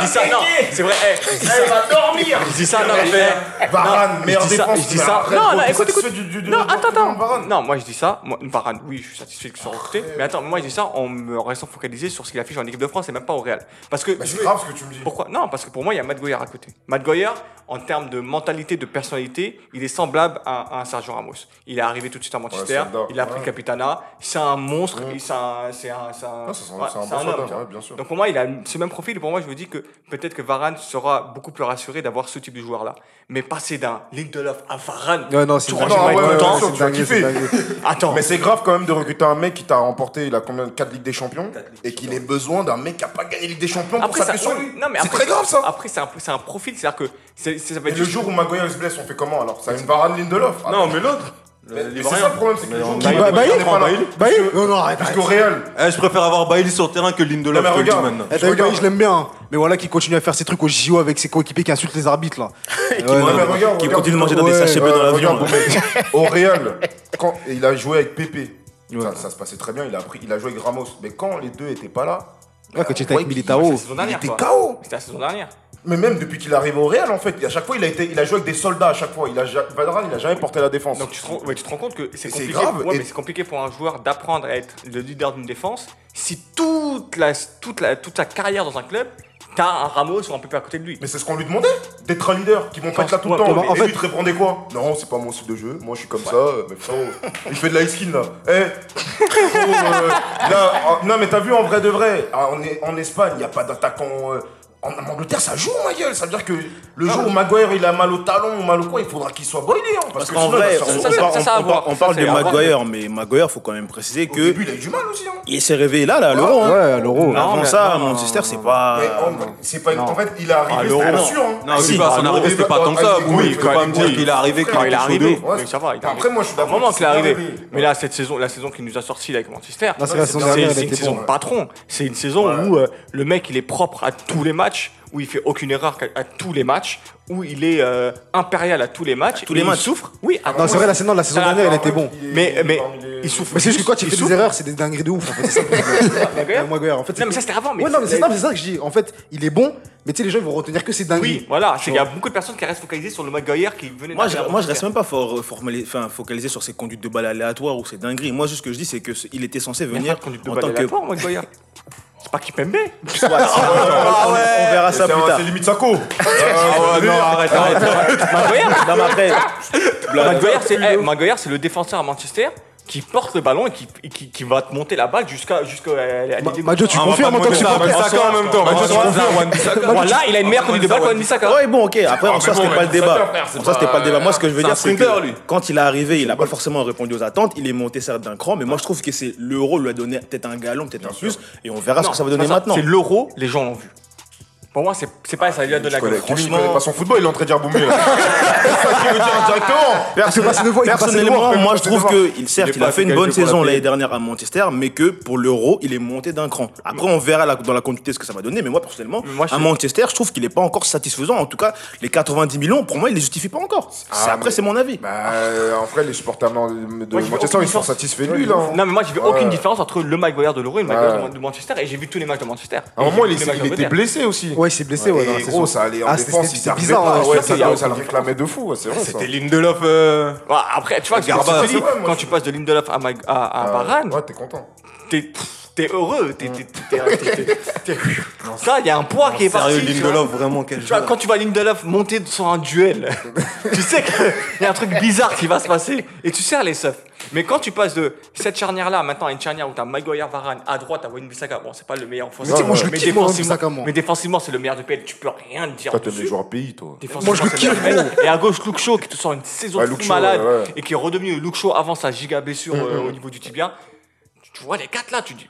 S5: dis ça, non, c'est vrai. eh, je dis ça, dormir. Je dis ça, non, mais, eh, eh,
S2: Varane,
S5: non,
S2: meilleure
S5: je dis ça,
S2: défense,
S5: Je dis
S2: mais
S5: ça.
S2: après,
S5: Non,
S2: gros,
S5: non,
S2: t'es
S5: écoute, écoute.
S2: satisfait du- du- du-
S5: Non,
S2: du-
S5: attends, attends.
S2: Varane
S5: Non, moi je dis ça. Moi, Varane, oui, je suis satisfait qu'ils soient recrutés. Mais attends, moi je dis ça en me restant focalisé sur ce qu'il affiche en équipe de France et même pas au Real. Parce que.
S2: Bah, C'est grave ce que tu me dis.
S5: Pourquoi Non, parce que pour moi, il y a Matt Goyer à côté. Matt Goyer, en termes de mentalité, de personnalité, il est semblable à, à un Sergio Ramos. Il est arrivé tout de suite à Manchester,
S2: soldat,
S5: il a pris
S2: ouais.
S5: Capitana, c'est un monstre, et c'est un, c'est un, c'est un-
S2: Ah, ça, c'est un-
S5: ouais,
S2: c'est un
S5: c'est
S2: bon
S5: un homme,
S2: soldat,
S5: tu vois.
S2: ouais, bien sûr.
S5: Donc pour moi, il a ce même profil. Pour moi, je me dis que peut-être que Varane sera beaucoup plus rassuré d'avoir ce type de joueur-là. Mais passer d'un Lindelof à Varane,
S4: Ouais, non, c'est
S5: tu
S4: une
S5: ranges
S2: dingue.
S5: pas
S2: Non, ouais,
S5: autant.
S2: ouais, ouais,
S4: dingue,
S2: tu vas
S4: c'est
S2: kiffer.
S4: dingue.
S5: Attends,
S2: Mais c'est grave quand même de recruter un mec qui t'a remporté, il a combien 4 Ligues des Champions
S3: Ligues des
S2: Et qu'il ait besoin d'un mec qui a pas gagné Ligue des Champions
S5: après
S2: pour
S5: ça,
S2: s'appuyer sur
S5: ouais,
S2: lui.
S5: non, mais
S2: C'est
S5: après-
S2: très grave ça.
S5: Après, c'est un, c'est un profil, c'est-à-dire que c'est- c'est- ça va
S2: Et
S5: être
S2: le jour où Maguire se blesse, on fait comment alors Ça a une Varane Lindelof Ah,
S1: Non, mais l'autre
S2: Mais, mais c'est
S1: Ivoirien.
S2: ça le problème, c'est que le jour où
S4: Bah,
S2: Maguire
S4: Bailly,
S2: n'est pas là,
S4: Bailly Non, non, arrête.
S2: Puisqu'au Real,
S3: Eh, je préfère avoir Bailly sur le terrain que
S2: non
S3: Lindelof.
S2: mais
S3: je te le dis
S2: regarde,
S3: maintenant.
S4: Eh, t'as vu, Bailly, je l'aime bien, hein. mais voilà qui continue à faire ses trucs au JO avec ses coéquipiers qui insultent les arbitres là. Ouais,
S2: Ouais,
S4: non,
S2: mais regarde,
S1: qui
S2: regarde,
S1: continue de manger dans
S4: ouais,
S1: des sachets bleus dans
S2: Euh,
S1: l'avion.
S2: regarde, Boumé. Au Real, quand et il a joué avec Pépé, ça, ça se passait très bien. Il a, pris, il a joué avec Ramos. Mais quand les deux étaient pas là,
S4: Ouais, quand tu étais
S2: Ouais,
S4: avec Militao.
S5: la saison dernière.
S2: était
S5: quoi.
S2: KO.
S5: C'était la saison dernière.
S2: mais même depuis qu'il arrive au Real, en fait, à chaque fois, il a, été, il a joué avec des soldats. À chaque fois, il a, ja- Varane, il a jamais porté la défense.
S5: Donc tu te, rends- ouais, tu te rends compte que c'est
S2: Et c'est
S5: compliqué.
S2: grave,
S5: ouais,
S2: et-
S5: mais c'est compliqué pour un joueur d'apprendre à être le leader d'une défense si toute la toute la toute sa carrière dans un club, t'as un Ramos ou un peu à côté de lui.
S2: mais c'est ce qu'on lui demandait, d'être un leader, qui vont pas être là tout le
S5: Ouais,
S2: temps.
S5: mais
S2: et
S5: en
S2: lui, il te répondait quoi Non, c'est pas mon style de jeu, moi je suis comme ça, euh, mais frérot, il fait de la skin là. Eh frérot, euh, là, en- Non, mais t'as vu en vrai de vrai, ah, en, E- en Espagne, il a pas d'attaquant. euh, en en Angleterre, ça joue, ma gueule. Ça veut dire que
S3: Ah,
S2: le jour où Maguire il a mal au talon ou mal au coin, il faudra qu'il soit boilé. hein, parce
S1: Parce
S2: que
S1: qu'en
S2: sinon,
S1: vrai,
S2: il va se faire
S1: on-
S5: ça,
S1: on
S5: ça,
S2: sauver.
S1: parle-
S5: ça,
S1: on
S5: ça, à
S1: parle-
S5: voir.
S1: on
S5: Ça,
S1: parle
S5: c'est
S1: de
S5: à voir.
S1: Maguire, mais Maguire, faut quand même préciser
S2: Au
S1: que
S2: début, il a eu du mal aussi. hein.
S1: il s'est réveillé là, là, à l'Euro. hein.
S4: Ouais, à l'euro.
S1: Mais Avant
S5: mais-
S1: ça, à
S5: non,
S1: Manchester, c'est
S2: Mais
S1: pas.
S2: en, c'est pas, en fait, il est arrivé, c'était pas
S1: l'Euro.
S2: sûr. hein.
S3: Ah, Non,
S1: Ah,
S3: au
S1: si,
S3: départ,
S1: bah,
S3: son
S1: non,
S3: arrivée, c'était pas tant que ça.
S2: Ah,
S3: Boumé.
S2: oui,
S3: Il faut pas me dire qu'il est arrivé
S5: Quand il est arrivé,
S2: Ouais,
S5: mais ça va. il est
S2: Après,
S5: arrivé.
S2: moi, je suis
S5: C'est un
S2: d'accord,
S5: moment
S2: c'est
S5: qu'il est arrivé.
S2: arrivé.
S5: Mais là, cette saison, la saison qui nous a sorti là, avec Manchester,
S4: Non, c'est la saison
S5: c'est-
S4: dernière,
S5: c'est
S4: elle
S5: une
S4: était
S5: saison
S4: bon, ouais.
S5: patron. C'est une saison
S2: Ouais.
S5: où euh, le mec, il est propre à tous les matchs, où il fait aucune erreur à, à tous les matchs, où il est euh, impérial à tous les matchs.
S1: tous les
S5: et il
S1: matchs.
S5: souffre. Oui, à
S4: Non,
S5: tous
S4: c'est vrai, la saison, la saison
S5: Ah,
S4: dernière, elle
S2: en
S4: était
S2: fait,
S4: bon.
S2: il est-
S5: mais, mais
S2: parmi les-
S5: il souffre.
S4: Mais c'est juste que quand il fait des
S5: souffre.
S4: erreurs, c'est des dingueries de ouf. En fait, c'est ça le problème.
S5: Maguire
S1: Euh,
S4: Ouais, Euh, Maguire, en fait.
S5: Non, mais ça, c'était avant, mais
S4: Ouais, non, mais c'est
S5: c'est-
S4: non, mais c'est ça que je dis. En fait, il est bon, mais tu sais, les gens, ils vont retenir que c'est dinguerie.
S5: Oui, voilà. c'est qu'il y a beaucoup de personnes qui restent focalisées sur le Maguire qui venait
S1: Moi je,
S5: d'arriver à
S1: moi, je reste
S5: Manchester.
S1: même pas for- formali- enfin, focalisé sur ses conduites de balles aléatoires ou ses dingueries. Moi, juste ce que je dis, c'est qu'il était censé
S5: Il y a
S1: venir
S5: pas de conduite de
S1: en
S5: balle
S1: tant que.
S5: aléatoire, Maguire. C'est pas Kipembe
S1: Soit- on, on- on verra
S2: C'est
S1: ça plus
S2: un-
S1: tard.
S2: c'est limite Sako.
S3: Ah ouais, non, arrête, arrête.
S5: Maguire
S1: Non, mais après, blague.
S5: Maguire, c'est eh, Maguire, c'est le défenseur à Manchester qui porte le ballon et qui, et qui, qui va te monter la balle jusqu'à jusqu'à euh, la- la- la- la-
S4: Madio,
S2: Ah,
S4: tu confirmes en tant que supporter
S3: en même temps.
S5: Voilà, il a une meilleure conduite de balle qu'Wan Bissaka.
S1: Ouais, bon, ok. Après, en soi, c'était pas le débat. En soi, c'était pas le débat. Moi, ce que je veux
S3: c'est un
S1: dire, c'est
S3: sprinter,
S1: que
S3: lui.
S1: quand il est arrivé, il a pas forcément répondu aux attentes. Il est monté, certes, d'un cran. Mais moi, je trouve que c'est l'euro lui a donné peut-être un galon, peut-être un plus. Et on verra ce
S5: Non,
S1: que ça va donner
S5: c'est pas
S1: maintenant.
S5: C'est l'euro, les gens l'ont vu. Pour moi, c'est c'est pas ça lui a donné la gueule.
S2: Franchement, Bah, il connaît pas son football, il est en train de dire Boumé. là. C'est ça qu'il veut dire directement.
S4: Parce que Barcelone, il est passé devant.
S1: Personnellement, moi je trouve que il, certes,
S3: Il est
S1: il a
S3: pas
S1: fait une
S3: qualifié
S1: bonne
S3: pour la
S1: saison
S3: paix.
S1: l'année dernière à Manchester, mais que pour l'Euro, il est monté d'un cran. Après, on verra la- dans la continuité ce que ça va donner, mais moi personnellement,
S5: Mais moi, je
S1: à
S5: suis-
S1: Manchester, je trouve qu'il n'est pas encore satisfaisant. En tout cas, les 90 millions, pour moi, il les justifie pas encore. C'est-
S2: Ah,
S1: après,
S2: mais-
S1: c'est mon avis.
S2: Bah, euh, en vrai, les supporters de de
S5: Moi, je vois
S2: Manchester,
S5: aucune
S2: ils sont
S5: différence.
S2: satisfaits de lui, là. hein.
S5: Non mais moi j'ai vu
S2: Ouais.
S5: aucune différence entre le Maguire de l'Euro et le Maguire
S2: Ouais.
S5: de- de Manchester et j'ai vu tous les matchs de Manchester.
S2: À un
S5: Et j'ai
S2: moment,
S5: vu
S2: il,
S5: tous les
S2: est-
S5: matchs
S2: il
S5: d'Angleterre.
S2: était blessé aussi.
S4: Ouais, il s'est blessé, ouais.
S2: Et
S4: dans la saison.
S2: gros, ça allait en
S4: Ah, c'était-
S2: défense,
S4: c'était
S2: ils arrivaient
S4: bizarre,
S2: pas.
S4: hein,
S2: Ouais,
S5: sûr
S2: ça,
S5: qu'il y a
S2: doit- ça le
S5: aucun-
S2: réclamait de fou, ouais, c'est vrai. ça.
S3: C'était Lindelof. euh,
S5: Ouais, Bah, après tu vois
S3: Garba,
S5: ce que je te
S3: c'est
S5: dis,
S2: vrai, moi,
S5: quand
S2: je-
S5: tu passes de Lindelof à, Mag- à, à
S3: Euh,
S2: Ah,
S5: Varane,
S2: Ouais, t'es content.
S5: t'es pff, t'es heureux, t'es t'es- t'es- t'es- t'es- t'es- ça il y a un poids qui est parti.
S3: Sérieux,
S5: tu vois.
S3: Lindelof, vraiment, quel
S5: Tu vois,
S3: joueur.
S5: quand tu vois Lindelof monter sur un duel, tu sais qu'il y a un truc bizarre qui va se passer et tu serres les seufs. Mais quand tu passes de cette charnière-là maintenant à une charnière où t'as Maguire Varane à droite, à Wayne Bissaka, bon, c'est pas le meilleur
S4: Mais tu sais,
S5: offensif.
S4: moi, je le kiffe, moi, Wan Bissaka, moi.
S5: mais défensivement, c'est le meilleur de PL, tu peux rien dire.
S2: Toi, t'es
S5: dessus.
S2: le joueur pays, toi.
S5: Défensivement,
S4: Moi, je le
S5: c'est
S4: kiffe,
S5: merveilleux. Et à gauche, Luke Shaw qui te sort une saison
S2: Ouais,
S5: de
S2: Luke
S5: fou
S2: Shaw,
S5: malade
S2: ouais, Mm, ouais.
S5: et qui est redevenu le Luke Shaw avant sa giga blessure euh, au niveau du tibia. Tu, tu vois les quatre là, tu dis,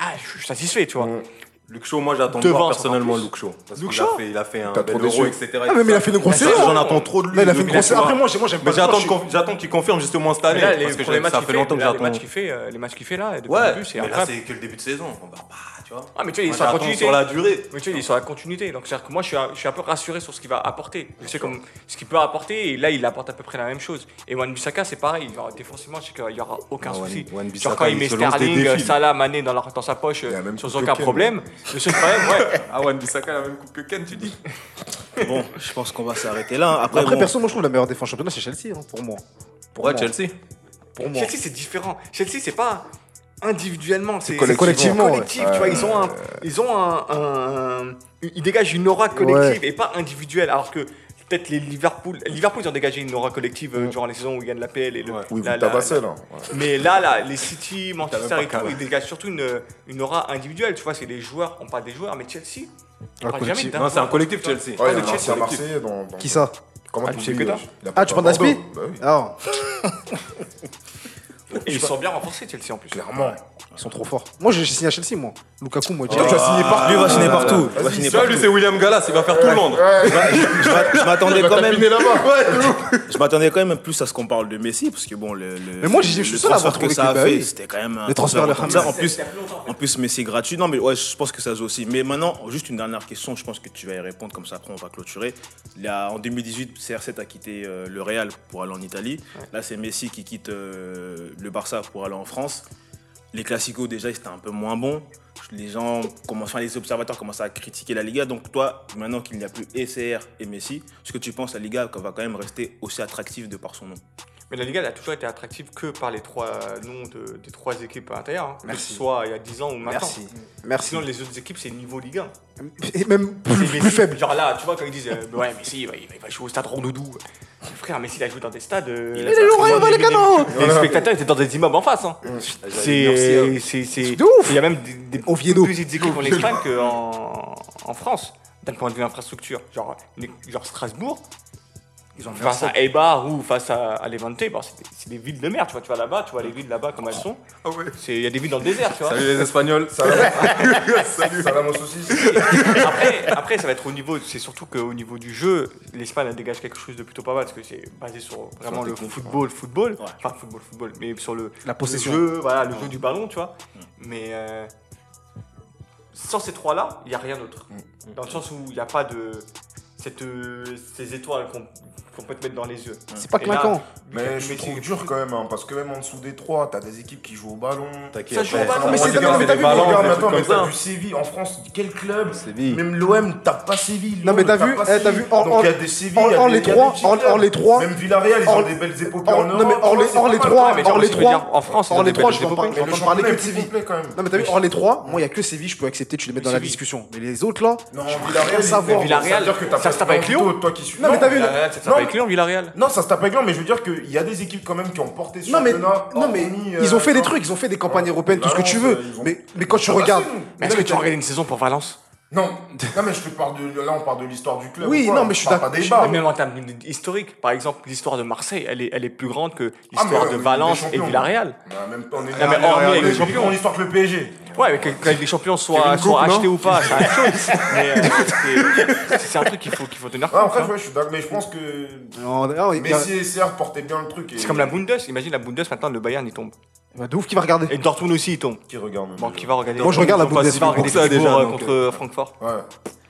S5: ah, je suis satisfait, tu vois.
S2: Mm.
S3: Luke Shaw, moi, j'attends de
S5: Devant,
S3: voir
S5: ça, en
S3: personnellement
S5: plus.
S3: Luke Shaw. Parce
S5: Luke
S3: qu'il a
S5: Shaw
S3: fait- Il a fait un
S2: T'as
S3: bel
S2: trop déçu.
S3: euro, etc.
S4: Ah, mais il a fait une grosse
S3: Ça,
S4: erreur.
S3: J'en attends trop de lui.
S4: Là, il a fait une
S3: de
S4: grosse erreur.
S3: Pilates.
S4: Après, moi, j'ai- moi, j'aime pas
S3: Mais
S4: le
S3: j'attends
S4: coach.
S3: qu'il- j'attends qu'il confirme justement cette
S5: Mais
S3: année.
S5: là, les,
S3: Parce que
S5: pour les
S3: j'ai-
S5: matchs
S3: ça
S5: qu'il
S3: fait longtemps que
S5: là, les
S3: j'attends.
S5: matchs qu'il fait, euh, les matchs qu'il fait là, depuis le
S3: Ouais,
S5: début, c'est
S3: mais là,
S5: incroyable.
S3: c'est que le début de saison. On va pas, tu vois.
S5: Ah, mais tu vois, il est
S3: Moi,
S5: sur la
S3: j'attends
S5: continuité.
S3: sur la durée.
S5: Mais tu vois, il est sur la continuité. Donc, c'est-à-dire que moi, je suis, un, je suis un peu rassuré sur ce qu'il va apporter. Je sais comme ce qu'il peut apporter, et là, il apporte à peu près la même chose. Et Wan Bissaka, c'est pareil. Il aura- défensivement, je sais qu'il n'y aura aucun
S3: Ah, Wan-
S5: souci.
S3: Wan Bissaka,
S5: Genre, quand il
S3: il
S5: met
S3: se lance des
S5: Sterling,
S3: défis,
S5: euh,
S3: lui.
S5: Salah, Mané dans, leur- dans sa poche,
S2: a
S5: euh,
S2: même
S5: sans
S2: plus que
S5: aucun
S2: Ken.
S5: problème. Le seul problème, ouais.
S3: Ah, Wan Bissaka, la même coupe que Ken, tu dis
S1: Bon, je pense qu'on va s'arrêter là. Après,
S4: Après,
S1: bon,
S4: perso, moi, je trouve la meilleure défense championnat, c'est Chelsea, hein, pour moi. Pour
S3: Ouais,
S4: moi.
S3: Chelsea.
S4: Pour moi.
S5: Chelsea, c'est différent. Chelsea, c'est pas individuellement, c'est
S4: collectivement.
S5: collectivement,
S4: ouais. Euh.
S5: collectif. Tu vois, ils ont un, ils ont un, un- ils dégagent une aura collective et pas individuelle. Alors que peut-être les Liverpool. Liverpool, ils ont dégagé une aura collective
S4: Mm.
S5: euh, durant les saisons où ils gagnent la PL et le.
S2: Oui, vous
S5: la- la-
S2: tabassez,
S5: la-
S2: là. Ouais.
S5: Mais là, là, les City, Manchester
S3: même
S5: et
S3: pas
S5: tout,
S3: Cavani.
S5: ils dégagent surtout une, une aura individuelle. Tu vois, c'est des joueurs, on parle des joueurs, mais Chelsea. on
S4: Un
S5: parle
S4: collectif.
S5: jamais d'un
S3: Non, c'est un
S5: joueur.
S3: collectif Chelsea.
S2: Ouais, il y a
S5: le
S2: un
S5: Chelsea,
S2: ancien
S5: le collectif.
S2: Marseillais dans. dans-
S4: Qui ça
S2: Comment
S5: Ah,
S2: tu
S5: tu sais
S2: oublies,
S5: que
S2: euh,
S5: t'as
S2: il a
S4: Ah, tu
S2: pas
S4: parles
S2: Bordeaux.
S4: d'Aspi
S2: Bah oui,
S4: Ah,
S5: Et ils sont bien renforcés, Chelsea en plus.
S2: clairement.
S4: ils sont trop forts. Moi, j'ai signé à Chelsea, moi. Lukaku, moi.
S2: Ah,
S4: direct.
S2: tu as signé partout.
S1: Lui il va signer
S4: Ah.
S1: partout. Il va
S2: Vas-y,
S1: signer
S3: Ça, lui,
S1: partout.
S3: c'est William Gallas, il va faire tout Londres.
S2: Ouais,
S1: Je m'a- je m'attendais
S2: il va
S1: quand même.
S2: tapiner là-bas.
S1: Je m'attendais quand même plus à ce qu'on parle de Messi parce que bon le, le-
S4: Mais moi, je- je
S1: le
S4: suis seul à
S1: transfert
S4: avoir trouvé
S1: que ça
S4: que-
S1: a
S4: bah
S1: fait
S4: oui.
S1: c'était quand même un
S4: Le transfert de
S1: transfert comme ça.
S4: Hamas.
S1: en plus en plus Messi gratuit non mais ouais je pense que ça joue aussi mais maintenant juste une dernière question je pense que tu vas y répondre comme ça après on va clôturer Là, en 2018 CR7 a quitté euh, le Real pour aller en Italie là c'est Messi qui quitte euh, le Barça pour aller en France les classicos déjà c'était un peu moins bon les gens commencent, enfin, les observateurs commencent à critiquer la Liga. Donc toi, maintenant qu'il n'y a plus ECR et Messi, est-ce que tu penses que la Liga va quand même rester aussi attractive de par son nom
S5: Mais la Liga, elle a toujours été attractive que par les trois euh, noms de- des trois équipes à l'intérieur, hein. que ce soit il y a 10 ans ou maintenant.
S4: Merci. Merci.
S5: Sinon, les autres équipes, c'est niveau Ligue 1.
S4: Et même plus,
S5: C'est
S4: plus
S5: Messi,
S4: faible.
S5: Genre là, tu vois, quand ils disent euh, Ouais, Messi, il va, il va jouer au stade Rondoudou. Frère, Messi, il a joué dans des stades. euh,
S1: Il a joué
S4: au Royal
S5: les- les-
S4: Vallecano.
S5: Les spectateurs étaient dans des immeubles en face. Hein. C'est. C'est c'est-
S4: euh, de ouf.
S5: Il y a même des, des
S4: Oviedo.
S5: plus petites équipes en Espagne qu'en en France, d'un point de vue infrastructure. Genre, une- genre Strasbourg.
S4: Ils ont fait
S5: Face à Eibar ou face à, à Levante, bon, c'est des- c'est des, villes de merde, tu vois, tu vas là-bas, tu vois les villes là-bas comme elles sont. C'est- Il y a des villes dans le désert, tu vois.
S3: Ah Salut les Espagnols.
S2: Salut, salam aux saucisses.
S5: après, après, ça va être au niveau, c'est surtout qu'au niveau du jeu, l'Espagne elle dégage quelque chose de plutôt pas mal parce que c'est basé sur vraiment le football, football,
S1: Ouais.
S5: enfin football, football, mais sur le,
S4: La possession.
S5: le jeu, voilà, le jeu du ballon, tu vois. Mais euh, sans ces trois-là, il n'y a rien d'autre. Dans le sens où il n'y a pas de cette, euh, ces étoiles qu'on qu'on peut te mettre dans les yeux.
S4: C'est pas
S5: Et là,
S4: clinquant.
S2: Mais je
S5: Mm. mais
S2: trouve
S5: tu-
S2: dur quand même, hein, parce que même en dessous des trois, t'as des équipes qui jouent au ballon.
S3: T'inquiète,
S5: Ça joue au
S3: ouais,
S5: ballon,
S3: ça,
S5: mais
S3: on
S5: c'est
S3: dit
S5: tellement-
S3: qu'on fait
S5: t'as
S3: des
S5: vu,
S3: ballons,
S2: regarde
S3: des
S2: maintenant, mais
S3: trucs
S2: t'as
S3: comme
S2: du Séville. En France, quel club
S3: Séville.
S2: Même l'OM, t'as pas Séville.
S4: Non, mais
S2: Londres,
S4: t'as vu,
S2: pas
S4: eh, t'as
S2: Séville.
S4: vu, en-
S2: Donc, il y a
S4: en-
S2: des Séville, il y a
S4: en
S2: des-
S4: les
S2: il y a
S4: trois,
S2: des petits
S4: en-
S2: clubs.
S4: en les trois-
S2: Même Villarreal, ils
S4: en-
S2: ont des belles épopées
S4: en-
S2: en
S4: non, mais
S2: Europe.
S4: en les-
S2: c'est
S4: en
S2: pas
S4: les
S2: mal,
S4: trois,
S2: ouais, mais
S5: mais genre,
S4: en
S5: je
S4: les
S5: veux
S4: trois-
S5: dire, en France,
S4: en
S5: on
S4: les trois, je
S5: dépêche
S4: vais en
S5: beaucoup.
S4: parler.
S2: Mais
S4: On
S2: le
S4: va parler
S2: championnat
S4: que
S2: est
S4: de Séville.
S2: complet, quand même.
S4: Non, mais t'as vu, hors les trois, moi, il y a que Séville, je peux accepter, tu les mets dans la
S5: Séville.
S4: discussion. Mais les autres, là,
S2: Non,
S4: je veux
S2: Villarreal,
S4: rien
S2: ils-
S4: savoir.
S5: mais Villarreal,
S2: c'est-à-dire que t'as
S5: ça
S2: pas
S5: se tape avec
S2: Lyon,
S5: Lyon.
S2: Toi qui suis.
S4: Non, mais t'as vu, le-
S5: Villarreal, ça
S2: Non,
S5: s'appelle Lyon, Villarreal.
S2: Non, ça se tape avec Lyon, mais je veux dire qu'il y a des équipes quand même qui ont porté ce
S4: Non mais,
S2: championnat.
S4: non, mais
S2: hormis, euh,
S4: ils ont fait des
S2: genre-
S4: trucs, ils ont fait des campagnes européennes, tout ce que tu
S2: Valence,
S4: veux.
S2: euh, ils ont-
S4: Mais, mais quand tu
S2: Ah, bah,
S4: regardes.
S2: si, nous.
S5: Mais est-ce
S2: Non,
S5: que tu aurais une saison pour Valence
S2: Non, non mais je te parle de là on parle de l'histoire du club.
S4: Oui,
S2: ou quoi,
S4: non, mais
S2: on
S4: je suis
S2: parle
S4: d'accord,
S2: pas
S4: je
S2: des
S4: suis
S2: bars.
S5: Mais en termes d- historiques, par exemple, l'histoire de Marseille, elle est, elle est plus grande que
S2: Ah, mais
S5: l'histoire
S2: ouais,
S5: de
S2: mais
S5: Valence
S2: des
S5: et
S2: champions.
S5: Villarreal.
S2: Bah, en même temps, on est
S5: mais hormis
S2: on est
S5: avec les
S2: champions,
S5: champions.
S2: on est histoire que le PSG.
S5: Ouais, mais que, que les champions soient,
S3: Kevin
S5: soient
S3: Coupe, non
S5: achetés ou pas, c'est la chose. Mais euh, c'est- c'est un truc qu'il faut, qu'il faut tenir
S2: Ah,
S5: compte.
S2: après,
S5: hein.
S2: ouais, je suis d'accord, mais je pense que
S4: Non, non, il y a-
S2: Messi et CR portaient bien le truc. et-
S5: C'est comme la Bundes. Imagine la Bundes, maintenant le Bayern il tombe.
S4: bah, de ouf qui va regarder.
S5: Et Dortmund aussi il tombe.
S2: qui regarde. même.
S5: Bon, qui va regarder
S4: Moi, je regarde la Bundesliga
S5: Bundesliga
S3: pour ça, déjà, donc,
S5: contre
S3: euh,
S5: Francfort.
S2: Ouais.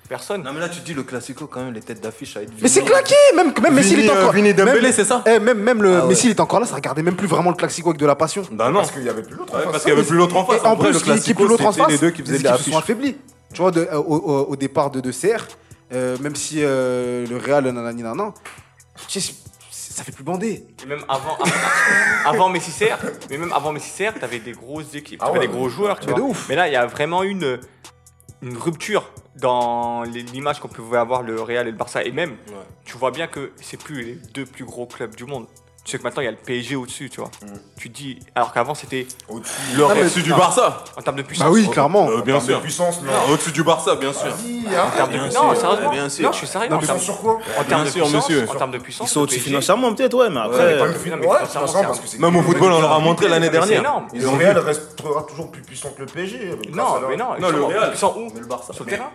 S5: Personne.
S3: Non, mais là, tu te dis le classico quand même, les têtes d'affiche. ça va être
S4: Mais c'est
S3: Vini.
S4: claqué Même, même Messi, il
S3: Vini,
S4: est
S3: euh,
S4: encore.
S3: Vini
S4: même-
S3: Dembélé, c'est ça
S4: Eh, même, même le
S3: Ah ouais.
S4: Messi, il est encore là, ça regardait même plus vraiment le classico avec de la passion.
S3: Bah non.
S2: Parce qu'il y avait plus l'autre.
S3: Ouais,
S2: enfin,
S3: parce
S2: ça,
S3: qu'il y avait plus l'autre en face.
S4: Et en
S3: vrai,
S4: plus, l'équipe
S3: classico,
S4: ou l'autre en
S3: c'était
S4: face,
S3: les deux qui faisaient de
S4: équipes se
S3: l'affiche.
S4: sont affaiblies. Tu vois, de- euh, au, au- au départ de, de CR, euh, même si euh, le Real, nanani, nanan, tu sais, c'est- ça fait plus bander.
S5: Et même avant, avant, avant Messi serre, mais même avant Messi serre, t'avais des grosses équipes,
S2: Ah
S5: t'avais
S2: ouais,
S5: des gros joueurs, tu
S4: mais
S5: vois.
S4: de ouf.
S5: Mais là, il y a vraiment une, une rupture dans les- l'image qu'on pouvait avoir le Real et le Barça. Et même,
S3: Ouais.
S5: tu vois bien que c'est plus les deux plus gros clubs du monde. Tu sais que maintenant il y a le PSG au-dessus, tu vois. Tu te dis, alors qu'avant c'était
S2: Au-dessus
S3: Le
S4: mais-
S3: au-dessus du Barça.
S5: en termes de puissance.
S4: Bah oui, clairement.
S3: Euh,
S2: en
S3: Bien
S2: termes de
S3: sûr.
S2: puissance, non.
S3: Non, Au-dessus du Barça, bien sûr.
S2: Vas-y,
S5: En
S2: hein.
S5: termes de
S3: Bien
S5: non,
S3: sûr,
S5: sérieusement.
S3: bien sûr.
S5: Non, je suis sérieux. en
S2: Ils
S5: termes,
S2: sont sur quoi
S5: en termes de
S3: Bien sûr,
S5: puissance,
S3: monsieur.
S5: en termes de puissance,
S1: Ils sont
S5: le
S1: au-dessus
S5: PSG,
S1: financièrement peut-être, ouais, mais après.
S2: Pas le
S1: euh,
S2: fin-
S5: Non,
S2: Ouais,
S5: mais
S2: de toute
S5: sincèrement,
S2: façon,
S5: c'est
S2: parce
S5: un-
S2: que c'est-
S3: Même au football, on leur a montré l'année
S5: mais C'est
S3: dernière.
S5: énorme.
S2: Le Real restera toujours plus puissant que le PSG. avec euh, grâce à
S5: Non,
S2: leur-
S5: mais non.
S3: Non, le
S5: justement,
S3: Real.
S5: Puissant où
S3: Mais le Barça.
S5: Sur le terrain.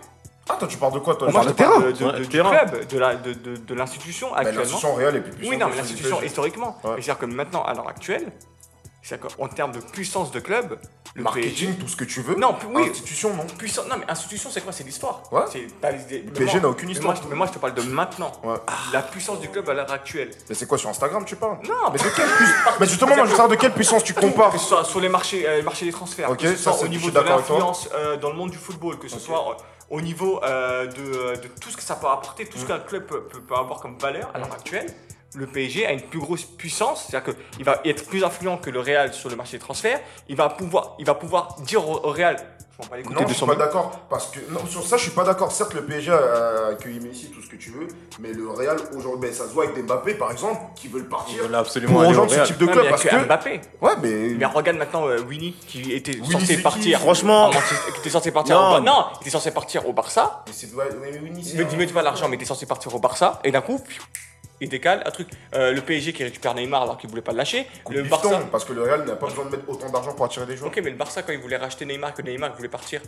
S2: Ah, toi, tu parles de quoi, toi
S4: On
S2: Moi,
S4: parle de
S2: je
S4: terrain.
S5: De- de-
S3: Ouais,
S5: de-
S3: le
S5: Du
S3: terrain.
S5: club, de la- de- de de l'institution
S2: Mais
S5: actuellement.
S2: l'institution Real est plus puissante.
S5: Oui, non,
S2: que
S5: mais
S2: celle du
S5: l'institution
S2: PSG.
S5: historiquement.
S2: Ouais.
S5: Mais C'est-à-dire que maintenant, à l'heure actuelle, c'est-à-dire qu'en termes de puissance de club, le PSG
S2: Marketing, tout ce que tu veux.
S5: Non, plus- oui.
S2: Institution, non.
S5: Puissant, non mais institution c'est quoi C'est l'histoire.
S2: Ouais.
S5: C'est- t'as des- mais
S2: PSG
S5: moi-
S2: n'a aucune
S5: mais
S2: histoire.
S5: moi, je- Mais moi, je te parle de maintenant.
S2: Ouais.
S5: La puissance du club à l'heure actuelle.
S2: Mais c'est quoi sur Instagram, tu parles
S5: Non.
S2: Ah, Mais de quelle puissance Mais justement, moi, je veux savoir de quelle puissance tu compares.
S5: Que ce soit sur les marchés, euh, les marchés des transferts,
S2: Ok,
S5: que ce
S2: ça,
S5: soit
S2: c'est-
S5: au
S2: je
S5: niveau
S2: suis
S5: de
S2: d'accord avec toi.
S5: l'influence euh, dans le monde du football, que ce soit euh, au niveau euh, de, euh, de tout ce que ça peut apporter,
S2: Mm.
S5: tout ce qu'un club peut, peut- peut avoir comme valeur à l'heure actuelle, le PSG a une plus grosse puissance, c'est-à-dire qu'il va être plus influent que le Real sur le marché des transferts, il va pouvoir, il va pouvoir dire au, au Real Je m'en pas les
S2: Non,
S5: côtés
S2: je
S5: de
S2: suis
S5: son.
S2: pas d'accord. Parce que non, sur ça, je suis pas d'accord. Certes, le PSG a accueilli Messi, tout ce que tu veux, mais le Real aujourd'hui, ben, ça se voit avec des Mbappé, par exemple, qui veulent partir
S3: Là, absolument
S2: pour
S3: aller au
S2: rejoindre ce
S3: Real.
S2: type de
S5: Ouais,
S2: club.
S5: mais
S2: parce
S5: il y a que
S2: que
S5: Mbappé.
S2: ouais, mais
S5: Mais regarde maintenant euh, Winnie qui était
S2: Winnie, c'est
S5: censé
S2: qui
S5: partir.
S1: Franchement.
S5: Ah, Manchester- qui était censé partir.
S1: Non.
S5: Au... Bar- Non, il était censé partir au Barça.
S2: Mais c'est- ouais, ouais, mais hein. Winnie, c'est
S5: Ne
S2: un-
S5: dis pas l'argent, mais il était censé partir au Barça. Et d'un coup, piou, il décale un truc. Euh, le PSG qui récupère Neymar alors qu'il voulait pas le lâcher.
S2: Coupe
S5: Le
S2: du
S5: Barça.
S2: temps, parce que le Real n'a pas besoin de mettre autant d'argent pour attirer des joueurs.
S5: Ok, mais le Barça quand ils voulaient racheter Neymar, que Neymar voulait partir,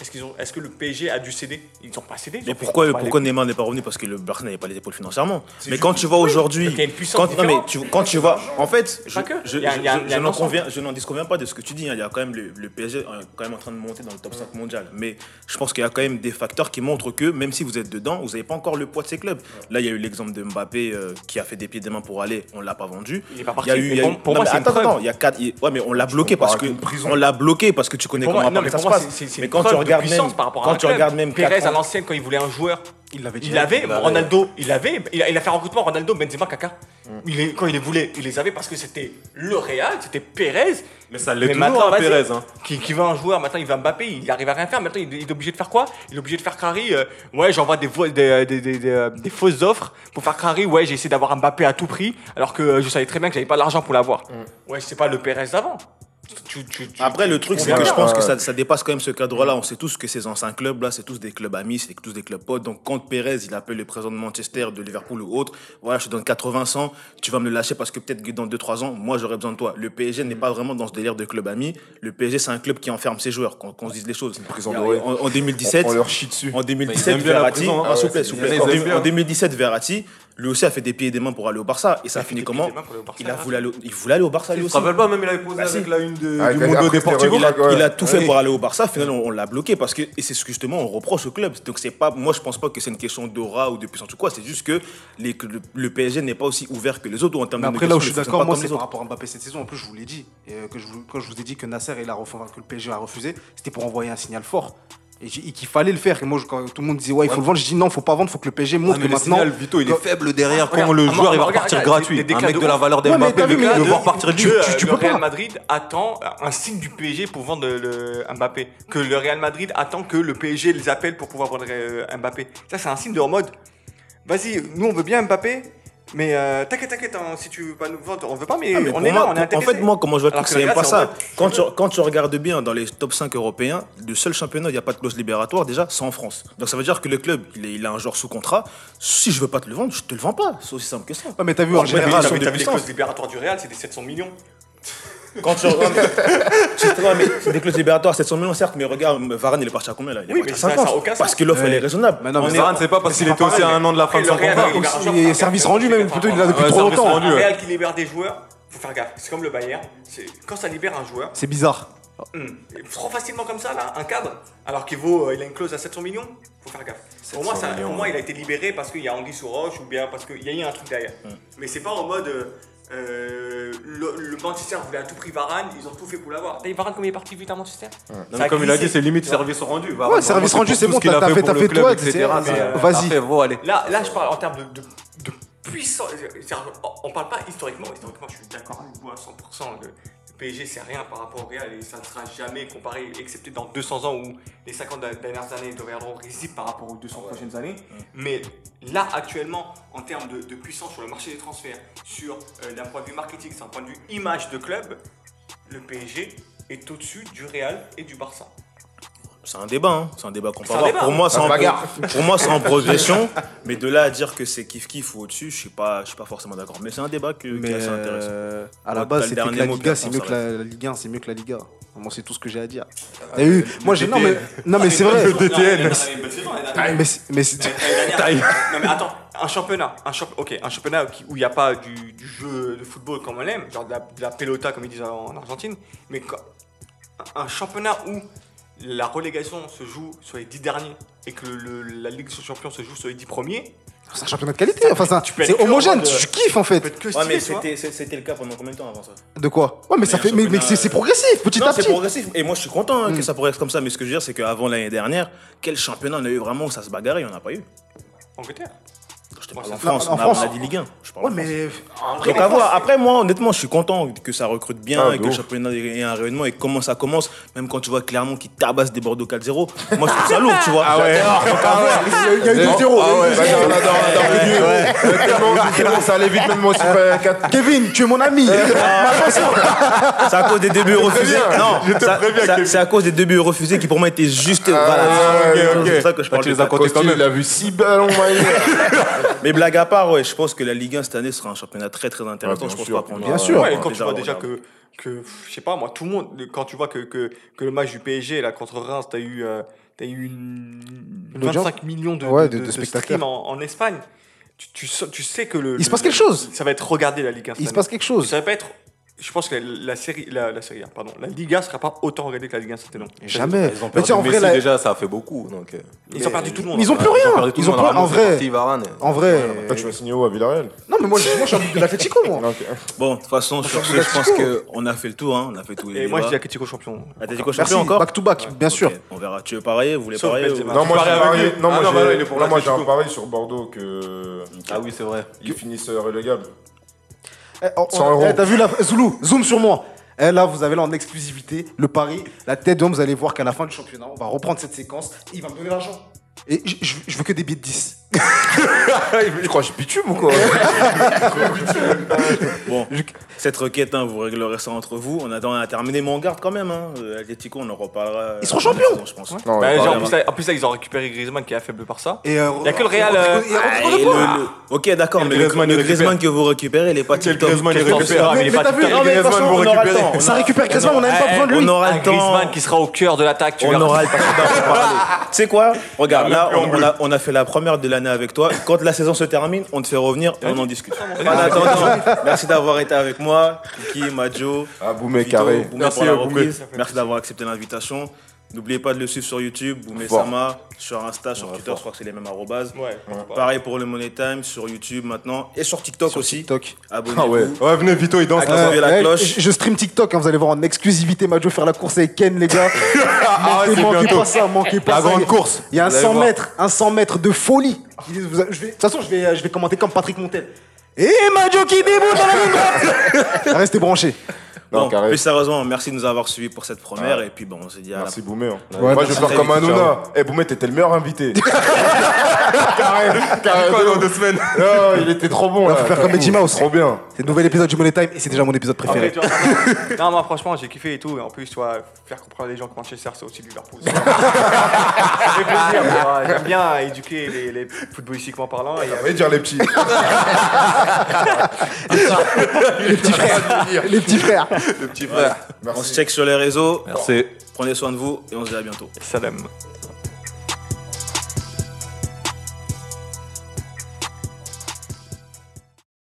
S5: est-ce qu'ils ont, est-ce que le PSG a dû céder Ils n'ont pas cédé. ils
S1: Mais
S5: ont fait-
S1: pourquoi,
S5: bah, les-
S1: pourquoi Neymar n'est pas revenu Parce que le Barça n'avait pas les épaules financièrement.
S2: C'est
S1: Mais
S2: juste-
S1: quand tu vois aujourd'hui.
S5: il y a une puissance
S1: Quand, non, mais
S5: différente.
S1: tu, quand tu vois. En fait, je,
S5: Pas que.
S1: je,
S5: Il y a-
S1: je-
S5: il y a-
S1: je-
S5: il y a
S1: je
S5: un
S1: n'en
S5: ensemble.
S1: conviens- je n'en disconviens pas de ce que tu dis. hein. Il y a quand même le, le PSG est quand même en train de monter dans le top 5 mondial. Mais je pense qu'il y a quand même des facteurs qui montrent que même si vous êtes dedans, vous n'avez pas encore le poids de ces clubs. Là, il y a eu l'exemple de Mbappé euh, qui a fait des pieds et des mains pour aller. On ne l'a pas vendu.
S5: Il est pas
S1: Il y a
S5: parti.
S1: eu. il
S5: Mais
S1: y a eu-
S5: Pour pour
S1: non,
S5: moi,
S1: mais
S5: c'est une
S1: attends,
S5: preuve.
S1: attends, il y a quatre- il- Ouais, mais on l'a bloqué parce que.
S2: compares avec une prison.
S1: On l'a bloqué parce que tu connais
S5: Pour
S1: comment
S5: moi, non,
S1: Mbappé
S5: mais
S1: ça
S5: pour
S1: se passe.
S5: moi, c'est- c'est- c'est
S1: Mais
S5: une
S1: quand tu
S5: preuves de
S1: regardes même.
S5: puissance par rapport à
S1: Quand
S5: un
S1: tu
S5: club.
S1: regardes même.
S5: Pérez
S1: quatre
S5: à
S1: ans-
S5: l'ancienne quand il voulait un joueur.
S4: Il l'avait
S5: Il l'avait, Ronaldo, il l'avait, il a, il a fait un recrutement Ronaldo, Benzema, Kaka.
S3: Mm.
S5: Il est, quand il les voulait, il les avait parce que c'était le Real, c'était Pérez.
S3: Mais ça l'est toujours à
S5: vas-y,
S3: Pérez. Hein.
S5: Qui, qui veut un joueur, maintenant il va Mbappé, il arrive à rien faire, maintenant il, il est obligé de faire quoi Il est obligé de faire Crary, euh, ouais j'envoie des, vo- des, euh, des, des- des, euh, des fausses offres pour faire Crary, ouais j'ai essayé d'avoir Mbappé à tout prix, alors que euh, je savais très bien que j'avais pas l'argent pour l'avoir.
S3: Mm.
S5: Ouais c'est pas le Pérez d'avant. Tu- tu- tu-
S1: Après, le
S5: tu-
S1: truc,
S5: on
S1: c'est
S5: verra
S1: que je
S5: bien.
S1: pense que ça, ça dépasse quand même ce cadre-là. On sait tous que ces anciens clubs-là, c'est tous des clubs amis, c'est tous des clubs potes. Donc, quand Pérez, il appelle le président de Manchester, de Liverpool ou autre, voilà, je te donne 80-100, tu vas me le lâcher parce que peut-être que dans 2-3 ans, moi, j'aurai besoin de toi. Le PSG n'est pas vraiment dans ce délire de club ami. Le PSG, c'est un club qui enferme ses joueurs, qu'on qu'on se dise les choses.
S2: prison
S1: Il y a-
S2: dorée.
S1: en, en 2017,
S2: On, on leur chie dessus.
S1: en
S3: Ils
S1: 2017,
S3: aiment bien la
S1: Verratti,
S3: prison, hein.
S1: Ah, s'il te plaît,
S3: Ouais,
S1: s'il te
S3: c'est-
S1: plaît.
S3: ils
S1: En,
S3: aiment
S1: deux-
S3: bien.
S1: en 2017, Verratti, lui aussi a fait des pieds et des mains pour aller au Barça. Et ça a
S5: fait
S1: fini
S5: des
S1: comment
S5: pieds et des mains pour aller au Barça,
S1: il, a
S5: Verratti.
S1: voulu aller, au- il voulait aller au Barça, lui
S3: Tu te
S1: aussi.
S3: rappelles pas, même il avait posé
S1: Bah, si.
S3: avec la une de-
S2: Ah,
S3: du
S2: quand-
S3: Mundo
S2: après,
S3: Deportivo.
S1: Il a,
S2: Ouais.
S1: il a tout fait
S3: Ouais.
S1: pour aller au Barça. Finalement, on l'a bloqué parce que et c'est ce que justement on reproche au club. Donc c'est pas, moi je pense pas que c'est une question d'aura ou de puissance ou quoi. C'est juste que les- que le, le PSG n'est pas aussi ouvert que les autres ou en termes
S4: Mais
S1: de.
S4: après, là où je suis
S1: négociation,
S4: d'accord,
S1: ils
S4: moi,
S1: sont
S4: c'est
S1: pas
S4: par
S1: comme
S4: rapport à Mbappé cette saison. En plus, je vous l'ai dit. Et euh, que je, vous- quand je vous ai dit que Nasser, il a refusé, que le PSG a refusé, c'était pour envoyer un signal fort. Et, j'ai- et qu'il fallait le faire. Et moi, je- quand tout le monde disait, ouais, il faut le vendre, je dis non, faut pas vendre, faut que le PSG montre
S3: Ah, mais
S4: que
S3: le
S4: maintenant.
S3: signal, Vito, il est
S4: Quand-
S3: faible derrière quand
S5: Regarde,
S3: le
S5: ah,
S3: joueur il va
S5: regarde,
S3: repartir
S5: regarde,
S3: gratuit.
S5: les- les
S3: Un
S5: déclats
S3: mec
S5: de
S3: de la
S5: ouf.
S3: valeur
S4: Ouais, mais
S3: d'Mbappé,
S4: t'as vu,
S3: le
S4: mais
S3: gars,
S4: le-
S3: de voir partir du
S5: que,
S4: tu-
S5: euh,
S4: tu
S5: le
S4: peux
S5: Real
S4: pas.
S5: Madrid attend un signe du PSG pour vendre le, le Mbappé. Que le Real Madrid attend que le PSG les appelle pour pouvoir vendre euh, Mbappé. Ça, c'est un signe de en mode vas-y, nous on veut bien Mbappé, mais euh, t'inquiète, t'inquiète, hein, si tu veux pas nous vendre, on veut pas, mais
S1: Ah, mais
S5: on
S1: pour
S5: est là,
S1: moi,
S5: on est
S1: En
S5: intéressé. Ah,
S1: fait, moi, comment je vois le
S5: Alors
S1: truc,
S5: que
S1: c'est
S5: le
S1: même
S5: Real,
S1: pas
S5: c'est en
S1: ça.
S5: mode-
S1: Quand tu, quand tu regardes bien dans les top 5 européens, le seul championnat où il n'y a pas de clause libératoire déjà, c'est en France. Donc ça veut dire que le club, il, est- il a un joueur sous contrat. Si je veux pas te le vendre, je te le vends pas. C'est aussi simple que ça.
S4: Ouais, mais t'as vu, en
S1: mais
S5: T'as vu-
S4: général.
S5: t'as
S1: sur
S5: vu,
S1: des
S5: t'as vu les
S1: puissances.
S5: clauses libératoires du Real, c'est des 700 millions.
S1: Ah, Quand tu regardes. Justement, mais c'est des clauses libératoires, 700 millions, certes, mais regarde, Varane, il est parti à combien là Il est
S5: Oui,
S1: parti
S5: mais
S1: à
S5: ça-
S1: 50.
S5: ça a aucun sens.
S1: parce que l'offre, elle est raisonnable.
S4: Mais non,
S1: On
S4: mais
S1: est-
S3: Varane, c'est pas parce qu'il était aussi à un an de la fin
S5: Et
S3: de
S5: le
S3: son
S5: Real,
S3: contrat.
S5: il
S4: aussi,
S5: argent,
S4: et
S5: par
S4: service
S5: contre,
S4: rendu,
S5: il
S4: même,
S5: fait pas
S4: plutôt, il
S5: un-
S4: l'a depuis
S5: un
S4: trop
S5: service
S4: longtemps.
S5: rendu,
S3: ouais.
S5: Un Real qui libère des joueurs, faut faire gaffe. C'est comme le Bayern, c'est- quand ça libère un joueur,
S4: C'est bizarre.
S5: Hmm. Trop facilement comme ça, là, un cadre, alors qu'il vaut, euh, il a une clause à 700 millions, faut faire gaffe. Pour moi,
S3: 700
S5: ça, pour
S3: millions,
S5: moi,
S3: ouais.
S5: il a été libéré parce qu'il y a Anguille sous roche ou bien parce qu'il y a eu un truc derrière. Mais c'est pas en mode euh, euh, le, le Manchester voulait à tout prix Varane, ils ont tout fait pour l'avoir. T'as vu Varane comme il est parti vite à Manchester
S3: Non,
S5: Ça
S3: mais comme il a
S5: glissé.
S3: dit, c'est limite
S5: Non.
S3: service rendu. Varane,
S4: Ouais, service
S3: vraiment,
S4: rendu, c'est
S3: tout
S4: bon,
S3: ce qu'il
S4: t'as-
S3: a
S4: t'as
S3: fait
S4: fait-
S3: pour
S4: t'as
S3: le
S4: fait
S3: club,
S4: toi,
S3: etc.
S4: t'sais,
S3: mais, euh,
S4: vas-y.
S3: après, bon, allez.
S5: Là, là, je parle en termes de, de- de puissance. c'est-à-dire, On parle pas historiquement. Historiquement, je suis d'accord avec vous à 100%. Le, le PSG, c'est rien par rapport au Real et ça ne sera jamais comparé, excepté dans 200 ans où les 50 dernières années deviendront risibles par rapport aux 200 prochaines années. Mais là, actuellement, en termes de, de puissance sur le marché des transferts, sur euh, d'un point de vue marketing, c'est un point de vue image de club, le PSG est au-dessus du Real et du Barça.
S1: C'est un débat, hein. c'est un débat qu'on peut
S5: C'est un
S1: avoir.
S5: débat,
S1: pour,
S5: hein.
S1: moi, c'est
S2: Ça
S1: en
S2: se bagarre.
S1: pour moi, c'est en progression, mais de là à dire que c'est kiff-kiff ou au-dessus, je suis pas, je suis pas forcément d'accord. Mais c'est un débat que,
S4: Mais
S1: qui est assez intéressant.
S4: euh, à la
S1: Ouais,
S4: base,
S1: t'as le
S4: c'était que
S1: dernier
S4: la
S1: mot,
S4: Liga,
S1: puis
S4: c'est
S1: après,
S4: mieux
S1: on
S4: que la, la Ligue 1, c'est mieux que la Liga. Moi, c'est tout ce que j'ai à dire. T'as eu Moi, j'ai. Non, mais, non, mais c'est vrai.
S5: Ah, Le DTN.
S4: Ah, Mais, c'est- mais c'est-
S5: Taille. Non mais attends, un championnat, un champ- ok, un championnat qui- où il n'y a pas du, du jeu de football comme on l'aime, genre de la, de la pelota comme ils disent en en Argentine, mais quand- un un championnat où la relégation se joue sur les 10 derniers et que le- la Ligue des Champions se joue sur les 10 premiers,
S4: c'est un championnat de qualité. Enfin, c'est un-
S5: Tu peux être
S4: c'est
S5: que
S4: homogène.
S5: en mode-
S4: Tu kiffes, en
S5: peut
S4: fait.
S5: être que
S1: Ouais,
S5: stylé,
S1: mais
S5: tu vois.
S1: c'était c'est- c'était le cas pendant combien de temps avant ça
S4: De quoi Ouais, mais ça
S1: Mais
S4: fait.
S1: un
S4: Mais mais
S1: championnat,
S4: c'est c'est progressif, petit
S1: Non,
S4: à
S1: c'est
S4: petit. Mm.
S1: progressif. Et moi, je suis content hein, que ça progresse comme ça. Mais ce que je veux dire, c'est qu'avant l'année dernière, quel championnat on a eu vraiment où ça se bagarrait Il n'y en a pas eu.
S5: Angleterre.
S1: Je te
S5: Moi,
S1: En
S5: ça-
S1: France,
S4: en
S1: on, a,
S4: France.
S1: on a dit Ligue 1. Je parle
S4: Ouais,
S1: en France.
S4: mais.
S1: Donc à voir. Après, moi, honnêtement, je suis content que ça recrute bien
S2: Ah,
S1: et
S2: de
S1: que le
S2: ouf.
S1: championnat ait un rayonnement et comment ça commence. Même quand tu vois Clermont qui tabasse des Bordeaux 4-0, moi, je trouve ça lourd, tu vois. J'adore. Donc, à voir.
S4: Il y a eu 2-0.
S2: Ah ouais, vas-y, on adore, on adore,
S1: Ouais,
S2: Manu.
S1: ouais.
S2: Ouais, tellement, tellement, ça allait vite, même moi aussi, pas 4.
S4: Kevin, tu es mon ami.
S1: C'est à cause des débuts refusés.
S2: préviens.
S1: Non,
S2: Je te
S1: ça-
S2: préviens,
S1: ça-
S2: Kevin.
S1: c'est à cause des débuts refusés qui pour moi étaient juste
S2: ok,
S1: valables.
S2: ok.
S1: C'est pour ça que je parle
S3: tu
S1: de
S3: les as
S1: ça.
S3: comptés quand même.
S2: il a vu 6 ballons, man.
S1: Mais blague à part, ouais, je pense que la Ligue 1 cette année sera un championnat très très
S2: Ah,
S1: intéressant.
S2: bien
S1: je pense
S2: sûr.
S1: pas qu'on
S4: Bien
S1: aura-
S4: sûr.
S1: on
S5: Ouais,
S1: aura
S5: quand tu vois déjà
S1: regardé.
S5: que, que pff, je sais pas, moi, tout le monde, le- quand tu vois que, que, que le match du PSG, là, contre Reims, t'as eu, euh, t'as eu une-
S4: Une audience.
S5: 25 millions de,
S4: Ouais, de- de
S5: streams
S4: spectateurs.
S5: en, en Espagne. Tu, tu, sais- tu sais que le.
S4: Il se
S5: le-
S4: passe quelque chose.
S5: Ça va être regardé, la Ligue 1.
S4: Il se passe quelque chose.
S5: Ça va pas être. Je pense que la, la série, la, la série, A, pardon, la Liga sera pas autant regardée que la Ligue 1 c'était long.
S4: Jamais.
S3: Ils ont
S4: Mais tu sais,
S3: perdu
S4: en vrai,
S3: Messi,
S4: la-
S3: déjà, ça a fait beaucoup. Donc, euh,
S5: Ils ont perdu tout le monde. hein.
S4: ils ont plus
S3: ouais,
S4: rien.
S3: perdu tout
S4: Ils
S3: le
S4: ont
S3: monde.
S4: plus- en
S3: Ramos est
S4: vrai-
S3: parti, Varane.
S4: En vrai.
S2: Toi, tu vas signer où à Villarreal
S4: Non, mais moi, je moi, je suis un but de l'Atletico, moi.
S2: Ok.
S1: Bon, de toute façon, sur ce, je pense qu'on a fait le tour. hein, On a fait tous les
S5: Et moi, je dis
S1: débats.
S5: Atletico champion.
S1: Atletico
S4: Merci,
S1: champion encore
S4: back to back, bien sûr.
S1: Ok, On verra. Tu veux parier Vous voulez
S5: Sauf
S1: parier
S5: Benzema.
S1: ou-
S2: Non,
S5: Ah, Tu
S2: moi j'ai
S5: paries
S2: un
S5: avec
S2: pari-
S5: lui
S2: non,
S5: Ah,
S2: moi,
S5: non,
S2: j'ai-
S5: bah non, il est pour
S2: non, moi, j'ai un
S5: l'Atlético.
S2: pari sur Bordeaux que.
S3: Ah oui, c'est vrai.
S2: Ils finissent euh, relégables.
S4: Eh, on- on-
S2: 100 euros.
S4: eh, T'as vu la Zoulou, zoom sur moi. Eh, là, vous avez là en exclusivité le pari, la tête d'homme. Vous allez voir qu'à la fin du championnat, on va reprendre cette séquence. Et il va me donner l'argent. Et je- je je veux que des billets de 10.
S2: Je crois que je bitume ou quoi
S4: Eh,
S1: Bon, cette requête, hein, vous réglerez ça entre vous. On attend à terminer, mais on garde quand même. Hein. Euh, Atletico, on en reparlera.
S4: Ils seront champions.
S1: saison, je pense.
S2: Non,
S5: Bah,
S2: ouais,
S5: genre, en,
S2: pareil.
S5: plus, là, en plus, là, ils ont récupéré Griezmann qui est affaibli par ça.
S4: Il
S5: y a que le Real, euh,
S1: Ah, et le- le- Ok, d'accord,
S5: Et le
S1: mais le,
S5: Griezmann,
S1: le
S5: il récupère.
S1: Griezmann que vous récupérez, il est pas tip top.
S5: Griezmann, il récupère.
S1: ah,
S4: Mais,
S5: mais il est
S4: mais
S5: pas
S4: t'as
S5: tout
S4: vu,
S5: à fait-
S4: non, mais de toute
S2: Griezmann,
S4: façon,
S2: vous
S4: on aura le
S2: récupérez.
S4: temps. Ça récupère Griezmann, on n'a même pas
S1: Eh,
S4: besoin de lui.
S1: On aura
S5: Un
S1: le temps.
S5: Griezmann qui sera au cœur de l'attaque. tu
S1: On
S5: verras.
S1: aura le temps d'en parler. Tu sais quoi Regarde, là, on, on a, on a fait la première de l'année avec toi. Quand la saison se termine, on te fait revenir et on en discute. En attendant, merci d'avoir été avec moi, Kiki, Majo.
S2: Ah, Boumé,
S1: Vito,
S2: carré.
S1: Boumé
S2: Merci,
S1: pour la
S2: euh, Boumé.
S1: reprise. Merci d'avoir accepté l'invitation. N'oubliez pas de le suivre sur YouTube, Boumé
S2: Fort.
S1: Sama, sur Insta, sur Twitter, je crois que c'est les mêmes arrobases.
S5: Ouais,
S1: Pareil pour le Money Time, sur YouTube maintenant et sur TikTok aussi.
S4: TikTok.
S1: Abonnez-vous.
S2: Ah ouais. Ouais, venez, Vito, il danse.
S1: Attends,
S4: Euh,
S1: Activez la
S4: eh,
S1: cloche.
S4: Je, je stream TikTok, hein, vous allez voir en exclusivité Majo faire la course avec Ken, les gars.
S2: Ah,
S4: manquez
S2: c'est
S4: manquez
S2: bientôt.
S4: pas ça, manquez pas
S2: La
S4: ça.
S2: grande course.
S4: Il y a un
S2: Vous allez
S4: 100
S2: voir.
S4: mètres, un 100 mètres de folie. Qui- vous a- je vais- De toute façon, je vais, je vais commenter comme Patrick Montel. Et Majo qui déboule dans la ligne droite. Restez branchés.
S1: Bon,
S2: Non, carré.
S1: plus sérieusement, merci de nous avoir suivis pour cette première et puis bon, on se dit à la
S2: Merci, Boumé. hein.
S4: Ouais,
S2: Moi, je vais
S1: merci.
S2: faire comme
S1: Salut,
S2: Hanouna. Eh, Boumé, t'étais le meilleur invité. Carré, carré.
S3: Quoi, dans deux semaines
S2: Non, il était trop bon.
S4: On
S2: là.
S4: va faire comme Betty Mouse.
S2: Trop bien.
S4: C'est le nouvel épisode du Money Time et c'est déjà mon épisode
S5: Après,
S4: préféré.
S5: Ah tu vois, non, moi franchement, j'ai kiffé et tout. Et en plus, tu vois, faire comprendre les gens que Manchester, c'est aussi Liverpool. Ça fait plaisir. tu vois. J'aime bien éduquer les, les footballistiquement parlant. Et,
S2: Allez dire les petits.
S4: les petits frères. les petits frères.
S1: On se check sur les réseaux.
S3: Merci.
S1: Prenez soin de vous et on se dit à bientôt.
S5: Salam.